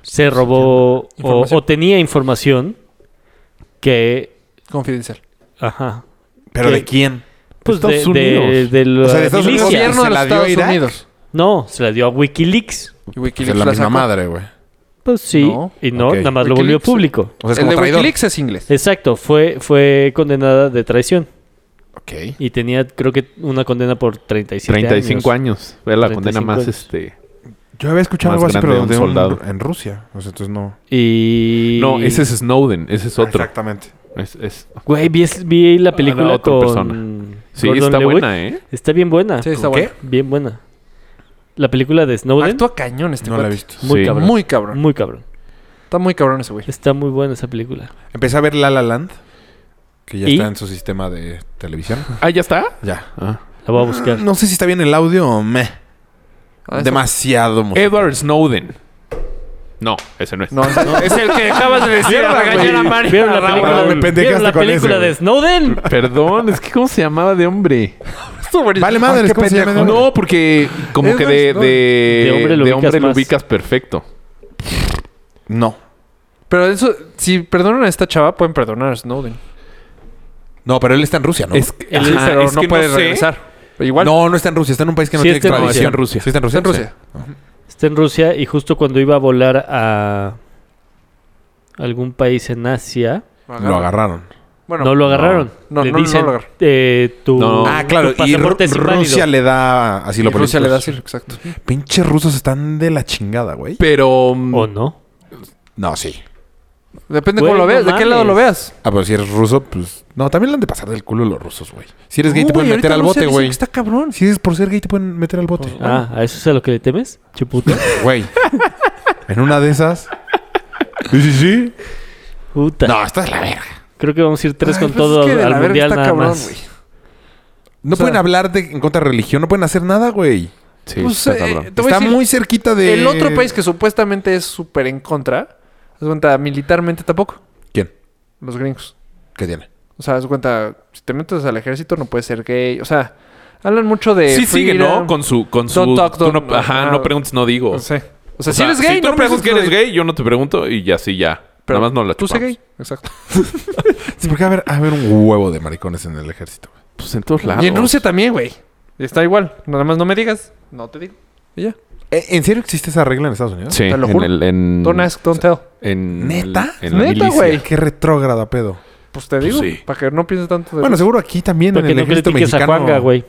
Speaker 1: se robó o,
Speaker 4: Información.
Speaker 1: o tenía información que...
Speaker 4: Confidencial.
Speaker 1: Ajá.
Speaker 3: ¿Pero
Speaker 1: ¿Qué?
Speaker 3: de quién?
Speaker 1: Pues de,
Speaker 2: Estados
Speaker 1: de-
Speaker 2: Unidos.
Speaker 1: de la
Speaker 3: O sea, de Estados
Speaker 1: milicia.
Speaker 3: Unidos.
Speaker 4: Gobierno de
Speaker 3: ¿Se
Speaker 4: los
Speaker 3: la dio
Speaker 4: Estados
Speaker 3: Irak?
Speaker 4: Unidos.
Speaker 1: No, se la dio a Wikileaks.
Speaker 4: Y
Speaker 3: Pues
Speaker 4: Wikileaks
Speaker 3: es la misma
Speaker 4: sacó.
Speaker 3: madre, güey.
Speaker 1: Pues sí.
Speaker 4: No.
Speaker 1: Y no,
Speaker 3: Ok.
Speaker 1: nada más lo volvió
Speaker 4: Wikileaks.
Speaker 1: público.
Speaker 3: O sea, es
Speaker 4: el
Speaker 3: como
Speaker 4: de
Speaker 3: traidor.
Speaker 4: Wikileaks es inglés.
Speaker 1: Exacto, fue, fue condenada de traición
Speaker 3: Ok.
Speaker 1: y tenía creo que una condena por 37
Speaker 2: 35
Speaker 1: años.
Speaker 2: años. Era la condena
Speaker 1: 35
Speaker 2: más
Speaker 1: años.
Speaker 2: este.
Speaker 3: Yo había escuchado
Speaker 2: Más
Speaker 3: algo así,
Speaker 2: grande
Speaker 3: pero
Speaker 2: un
Speaker 3: de un-
Speaker 2: soldado.
Speaker 3: en Rusia. O sea, entonces no.
Speaker 1: Y
Speaker 2: No, ese es Snowden, ese es otro.
Speaker 3: Exactamente.
Speaker 2: Es- es-
Speaker 1: Güey, vi, es- vi la película
Speaker 2: Ah, otra
Speaker 1: con
Speaker 2: persona. Sí,
Speaker 1: Gordon
Speaker 2: está
Speaker 1: Lewitt.
Speaker 2: buena, ¿eh?
Speaker 1: Está bien buena.
Speaker 4: Sí, está
Speaker 3: ¿Con qué?
Speaker 4: bueno.
Speaker 1: Bien buena. La película de Snowden.
Speaker 4: Actúa cañón este
Speaker 3: No
Speaker 4: cuate.
Speaker 3: la he visto.
Speaker 1: Muy
Speaker 2: Sí.
Speaker 1: cabrón.
Speaker 4: Muy cabrón.
Speaker 1: Muy cabrón.
Speaker 4: Está muy cabrón ese güey.
Speaker 1: Está muy buena esa película.
Speaker 3: Empecé a ver La La Land. Que ya
Speaker 1: ¿Y?
Speaker 3: está en su sistema de televisión.
Speaker 2: Ah, ¿ya está?
Speaker 3: Ya.
Speaker 2: Ah.
Speaker 1: La voy a buscar.
Speaker 3: No sé si está bien el audio o meh.
Speaker 4: Ah, eso-
Speaker 2: Eh,
Speaker 3: Demasiado. musical.
Speaker 2: Edward Snowden. No, ese no es.
Speaker 4: No, no.
Speaker 2: Es el que acabas de decir.
Speaker 4: Mierda,
Speaker 2: regañar
Speaker 4: güey.
Speaker 2: a Mario
Speaker 1: ¿Vieron la
Speaker 2: Ramos.
Speaker 1: película,
Speaker 3: no, me pendejaste
Speaker 1: ¿vieron la
Speaker 3: con ese,
Speaker 1: película de
Speaker 3: güey.
Speaker 1: Snowden?
Speaker 2: Perdón, es que ¿cómo se llamaba de hombre?
Speaker 3: Vale madres,
Speaker 4: qué
Speaker 3: ¿cómo se llama?
Speaker 4: pendejo.
Speaker 2: No, porque como
Speaker 4: Es
Speaker 2: que
Speaker 4: una
Speaker 2: de,
Speaker 4: historia.
Speaker 2: de,
Speaker 1: De hombre lo
Speaker 2: de
Speaker 1: ubicas
Speaker 2: lo
Speaker 1: más.
Speaker 2: ubicas perfecto.
Speaker 3: No.
Speaker 4: Pero eso, si perdonan a esta chava, pueden perdonar a Snowden.
Speaker 3: No, pero él está en Rusia, ¿no?
Speaker 2: Ajá,
Speaker 4: Sí, pero
Speaker 2: es
Speaker 4: no
Speaker 2: que
Speaker 4: puede
Speaker 2: sé.
Speaker 4: regresar. Pero igual.
Speaker 3: No, no está en Rusia. Está en un país que no
Speaker 1: Sí,
Speaker 3: tiene
Speaker 1: está en Rusia.
Speaker 3: extradición.
Speaker 2: Rusia.
Speaker 3: Sí, está en Rusia.
Speaker 4: Está en Rusia.
Speaker 1: Está en Rusia y justo cuando iba a volar a algún país en Asia,
Speaker 4: Lo
Speaker 3: Sí. Lo agarraron.
Speaker 4: Bueno,
Speaker 1: no lo agarraron.
Speaker 4: No,
Speaker 1: le
Speaker 4: no, no lo
Speaker 1: dicen,
Speaker 4: agarraron.
Speaker 1: eh, tu,
Speaker 2: No.
Speaker 3: Ah, claro.
Speaker 1: tu
Speaker 3: Y Ru-
Speaker 1: pasaporte es inválido.
Speaker 3: Rusia le da
Speaker 4: y
Speaker 3: asilo político.
Speaker 4: Rusia le da asilo, exacto.
Speaker 3: Pinches rusos están de la chingada, güey.
Speaker 2: Pero... mm,
Speaker 1: ¿O no?
Speaker 3: No, sí.
Speaker 4: Depende
Speaker 1: Güey,
Speaker 4: cómo lo
Speaker 1: no
Speaker 4: veas, de qué
Speaker 1: mames.
Speaker 4: lado lo veas.
Speaker 3: Ah, pero si eres ruso, pues... No, también le han de pasar del culo los rusos, güey. Si eres gay
Speaker 4: No,
Speaker 3: te pueden
Speaker 4: güey,
Speaker 3: meter
Speaker 4: ahorita
Speaker 3: al
Speaker 4: Rusia
Speaker 3: bote,
Speaker 4: dicen
Speaker 3: güey.
Speaker 4: que Está cabrón.
Speaker 3: Si eres por ser gay te pueden meter al bote.
Speaker 1: Ah, ¿a eso es a lo que le temes? Chuputo.
Speaker 3: Güey. en una de esas... Sí, sí, sí.
Speaker 1: Puta.
Speaker 3: No, esta es la verga.
Speaker 1: Creo que vamos a ir tres
Speaker 4: Ay,
Speaker 1: con
Speaker 4: pues
Speaker 1: todo
Speaker 4: es que de la
Speaker 1: al
Speaker 4: verga
Speaker 1: mundial
Speaker 4: está
Speaker 1: nada
Speaker 4: cabrón,
Speaker 1: más.
Speaker 4: güey.
Speaker 3: No
Speaker 4: O sea-
Speaker 3: pueden hablar de, en contra de religión. No pueden hacer nada, güey.
Speaker 2: Sí,
Speaker 4: Pues,
Speaker 2: está
Speaker 4: eh,
Speaker 2: cabrón.
Speaker 4: Te voy a
Speaker 3: Está
Speaker 4: decir,
Speaker 3: muy cerquita de...
Speaker 4: El otro país que supuestamente es súper en contra, haz cuenta, militarmente tampoco,
Speaker 3: ¿Quién?
Speaker 4: los gringos.
Speaker 3: ¿Qué tiene?
Speaker 4: O sea, haz cuenta, si te metes al ejército no puedes ser gay. O sea, hablan mucho de.
Speaker 2: sí sigue,
Speaker 4: freedom.
Speaker 2: ¿no? Con su... Con su
Speaker 4: eh, Don't talk,
Speaker 2: tú
Speaker 4: don't-
Speaker 2: no- ajá, no
Speaker 4: ah,
Speaker 2: preguntes, no digo.
Speaker 4: No sé. O sea, si
Speaker 2: O sea,
Speaker 4: eres gay,
Speaker 2: tú
Speaker 4: no preguntes
Speaker 2: que eres gay, yo no te pregunto y ya sí, ya.
Speaker 4: Pero
Speaker 2: Nada más no la
Speaker 4: Tú sé
Speaker 2: chupamos.
Speaker 4: gay. Exacto.
Speaker 3: Sí, porque a ver, a ver un huevo de maricones en el ejército. güey.
Speaker 2: Pues en todos lados.
Speaker 4: Y en Rusia también, güey. Está igual. Nada más no me digas. No te digo. Y ya.
Speaker 3: Eh, ¿En serio existe esa regla en Estados Unidos?
Speaker 2: Sí,
Speaker 4: Te lo
Speaker 2: en
Speaker 4: juro.
Speaker 2: el... En,
Speaker 4: Don't ask, don't tell.
Speaker 2: en-
Speaker 3: ¿Neta?
Speaker 2: En la
Speaker 4: Neta,
Speaker 2: milicia.
Speaker 4: güey.
Speaker 3: Qué retrógrada, pedo.
Speaker 4: Pues te
Speaker 2: Pues
Speaker 4: digo.
Speaker 2: sí.
Speaker 4: Para que no pienses tanto de.
Speaker 3: Bueno, seguro aquí también
Speaker 1: Para
Speaker 3: en
Speaker 1: que
Speaker 3: el
Speaker 1: no
Speaker 3: ejército
Speaker 1: critiques a
Speaker 3: mexicano.
Speaker 1: Juanga, güey.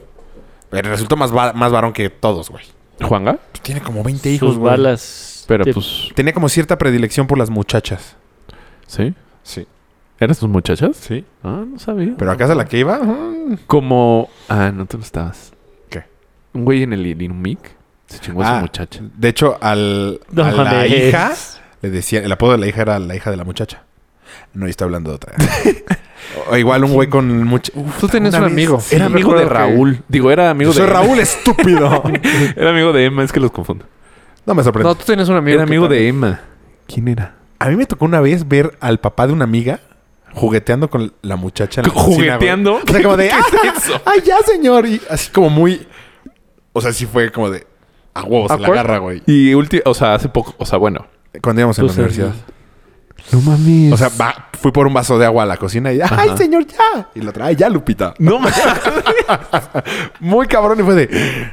Speaker 3: Pero resultó más, va- más varón que todos, güey.
Speaker 2: ¿Juanga?
Speaker 3: Pues Tiene como 20 hijos,
Speaker 1: Sus
Speaker 3: güey.
Speaker 1: balas.
Speaker 2: Pero
Speaker 1: te-
Speaker 2: pues...
Speaker 3: Tenía como cierta predilección por las muchachas.
Speaker 2: ¿Sí?
Speaker 3: Sí.
Speaker 2: ¿Eras tus muchachas?
Speaker 3: Sí.
Speaker 2: Ah, no sabía.
Speaker 3: Pero a casa la que iba, mm,
Speaker 2: Como... Ah, no, tú no estabas.
Speaker 3: ¿Qué?
Speaker 2: Un güey en el Inumic se chingó a
Speaker 3: Ah.
Speaker 2: su muchacha.
Speaker 3: de hecho, al,
Speaker 1: No
Speaker 3: a la
Speaker 1: mames.
Speaker 3: hija le decían, el apodo de la hija era la hija de la muchacha. No, yo estoy hablando de otra. o igual un güey con mucha. Uf,
Speaker 4: Tú tenías un
Speaker 3: vez-
Speaker 4: amigo.
Speaker 3: Sí,
Speaker 2: era
Speaker 4: me
Speaker 2: amigo de
Speaker 4: acuerdo que-
Speaker 2: Raúl. Digo, era amigo
Speaker 3: Yo soy
Speaker 2: de...
Speaker 3: Raúl, estúpido.
Speaker 2: Era amigo de Emma, es que los confundo.
Speaker 3: no me sorprende.
Speaker 4: No, tú tienes un amigo.
Speaker 2: Era
Speaker 4: que
Speaker 2: amigo
Speaker 4: tal-
Speaker 2: de Emma. ¿Quién era?
Speaker 3: A mí me tocó una vez ver al papá de una amiga jugueteando con la muchacha. en la cocina, güey.
Speaker 2: ¿Jugueteando?
Speaker 3: o sea, como de, "Ah,
Speaker 2: ¿Qué es eso?
Speaker 3: ¡ay, ya, señor! Y así como muy... O sea, sí fue como de, a huevos, se la
Speaker 4: ¿Acuerdo?
Speaker 3: agarra, güey.
Speaker 2: Y último... O sea, hace poco... O sea, bueno.
Speaker 3: Cuando íbamos en
Speaker 1: Pues,
Speaker 3: la universidad.
Speaker 2: No mames.
Speaker 3: O sea, va- fui por un vaso de agua a la cocina y, ¡ay,
Speaker 2: Ajá.
Speaker 3: señor, ya! Y lo trae, ya, Lupita.
Speaker 2: No mames.
Speaker 3: Muy cabrón y fue de...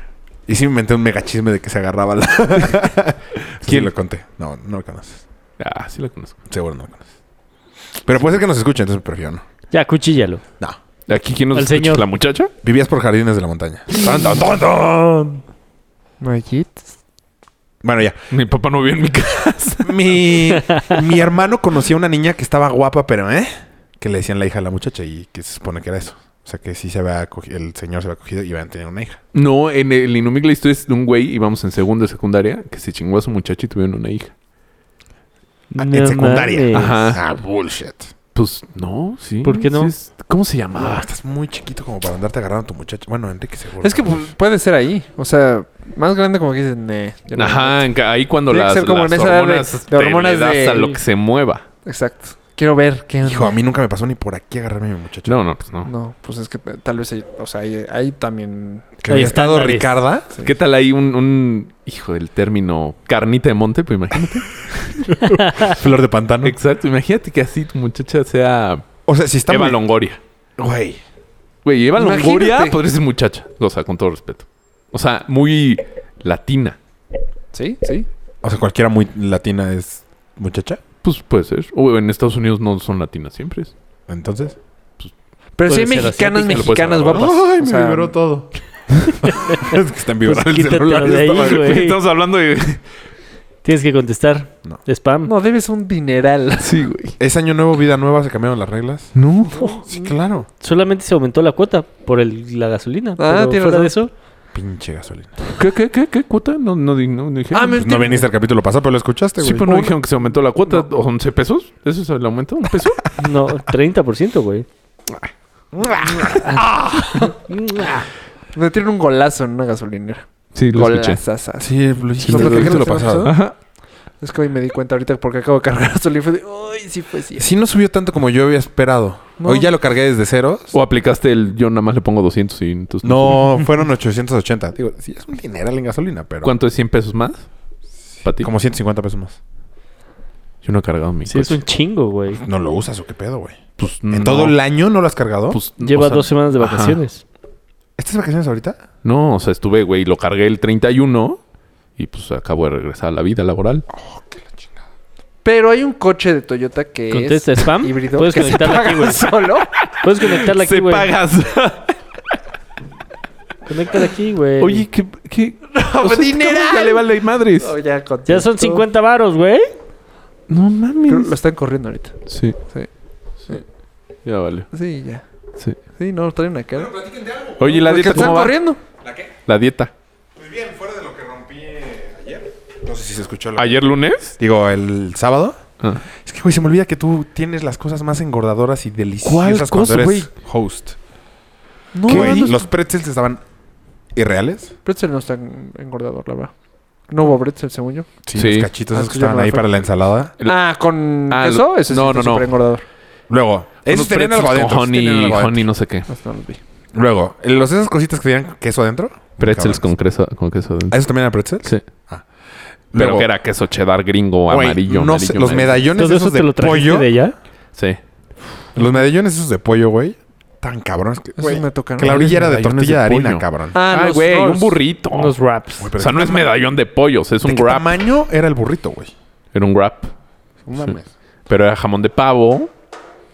Speaker 3: Y sí me inventé un mega chisme de que se agarraba la... ¿Quién
Speaker 2: ¿Quién?
Speaker 3: lo conté? No, no lo conoces.
Speaker 2: ah, sí la conozco.
Speaker 3: Seguro no lo conoces. Pero puede ser que nos escuchen, entonces prefiero no.
Speaker 1: Ya, cuchíllalo.
Speaker 3: No.
Speaker 2: ¿Aquí quién nos
Speaker 1: Al
Speaker 2: escucha?
Speaker 1: señor.
Speaker 2: ¿La muchacha?
Speaker 3: Vivías por Jardines de la Montaña. ¡Tan, tan, tan, tan! Bueno, ya.
Speaker 2: Mi papá no vio en mi casa.
Speaker 3: Mi, mi hermano conocía a una niña que estaba guapa, pero ¿eh? Que le decían la hija a la muchacha y que se supone que era eso. O sea, que sí se había cogido, el señor se había cogido y iban a tener una hija.
Speaker 2: No, en el Inumic la historia es de un güey, íbamos en segundo de secundaria, que se chingó a su muchacho y tuvieron una hija.
Speaker 3: Ah, en secundaria.
Speaker 1: mames.
Speaker 2: Ajá.
Speaker 3: Ah, bullshit.
Speaker 2: Pues no, sí.
Speaker 1: ¿Por qué no?
Speaker 2: sí es- ¿Cómo se
Speaker 3: Ah,
Speaker 2: llamaba?
Speaker 3: estás muy chiquito como para andarte agarrando a tu muchacha. Bueno, Enrique seguro.
Speaker 4: Es que pues, pu- puede ser ahí. O sea, más grande como que dicen, "Neh, yo no".
Speaker 2: Ajá, en ca- ahí cuando
Speaker 4: Tiene que
Speaker 2: las,
Speaker 4: ser como
Speaker 2: las
Speaker 4: en esa edad de-
Speaker 2: hormonas,
Speaker 4: de hormonas
Speaker 2: te le das
Speaker 4: de-
Speaker 2: a lo que se mueva.
Speaker 4: Exacto. Quiero ver qué onda.
Speaker 3: Hijo, a mí nunca me pasó ni por aquí agarrarme a mi muchacha.
Speaker 2: No, no, pues no.
Speaker 4: No, pues es que eh, tal vez ahí, o sea, ahí, ahí también.
Speaker 3: Que
Speaker 1: Hay
Speaker 3: había estado
Speaker 1: estándares.
Speaker 3: Ricarda.
Speaker 2: ¿Qué tal ahí un, un- hijo del término carnita de monte? Pues imagínate.
Speaker 3: Flor de pantano.
Speaker 2: Exacto, imagínate que así tu muchacha sea
Speaker 3: O sea, si está
Speaker 2: Eva
Speaker 3: muy-
Speaker 2: Longoria.
Speaker 3: Güey.
Speaker 2: Güey, Eva
Speaker 4: Imagínate.
Speaker 2: Longoria podría ser muchacha, o sea, con todo respeto. O sea, muy latina.
Speaker 4: Sí, sí.
Speaker 3: O sea, cualquiera muy latina es muchacha.
Speaker 2: Pues puede ser. O en Estados Unidos no son latinas siempre.
Speaker 3: Entonces.
Speaker 4: Pero
Speaker 1: Puede
Speaker 4: sí hay
Speaker 1: ser
Speaker 4: mexicanas,
Speaker 2: asiática, lo puedes
Speaker 4: mexicanas
Speaker 2: agarrar.
Speaker 4: guapas.
Speaker 3: Ay,
Speaker 4: O
Speaker 3: me
Speaker 4: sea,
Speaker 3: vibró todo. es que está en vibrar
Speaker 1: Pues
Speaker 3: el
Speaker 1: quítatelo
Speaker 3: celular.
Speaker 1: de ahí,
Speaker 3: Estaba-
Speaker 1: güey.
Speaker 2: Estamos hablando de...
Speaker 1: Tienes que contestar.
Speaker 3: No.
Speaker 1: Spam.
Speaker 4: No, debes un dineral.
Speaker 2: Sí, güey.
Speaker 3: Es año nuevo, vida nueva, se cambiaron las reglas.
Speaker 2: No.
Speaker 3: Sí, claro.
Speaker 1: Solamente se aumentó la cuota por el- la gasolina.
Speaker 4: Ah,
Speaker 1: pero
Speaker 4: tienes
Speaker 1: fuera
Speaker 4: razón.
Speaker 1: de eso,
Speaker 3: Pinche gasolina.
Speaker 2: ¿Qué, qué, qué, qué cuota? No, no, di- no, no dije.
Speaker 4: Ah, me-
Speaker 3: Pues no viniste al capítulo pasado, pero lo escuchaste, güey.
Speaker 2: Sí, pero no dijeron que se aumentó la cuota. ¿O 11 pesos? ¿Eso es el aumento? ¿Un peso?
Speaker 1: no, 30%, güey.
Speaker 4: Me tienen un golazo en una gasolinera.
Speaker 2: Sí,
Speaker 4: Golazazas.
Speaker 3: Sí, lo hiciste
Speaker 4: ¿No
Speaker 3: en
Speaker 4: platicaste
Speaker 3: el capítulo
Speaker 4: la semana
Speaker 3: pasado.
Speaker 4: pasada?
Speaker 2: Ajá.
Speaker 4: Es que hoy me di cuenta ahorita porque acabo de cargar su libro. de- Uy, sí fue sí.
Speaker 3: Sí no subió tanto como yo había esperado.
Speaker 4: No.
Speaker 3: Hoy ya lo cargué desde ceros.
Speaker 2: O aplicaste el yo nada más le pongo 200 y entonces
Speaker 3: No, fueron 880. Digo, sí es un dineral en gasolina, pero...
Speaker 2: ¿Cuánto es 100 pesos más? Para ti.
Speaker 3: Como 150 pesos más.
Speaker 2: Yo no he cargado mi
Speaker 1: Sí, es
Speaker 2: coche.
Speaker 1: un chingo, güey.
Speaker 3: ¿No lo usas o qué pedo, güey?
Speaker 2: Pues,
Speaker 3: ¿En
Speaker 2: no.
Speaker 3: todo el año no lo has cargado?
Speaker 2: Pues,
Speaker 1: Lleva
Speaker 2: o sea,
Speaker 1: dos semanas de
Speaker 2: ajá.
Speaker 1: vacaciones.
Speaker 3: ¿Estas vacaciones ahorita?
Speaker 2: No, o sea, estuve, güey, lo cargué el 31 y pues acabo de regresar a la vida laboral.
Speaker 4: Pero hay un coche de Toyota que
Speaker 1: Contesta,
Speaker 4: es
Speaker 1: ¿spam?
Speaker 4: híbrido.
Speaker 1: Puedes
Speaker 4: que se
Speaker 1: conectarla aquí,
Speaker 4: apaga
Speaker 1: güey.
Speaker 4: solo.
Speaker 1: Puedes conectarla aquí,
Speaker 2: Se
Speaker 1: güey.
Speaker 2: pagas.
Speaker 1: Conéctala aquí, güey.
Speaker 2: Oye, ¿qué? qué? O sea, este
Speaker 4: dineral.
Speaker 2: ya le vale madres.
Speaker 4: No, ya, contestó.
Speaker 1: Ya son 50 varos, güey.
Speaker 2: No
Speaker 4: Creo que
Speaker 2: mames.
Speaker 4: Lo están corriendo ahorita.
Speaker 2: Sí.
Speaker 4: Sí.
Speaker 2: Sí. Ya vale.
Speaker 4: Sí, ya.
Speaker 2: Sí.
Speaker 4: Sí, no, trae una cara.
Speaker 2: Oye, la
Speaker 4: Porque
Speaker 2: dieta
Speaker 4: están
Speaker 2: cómo va?
Speaker 4: corriendo.
Speaker 2: La dieta.
Speaker 3: Pues bien, fuera de lo que rompí ayer. No sé si se escuchó. Ayer.
Speaker 2: ¿Ayer lunes?
Speaker 3: Digo, el sábado.
Speaker 2: Ah.
Speaker 3: Es que, güey, se me olvida que tú tienes las cosas más engordadoras y deliciosas
Speaker 2: ¿Cuál cosa,
Speaker 3: cuando eres
Speaker 2: güey?
Speaker 3: host.
Speaker 4: No,
Speaker 3: ¿Qué?
Speaker 4: no,
Speaker 3: Los pretzels estaban irreales.
Speaker 4: Pretzel no está engordador, la verdad. No hubo pretzel, según yo.
Speaker 3: Sí.
Speaker 2: Sí.
Speaker 3: Los cachitos
Speaker 4: Ah,
Speaker 3: esos
Speaker 4: es
Speaker 3: que
Speaker 4: que ya
Speaker 3: estaban
Speaker 4: no
Speaker 3: ahí
Speaker 4: fue.
Speaker 3: para la ensalada.
Speaker 2: El-
Speaker 4: Ah, con
Speaker 2: Ah,
Speaker 4: eso,
Speaker 2: lo-
Speaker 4: ese sí
Speaker 2: no,
Speaker 4: está
Speaker 2: no, no.
Speaker 4: súper engordador.
Speaker 3: Luego, esos tenían algo
Speaker 2: con
Speaker 3: adentro. esos
Speaker 2: honey,
Speaker 3: tenían algo adentro.
Speaker 2: honey no sé qué.
Speaker 4: Hasta no los vi.
Speaker 3: Luego, los, esas cositas que tenían queso adentro.
Speaker 2: Pretzels
Speaker 3: cabrones.
Speaker 2: con queso, con queso
Speaker 3: ¿Ah,
Speaker 2: adentro.
Speaker 3: ¿Eso también era pretzels? Ah.
Speaker 2: Sí.
Speaker 3: Luego,
Speaker 2: Pero que era queso cheddar gringo,
Speaker 3: güey,
Speaker 2: amarillo,
Speaker 3: no
Speaker 2: amarillo,
Speaker 3: sé, los
Speaker 2: amarillo.
Speaker 3: medallones
Speaker 1: ¿Todo eso
Speaker 3: esos
Speaker 1: te
Speaker 3: de
Speaker 1: lo trajiste
Speaker 3: pollo.
Speaker 1: de allá?
Speaker 2: Sí.
Speaker 3: Los medallones esos de pollo, güey. Tan cabrones que...
Speaker 4: Esos
Speaker 3: güey,
Speaker 4: me tocan.
Speaker 3: que la orilla era de
Speaker 2: Medallones
Speaker 3: tortilla de
Speaker 2: de
Speaker 3: harina,
Speaker 2: pollo.
Speaker 3: cabrón.
Speaker 4: Ah,
Speaker 2: Ay,
Speaker 4: los
Speaker 2: güey,
Speaker 4: rolls.
Speaker 2: un burrito.
Speaker 1: Unos wraps.
Speaker 3: Güey,
Speaker 2: O
Speaker 3: pero
Speaker 2: sea,
Speaker 3: ¿qué
Speaker 2: no es
Speaker 3: tama-
Speaker 2: medallón de pollos, es
Speaker 3: ¿De
Speaker 2: un
Speaker 3: qué
Speaker 2: wrap.
Speaker 3: tamaño era el burrito, güey?
Speaker 2: Era un wrap.
Speaker 3: No mames.
Speaker 2: Pero era jamón de pavo,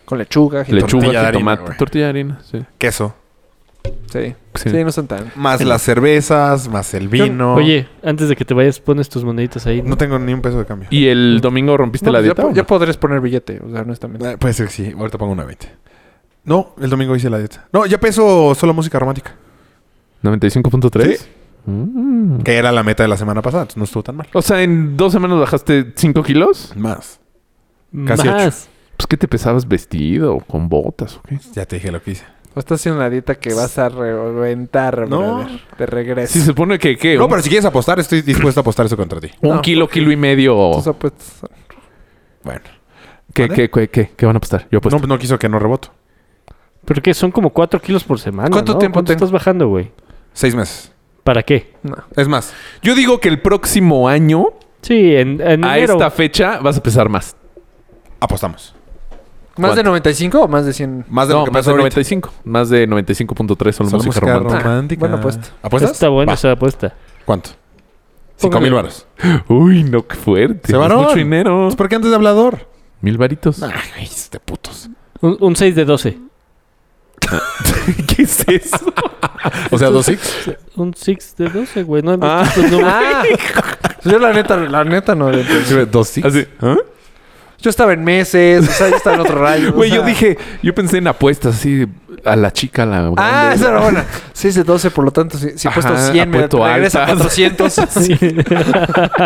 Speaker 4: Con lechuga, jito-
Speaker 3: tortilla de
Speaker 2: lechuga,
Speaker 3: harina,
Speaker 2: tomate,
Speaker 3: güey.
Speaker 2: tortilla de harina, sí.
Speaker 3: Queso.
Speaker 4: Sí. sí.
Speaker 2: Sí.
Speaker 4: no están tan.
Speaker 3: Más las cervezas, más el vino.
Speaker 1: Oye, antes de que te vayas, pones tus moneditas ahí.
Speaker 3: No tengo ni un peso de cambio.
Speaker 2: ¿Y el domingo rompiste
Speaker 4: No,
Speaker 2: la
Speaker 4: pues ya,
Speaker 2: dieta?
Speaker 4: po-
Speaker 2: o no?
Speaker 4: ya podrías poner billete, o sea, honestamente.
Speaker 3: Eh, Puede ser que sí. Ahorita pongo una 20. No, el domingo hice la dieta. No, ya peso solo música romántica.
Speaker 2: 95.3.
Speaker 3: Sí.
Speaker 2: Mm.
Speaker 3: Que era la meta de la semana pasada. entonces No estuvo tan mal.
Speaker 2: O sea, en dos semanas bajaste 5 kilos.
Speaker 3: Más. casi
Speaker 1: Más.
Speaker 2: Pues, ¿qué te pesabas vestido? ¿Con botas o qué?
Speaker 3: Ya te dije lo que hice.
Speaker 4: O estás haciendo una dieta que vas a reventar,
Speaker 3: No.
Speaker 4: brother, de regreso.
Speaker 2: Si se pone que, ¿qué?
Speaker 3: No,
Speaker 2: un
Speaker 3: pero si quieres apostar, estoy dispuesto a apostar eso contra ti.
Speaker 2: un
Speaker 4: No,
Speaker 2: kilo, kilo y medio.
Speaker 4: Tus apuestas son-
Speaker 3: Bueno.
Speaker 2: ¿Qué,
Speaker 3: ¿vale?
Speaker 2: qué, qué, qué, qué van a apostar? Yo apuesto.
Speaker 3: No, no quiso que no reboto.
Speaker 1: ¿Pero qué? Son como 4 kilos por semana.
Speaker 4: ¿Cuánto
Speaker 1: ¿no?
Speaker 4: tiempo
Speaker 1: ¿Cuánto
Speaker 4: tengo?
Speaker 1: estás bajando, güey?
Speaker 3: Seis meses.
Speaker 1: ¿Para qué?
Speaker 4: No.
Speaker 3: Es más,
Speaker 2: Yo digo que el próximo año,
Speaker 1: Sí, en, en
Speaker 2: a
Speaker 1: enero.
Speaker 2: esta fecha, vas a pesar más.
Speaker 3: apostamos.
Speaker 4: ¿Más
Speaker 2: ¿Cuánto?
Speaker 4: de 95 o más de 100?
Speaker 3: Más de
Speaker 2: no,
Speaker 3: lo que
Speaker 2: más
Speaker 3: pasó
Speaker 2: de
Speaker 3: ahorita.
Speaker 2: 95. Más de 95.3 son
Speaker 3: Solo
Speaker 2: música romántica. pues,
Speaker 4: romántica. Buena apuesta.
Speaker 3: ¿Apuestas?
Speaker 1: Está buena
Speaker 3: Va.
Speaker 1: esa apuesta.
Speaker 3: ¿Cuánto?
Speaker 2: pues,
Speaker 3: Cinco mil baros.
Speaker 2: Uy, no, qué fuerte.
Speaker 3: Se
Speaker 2: Es
Speaker 3: varón.
Speaker 2: mucho dinero.
Speaker 3: Pues, ¿Por qué antes de hablador?
Speaker 2: Mil varitos.
Speaker 3: Ay, este putos.
Speaker 1: Un, un 6 de 12.
Speaker 2: ¿Qué es eso?
Speaker 3: O sea, dos six.
Speaker 1: Un 6 de 12, güey. No,
Speaker 2: Ah.
Speaker 1: estos números.
Speaker 4: Ah, yo la neta, la neta no. le entendí.
Speaker 3: Dos six.
Speaker 2: Así, ¿ah?
Speaker 4: Yo estaba en meses, o sea, yo estaba en otro rayo. o
Speaker 2: Güey, yo
Speaker 4: sea.
Speaker 2: dije, yo pensé en apuestas así a la chica, a la
Speaker 4: Ah,
Speaker 2: grande.
Speaker 4: esa era buena. Sí, es de 12, por lo tanto, si, si he puesto
Speaker 2: Ajá,
Speaker 4: 100, me
Speaker 2: apuesto
Speaker 4: regresa
Speaker 2: altas.
Speaker 4: 400.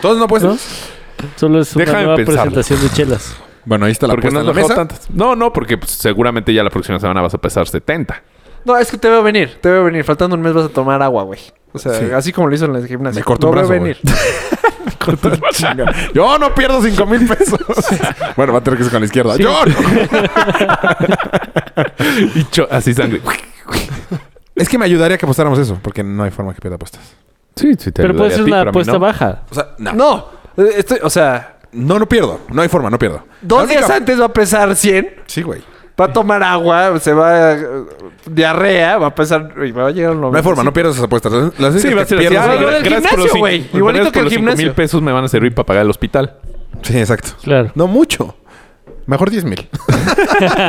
Speaker 3: ¿Todos no apuestan?
Speaker 1: Solo es una
Speaker 2: Déjame
Speaker 1: nueva
Speaker 2: pensarlo.
Speaker 1: presentación de chelas.
Speaker 3: Bueno, ahí está la
Speaker 2: ¿Por qué
Speaker 3: apuesta
Speaker 2: no
Speaker 3: en
Speaker 2: has
Speaker 3: la
Speaker 2: bajado
Speaker 3: mesa.
Speaker 2: tantas? No, no, porque pues, seguramente ya la próxima semana vas a pesar 70.
Speaker 4: No, es que te veo venir, te veo venir. Faltando un mes vas a tomar agua, güey. O sea,
Speaker 3: Sí.
Speaker 4: así como lo hizo en la gimnasia.
Speaker 3: Me cortó un
Speaker 4: Lo veo
Speaker 3: brazo, güey. Yo no pierdo cinco mil pesos. bueno, va a tener que ser con la izquierda. Yo no.
Speaker 2: y cho- así sangre.
Speaker 3: Es que me ayudaría que apostáramos eso, porque no hay forma que pierda apuestas.
Speaker 2: Sí, sí, te
Speaker 1: Pero
Speaker 2: ayudaría
Speaker 1: puede
Speaker 2: a
Speaker 1: ser
Speaker 2: ti,
Speaker 1: una
Speaker 2: pero a mí
Speaker 1: apuesta
Speaker 2: no.
Speaker 1: baja.
Speaker 3: O sea, no.
Speaker 4: No, eh, estoy, o sea,
Speaker 3: No, no pierdo. No hay forma, no pierdo. La
Speaker 4: dos
Speaker 3: única-
Speaker 4: días antes va a pesar 100,
Speaker 3: Sí, güey.
Speaker 4: va a tomar agua, se va eh, diarrea, va a pesar y va a llegar a
Speaker 3: No hay forma, no pierdas esas apuestas. Las- Las
Speaker 2: Sí,
Speaker 3: únicas
Speaker 2: va a
Speaker 3: que
Speaker 2: ser así.
Speaker 3: pierdo
Speaker 2: ah,
Speaker 4: Igual
Speaker 3: son-
Speaker 4: del
Speaker 2: gracias por los
Speaker 4: gimnasio,
Speaker 2: cinco-
Speaker 4: güey.
Speaker 2: gracias
Speaker 4: Igualito
Speaker 2: por
Speaker 4: que el
Speaker 2: los cinco mil
Speaker 4: gimnasio.
Speaker 2: pesos me van a servir para pagar el hospital.
Speaker 3: Sí, exacto.
Speaker 1: Claro.
Speaker 3: No mucho. Mejor 10 mil.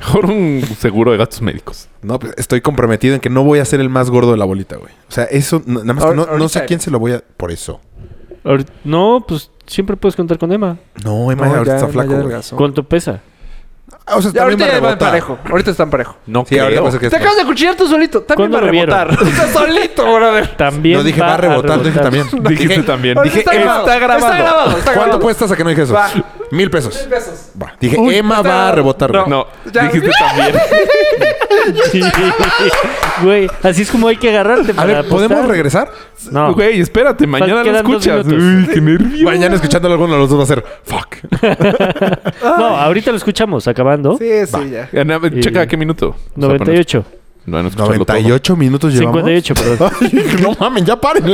Speaker 2: Mejor un seguro de gastos médicos.
Speaker 3: No, pues estoy comprometido en que no voy a ser el más gordo de la bolita, güey. O sea, eso, n- nada más que
Speaker 4: Ahor-
Speaker 3: no, no sé
Speaker 4: ahorita-
Speaker 3: a quién se lo voy a. Por eso.
Speaker 1: Ahori- No, pues siempre puedes contar con Emma.
Speaker 3: No, Emma
Speaker 4: No,
Speaker 3: ahorita
Speaker 4: ya,
Speaker 3: está
Speaker 4: no,
Speaker 3: flaco.
Speaker 4: ya
Speaker 3: güey.
Speaker 4: adelgazó.
Speaker 1: ¿Cuánto pesa?
Speaker 3: Ah, o sea,
Speaker 4: Ya,
Speaker 3: también
Speaker 4: ahorita
Speaker 3: va a
Speaker 4: ya van
Speaker 3: rebotar.
Speaker 4: parejo, ahorita están parejo.
Speaker 2: No
Speaker 3: Sí, ahorita pasa que es
Speaker 4: Te acabas de cuchillar tú solito. También va a
Speaker 1: ¿Cuándo lo vieron?
Speaker 4: rebotar. Está solito, brother.
Speaker 1: También.
Speaker 3: No dije va a rebotar, dije este también.
Speaker 2: Dijiste también.
Speaker 4: Ahorita
Speaker 2: Dije, eh,
Speaker 4: está grabado.
Speaker 2: está grabado.
Speaker 4: Está grabado. Está
Speaker 3: ¿Cuánto
Speaker 4: grabado.
Speaker 3: apuestas a que no dije eso?
Speaker 4: Va.
Speaker 3: Mil pesos.
Speaker 4: pesos.
Speaker 3: Va. Dije, Emma va a rebotar. güey.
Speaker 2: No,
Speaker 4: Ya.
Speaker 2: dijiste también.
Speaker 1: Sí. Güey, así es como hay que agarrarte
Speaker 3: A
Speaker 1: para
Speaker 3: ver, ¿podemos
Speaker 1: apostar.
Speaker 3: regresar?
Speaker 1: No.
Speaker 2: Güey, espérate, mañana lo
Speaker 1: quedan dos
Speaker 2: escuchas. Uy,
Speaker 1: minutos.
Speaker 2: qué nervio.
Speaker 3: Mañana escuchándolo alguno de los dos va a ser fuck.
Speaker 1: No, ahorita lo escuchamos, acabando.
Speaker 4: Sí, sí, ya.
Speaker 2: Ya, na-
Speaker 1: Y-
Speaker 2: Checa qué minuto. O sea, para no-
Speaker 1: 98.
Speaker 2: No, no escucharlo todo.
Speaker 3: 98 minutos llevamos. Ah.
Speaker 1: 58, perdón.
Speaker 3: Ay, no mames, ya paren.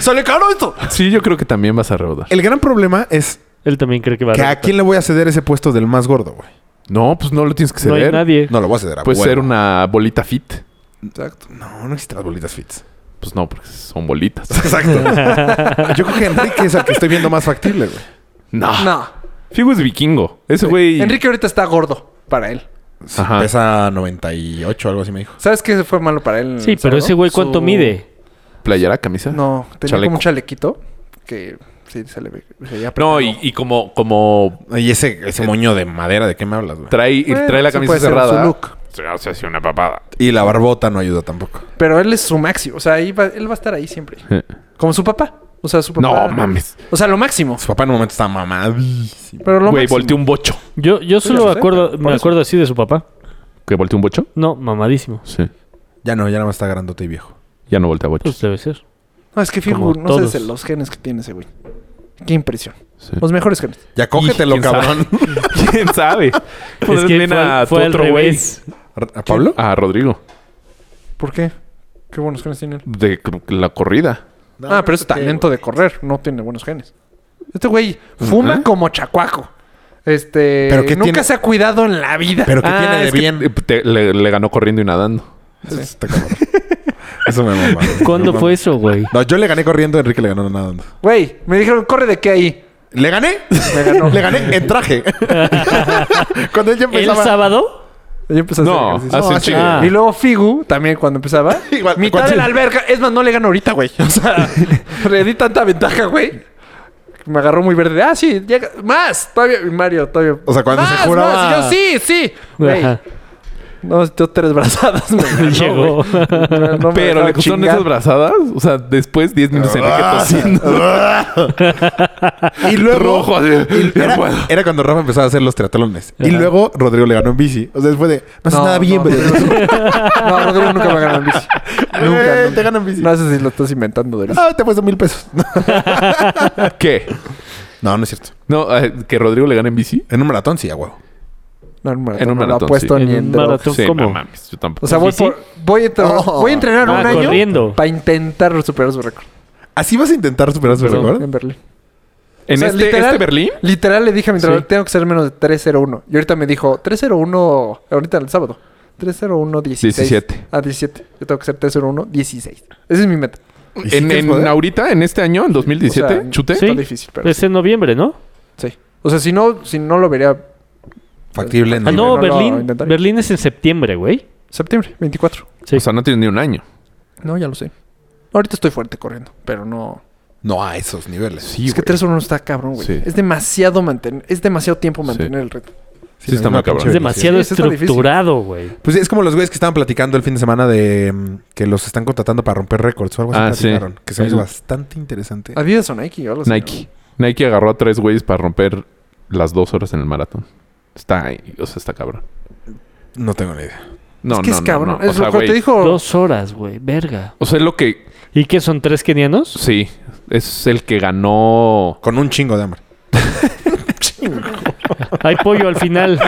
Speaker 3: Sale caro esto.
Speaker 2: Sí, yo creo que también vas a reudar.
Speaker 3: El gran problema es
Speaker 1: Él también cree que va
Speaker 3: que
Speaker 1: a
Speaker 3: a quién le voy a ceder ese puesto del más gordo, güey.
Speaker 2: No, pues no lo tienes que
Speaker 1: No hay
Speaker 2: ceder.
Speaker 1: nadie.
Speaker 3: No lo voy a ceder a
Speaker 2: Puedes
Speaker 3: huevo.
Speaker 2: ser una bolita fit.
Speaker 4: Exacto.
Speaker 3: No, no existen las bolitas fits.
Speaker 2: Pues no, porque son bolitas.
Speaker 3: Exacto. Yo creo que Enrique es el que estoy viendo más factible, güey.
Speaker 2: no.
Speaker 4: No.
Speaker 2: Figo es vikingo. Ese Ah, güey.
Speaker 4: Enrique ahorita está gordo para él.
Speaker 3: Sí,
Speaker 2: Ajá.
Speaker 3: Pesa 98 o algo así me dijo.
Speaker 4: ¿Sabes qué fue malo para él?
Speaker 1: Sí,
Speaker 4: el
Speaker 1: pero
Speaker 4: sábado?
Speaker 1: ese güey, ¿cuánto
Speaker 4: Su-
Speaker 1: mide?
Speaker 2: Playera, camisa.
Speaker 4: No, tenía
Speaker 2: Chaleco.
Speaker 4: como un chalequito que sí se le ve- se veía
Speaker 2: No,
Speaker 4: apretado.
Speaker 2: y, y como, como
Speaker 3: Y ese, ese moño de madera, ¿de qué me hablas, güey?
Speaker 2: trae,
Speaker 4: Bueno,
Speaker 2: trae la
Speaker 4: sí
Speaker 2: camisa
Speaker 4: puede ser
Speaker 2: cerrada.
Speaker 4: su look.
Speaker 2: Se hace así una papada.
Speaker 3: Y la barbota no ayuda tampoco.
Speaker 4: Pero él es su máximo. O sea, ahí va- él va a estar ahí siempre.
Speaker 2: Eh.
Speaker 4: Como su papá. O sea, su papá.
Speaker 2: No mames.
Speaker 4: O sea, lo máximo.
Speaker 3: Su papá en un momento estaba mamadísimo.
Speaker 4: Pero lo
Speaker 2: Güey,
Speaker 4: máximo.
Speaker 2: volteó un bocho.
Speaker 1: Yo, yo solo
Speaker 4: lo sé,
Speaker 1: acuerdo,
Speaker 4: por
Speaker 1: me
Speaker 4: eso.
Speaker 1: acuerdo así de su papá.
Speaker 2: ¿Que volteó un bocho?
Speaker 1: No, mamadísimo.
Speaker 2: Sí.
Speaker 3: Ya no, ya nada más está grandote y viejo.
Speaker 2: Ya no voltea bocho.
Speaker 1: Pues debe ser.
Speaker 4: No, es que Figu,
Speaker 1: como
Speaker 4: no
Speaker 1: todos.
Speaker 4: sé los genes que tiene ese güey. Qué impresión.
Speaker 2: Sí.
Speaker 4: Los mejores genes.
Speaker 3: Ya cógetelo,
Speaker 2: ¿Quién sabe?
Speaker 3: cabrón.
Speaker 2: ¿Quién sabe?
Speaker 1: Pues es que fue, al- fue al revés.
Speaker 3: ¿A Pablo?
Speaker 2: A Ah, Rodrigo.
Speaker 4: ¿Por qué? Qué buenos genes tiene él.
Speaker 2: De c- la corrida.
Speaker 4: ah, pero es talento de correr. No tiene buenos genes. Este güey fuma como chacuaco. Este.
Speaker 3: ¿Pero qué
Speaker 4: nunca
Speaker 3: tiene?
Speaker 4: se ha cuidado en la vida.
Speaker 3: Pero que
Speaker 2: Ah,
Speaker 3: tiene de
Speaker 2: es que
Speaker 3: bien.
Speaker 2: te- le, le ganó corriendo y nadando.
Speaker 3: Está cabrón. Eso me mama.
Speaker 1: ¿Cuándo fue eso, güey?
Speaker 3: No, yo le gané corriendo, Enrique le ganó nadando.
Speaker 4: Güey, me dijeron, corre de qué ahí.
Speaker 3: ¿Le gané?
Speaker 4: Me ganó.
Speaker 3: Le gané en traje. Cuando él ya
Speaker 1: ¿El
Speaker 3: empezaba.
Speaker 1: sábado?
Speaker 4: Yo empecé a hacer
Speaker 2: No,
Speaker 4: ejercicio.
Speaker 2: hace un
Speaker 3: hace-
Speaker 2: chingo.
Speaker 1: Ah.
Speaker 4: Y luego Figu, también cuando empezaba.
Speaker 3: Igual,
Speaker 4: mitad
Speaker 3: cuando-
Speaker 4: de la alberca. Es más, no le gano ahorita, güey. O sea, le di tanta ventaja, güey. que Me agarró muy verde. Ah, sí, llega. Más. Todavía. y Mario, todavía.
Speaker 3: O sea, cuando se
Speaker 4: más,
Speaker 3: juraba-
Speaker 4: más. Y yo, sí, sí. Güey.
Speaker 1: Ajá.
Speaker 4: No, yo tres brazadas, me ganó,
Speaker 1: Llegó.
Speaker 4: güey. No, no me
Speaker 2: Pero
Speaker 4: dejaba
Speaker 2: le gustaron
Speaker 4: chingar.
Speaker 2: esas brazadas. O sea, después 10 minutos Enrique
Speaker 3: Ah.
Speaker 2: tosiendo.
Speaker 3: y luego.
Speaker 2: Rojo, así.
Speaker 3: y
Speaker 2: Ya
Speaker 3: era,
Speaker 2: puedo.
Speaker 3: era cuando Rafa empezaba a hacer los triatlones. Y
Speaker 1: Ajá.
Speaker 3: luego Rodrigo le ganó en bici. O sea, después de. No haces
Speaker 4: No,
Speaker 3: nada bien,
Speaker 4: no,
Speaker 3: pero.
Speaker 4: No, Rodrigo nunca me ganó en bici. nunca,
Speaker 3: Eh,
Speaker 4: nunca.
Speaker 3: te ganan bici.
Speaker 4: No sé si lo estás inventando, Deris.
Speaker 3: Ah, te he puesto mil pesos.
Speaker 2: ¿Qué?
Speaker 3: No, no es cierto.
Speaker 2: No, eh, que Rodrigo le gane en bici.
Speaker 3: En un maratón sí, a huevo.
Speaker 4: No, en un maratón.
Speaker 2: En un
Speaker 4: no lo
Speaker 2: maratón,
Speaker 4: ha puesto
Speaker 1: sí. En
Speaker 4: ni en
Speaker 1: un
Speaker 4: drogas.
Speaker 1: maratón. ¿Tú cómo?
Speaker 2: no mames, yo tampoco.
Speaker 4: O sea, voy,
Speaker 1: ¿Bici?
Speaker 4: por, voy, a entrenar-
Speaker 3: Oh.
Speaker 4: voy a entrenar
Speaker 1: Ah,
Speaker 4: un año
Speaker 1: corriendo.
Speaker 4: para intentar superar su récord
Speaker 3: Así vas a intentar superar su
Speaker 1: Perdón.
Speaker 3: récord.
Speaker 4: en Berlín.
Speaker 2: ¿En
Speaker 4: O sea,
Speaker 2: este,
Speaker 4: literal-
Speaker 2: este Berlín?
Speaker 4: Literal le dije a mi
Speaker 1: Sí.
Speaker 4: entrenador, tengo que ser menos de 301. Y ahorita me dijo, 301, ahorita el sábado. 301, 16.
Speaker 2: 17.
Speaker 4: Ah, 17. Yo tengo que ser 301, 16. Esa es mi meta.
Speaker 3: ¿Y si
Speaker 2: ¿En,
Speaker 3: quieres
Speaker 2: en
Speaker 3: poder?
Speaker 2: ahorita, en este año, en 2017?
Speaker 4: O sea,
Speaker 2: ¿Chute?
Speaker 1: Sí.
Speaker 4: Está difícil, pero
Speaker 1: Es en noviembre, ¿no?
Speaker 4: sí. O sea, si no, si no lo vería
Speaker 3: Factible.
Speaker 1: Ah, no,
Speaker 4: no lo
Speaker 1: Berlín.
Speaker 4: intentaré.
Speaker 1: Berlín es en septiembre, güey.
Speaker 4: septiembre, 24.
Speaker 1: Sí.
Speaker 2: O sea, no tienes ni un año.
Speaker 4: No, ya lo sé. Ahorita estoy fuerte corriendo, pero no.
Speaker 3: No a esos niveles.
Speaker 2: Sí,
Speaker 4: es que
Speaker 2: güey.
Speaker 4: 301 está cabrón, güey.
Speaker 2: Sí.
Speaker 4: Es demasiado mantener, es demasiado tiempo mantener el reto.
Speaker 2: Sí, está muy cabrón.
Speaker 1: es demasiado
Speaker 4: Sí, eso está difícil.
Speaker 1: estructurado, güey.
Speaker 3: Pues sí, es como los güeyes que estaban platicando el fin de semana de mm, que los están contratando para romper récords o algo así.
Speaker 2: Ah,
Speaker 3: platicaron,
Speaker 2: sí.
Speaker 3: Que se me hizo
Speaker 2: Sí.
Speaker 3: bastante interesante.
Speaker 4: Adidas o Nike, o algo así,
Speaker 2: Nike. Nike agarró a tres güeyes para romper las dos horas en el maratón. Está, ahí, o sea, está cabrón.
Speaker 3: No tengo ni idea.
Speaker 2: No,
Speaker 4: es que
Speaker 2: no,
Speaker 4: es
Speaker 2: no,
Speaker 4: cabrón.
Speaker 2: no. O
Speaker 4: Es
Speaker 2: sea,
Speaker 4: lo que
Speaker 2: güey,
Speaker 4: te dijo.
Speaker 1: Dos horas, güey. Verga.
Speaker 2: O sea, es lo que...
Speaker 1: ¿Y qué son tres kenianos?
Speaker 2: Sí, es el que ganó...
Speaker 3: Con un chingo de hambre.
Speaker 1: Hay pollo al final.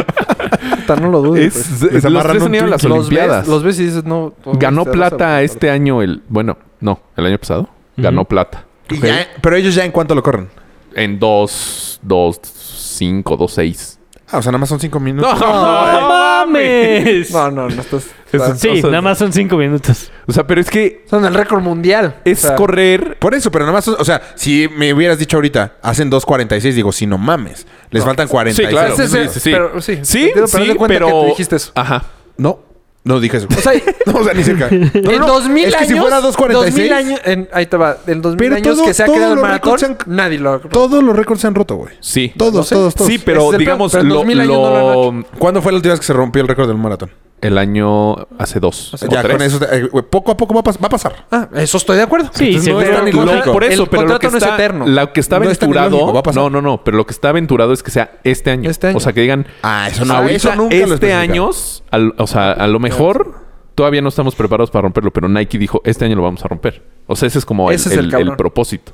Speaker 4: Puta, no lo dudes. pues.
Speaker 2: Es,
Speaker 3: Les
Speaker 2: es- los
Speaker 3: amarran
Speaker 2: tres
Speaker 3: un
Speaker 2: han ido a las
Speaker 3: Twinkie.
Speaker 4: Los
Speaker 2: Olimpiadas.
Speaker 4: ves, los ves y dices, no. pues,
Speaker 2: ganó
Speaker 4: este, vas a-
Speaker 2: plata este año el... Bueno, no, el año pasado. Ganó plata.
Speaker 3: Y ya- pero ellos ya en cuánto lo corren.
Speaker 2: En dos, dos, cinco, dos, seis.
Speaker 3: Ah, o sea, nada más son cinco minutos.
Speaker 1: ¡No mames!
Speaker 4: No, no, no estás.
Speaker 2: Eso-
Speaker 1: Sí,
Speaker 2: o sea,
Speaker 1: nada más son cinco minutos.
Speaker 2: O sea, pero es que
Speaker 4: Son el récord mundial.
Speaker 2: es
Speaker 4: O sea,
Speaker 2: correr.
Speaker 3: Por eso, pero nada más, son- o sea, si me hubieras dicho ahorita, hacen 2.46, digo, si no mames. Les faltan 46.
Speaker 2: Sí, claro.
Speaker 4: Sí, sí, sí, pero- sí,
Speaker 2: sí, sí,
Speaker 4: entiendo, pero haz de cuenta que tú dijiste eso.
Speaker 2: Ajá.
Speaker 3: No, no dije eso.
Speaker 4: O sea, en
Speaker 3: no, o sea, ni cerca. No, no,
Speaker 4: 2000
Speaker 3: es que
Speaker 4: años.
Speaker 3: si fuera
Speaker 4: 2000
Speaker 3: 2.46,
Speaker 4: años. En, ahí te va. En 2000
Speaker 3: Pero
Speaker 4: años
Speaker 3: todo-
Speaker 4: que se ha
Speaker 3: todos
Speaker 4: creado el
Speaker 3: los
Speaker 4: maratón,
Speaker 3: récords se han-
Speaker 4: nadie lo ha
Speaker 3: todos los récords se han roto, güey.
Speaker 2: Sí.
Speaker 3: Todos, todos, todos.
Speaker 2: Sí,
Speaker 4: Ese
Speaker 2: pero
Speaker 4: es el
Speaker 2: digamos,
Speaker 4: pedo, Este, pero en
Speaker 2: lo,
Speaker 4: 2000 años no lo han
Speaker 2: lo-
Speaker 3: ¿Cuándo fue la última vez que se rompió el récord del maratón?
Speaker 2: el año hace dos. o
Speaker 3: ya
Speaker 2: tres.
Speaker 3: con eso, te- eh, güey, poco a poco va a, pas- va a pasar.
Speaker 4: Ah, eso estoy de acuerdo.
Speaker 1: Sí,
Speaker 3: Entonces, no
Speaker 1: seguro.
Speaker 3: está ni
Speaker 2: Por-
Speaker 3: loco.
Speaker 2: Por eso,
Speaker 4: El
Speaker 2: pero lo
Speaker 4: contrato
Speaker 2: que
Speaker 4: no es
Speaker 2: está,
Speaker 4: eterno.
Speaker 2: Lo que está
Speaker 3: No está ni
Speaker 2: aventurado.
Speaker 3: lógico, va a pasar.
Speaker 2: no, no, no. Pero lo que está aventurado es que sea este año.
Speaker 4: Este año.
Speaker 2: O sea, que digan.
Speaker 3: Ah, eso no-
Speaker 2: ahorita,
Speaker 3: eso nunca lo
Speaker 2: este
Speaker 3: especificaron.
Speaker 2: año, al- o sea, a lo mejor todavía no estamos preparados para romperlo, pero Nike dijo, este año lo vamos a romper. O sea, ese es como el,
Speaker 4: Ese es el
Speaker 2: el-
Speaker 4: cabrón.
Speaker 2: el propósito.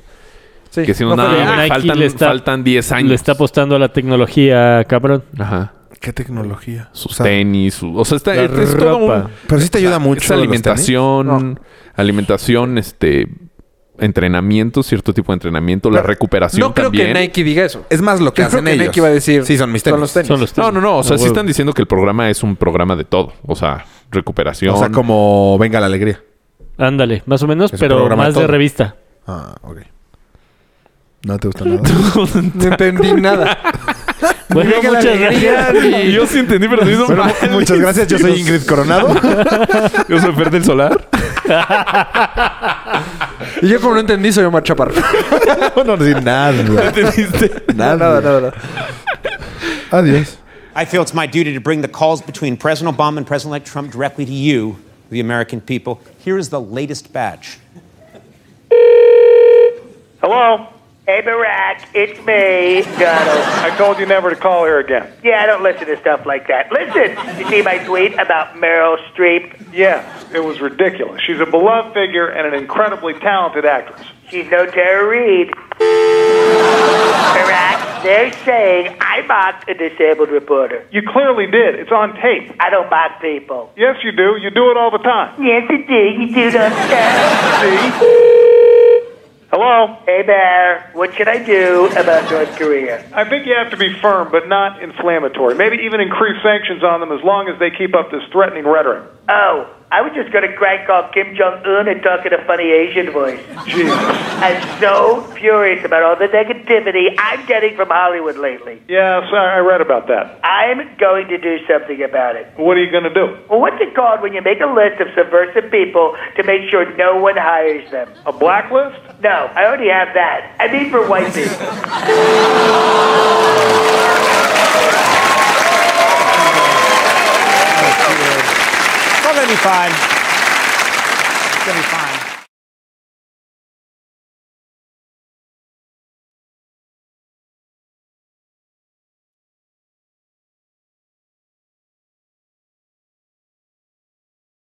Speaker 4: Sí.
Speaker 2: Que si no,
Speaker 4: No,
Speaker 2: nada,
Speaker 4: pero
Speaker 1: ya
Speaker 2: güey,
Speaker 1: Nike
Speaker 2: faltan,
Speaker 1: le está-
Speaker 2: faltan 10 años.
Speaker 1: Le está apostando a la tecnología, cabrón.
Speaker 2: Ajá.
Speaker 3: ¿Qué tecnología?
Speaker 2: Sus tenis, su- o sea, está,
Speaker 1: La
Speaker 2: Este es, es todo
Speaker 1: ropa.
Speaker 2: un-
Speaker 3: Pero sí te ayuda
Speaker 2: o sea,
Speaker 3: mucho
Speaker 2: es
Speaker 3: los
Speaker 2: alimentación, alimentación, este, entrenamiento, cierto tipo de entrenamiento, la
Speaker 4: Pero
Speaker 2: recuperación
Speaker 4: no creo
Speaker 2: también.
Speaker 4: que Nike diga eso.
Speaker 3: Es más lo que
Speaker 4: Yo creo
Speaker 3: hacen
Speaker 4: que Nike
Speaker 3: ellos.
Speaker 4: iba a decir,
Speaker 3: Sí, son mis
Speaker 4: son
Speaker 3: tenis.
Speaker 4: los tenis.
Speaker 1: Son los
Speaker 2: No, no, no. O sea,
Speaker 1: Ah,
Speaker 2: sí
Speaker 1: huevo.
Speaker 2: están diciendo que el programa es un programa de todo. O sea, recuperación.
Speaker 3: O sea, como venga la alegría.
Speaker 1: Ándale, más o menos,
Speaker 3: Es un
Speaker 1: pero
Speaker 3: programa
Speaker 1: más
Speaker 3: todo.
Speaker 1: de revista.
Speaker 3: Ah, ok. No te gusta nada.
Speaker 4: No entendí nada.
Speaker 1: Bueno,
Speaker 4: Venga la
Speaker 1: muchas
Speaker 4: alegría,
Speaker 1: gracias.
Speaker 4: güey.
Speaker 2: Yo sí entendí, pero no
Speaker 3: Bueno, mu- muchas gracias. Yo soy Ingrid Coronado.
Speaker 2: Yo soy Fer del Solar.
Speaker 4: Y yo como no entendí, soy Omar Chaparro.
Speaker 3: no sin nada.
Speaker 4: nada, nada, nada.
Speaker 3: Adiós.
Speaker 6: I feel it's my duty to bring the calls between President Obama and President elect Trump directly to you, the American people. Here is the latest batch.
Speaker 7: Hello?
Speaker 8: Hey, Barack, it's me, Donald.
Speaker 7: I told you never to call here again.
Speaker 8: Yeah, I don't listen to stuff like that. Listen, you see my tweet about Meryl Streep?
Speaker 7: Yes, it was ridiculous. She's a beloved figure and an incredibly talented actress.
Speaker 8: She's no Tara Reid. Barack, they're saying I mocked a disabled reporter.
Speaker 7: You clearly did. It's on tape.
Speaker 8: I don't mock people.
Speaker 7: Yes, you do. You do it all the time.
Speaker 8: Yes, you do. You do, don't you?
Speaker 7: Hello?
Speaker 8: Hey, Bear, what should I do about North Korea?
Speaker 7: I think you have to be firm, but not inflammatory. Maybe even increase sanctions on them as long as they keep up this threatening rhetoric.
Speaker 8: Oh, I was just going to crank off Kim Jong Un and talk in a funny Asian voice.
Speaker 7: Jesus.
Speaker 8: I'm so furious about all the negativity I'm getting from Hollywood lately.
Speaker 7: Yes, I I read about that.
Speaker 8: I'm going to do something about it.
Speaker 7: What are you going to do?
Speaker 8: Well, what's it called when you make a list of subversive people to make sure no one hires them?
Speaker 7: A blacklist?
Speaker 8: No, I already have that. I mean for white people.
Speaker 6: Well, that'd be fine. That'd be fine.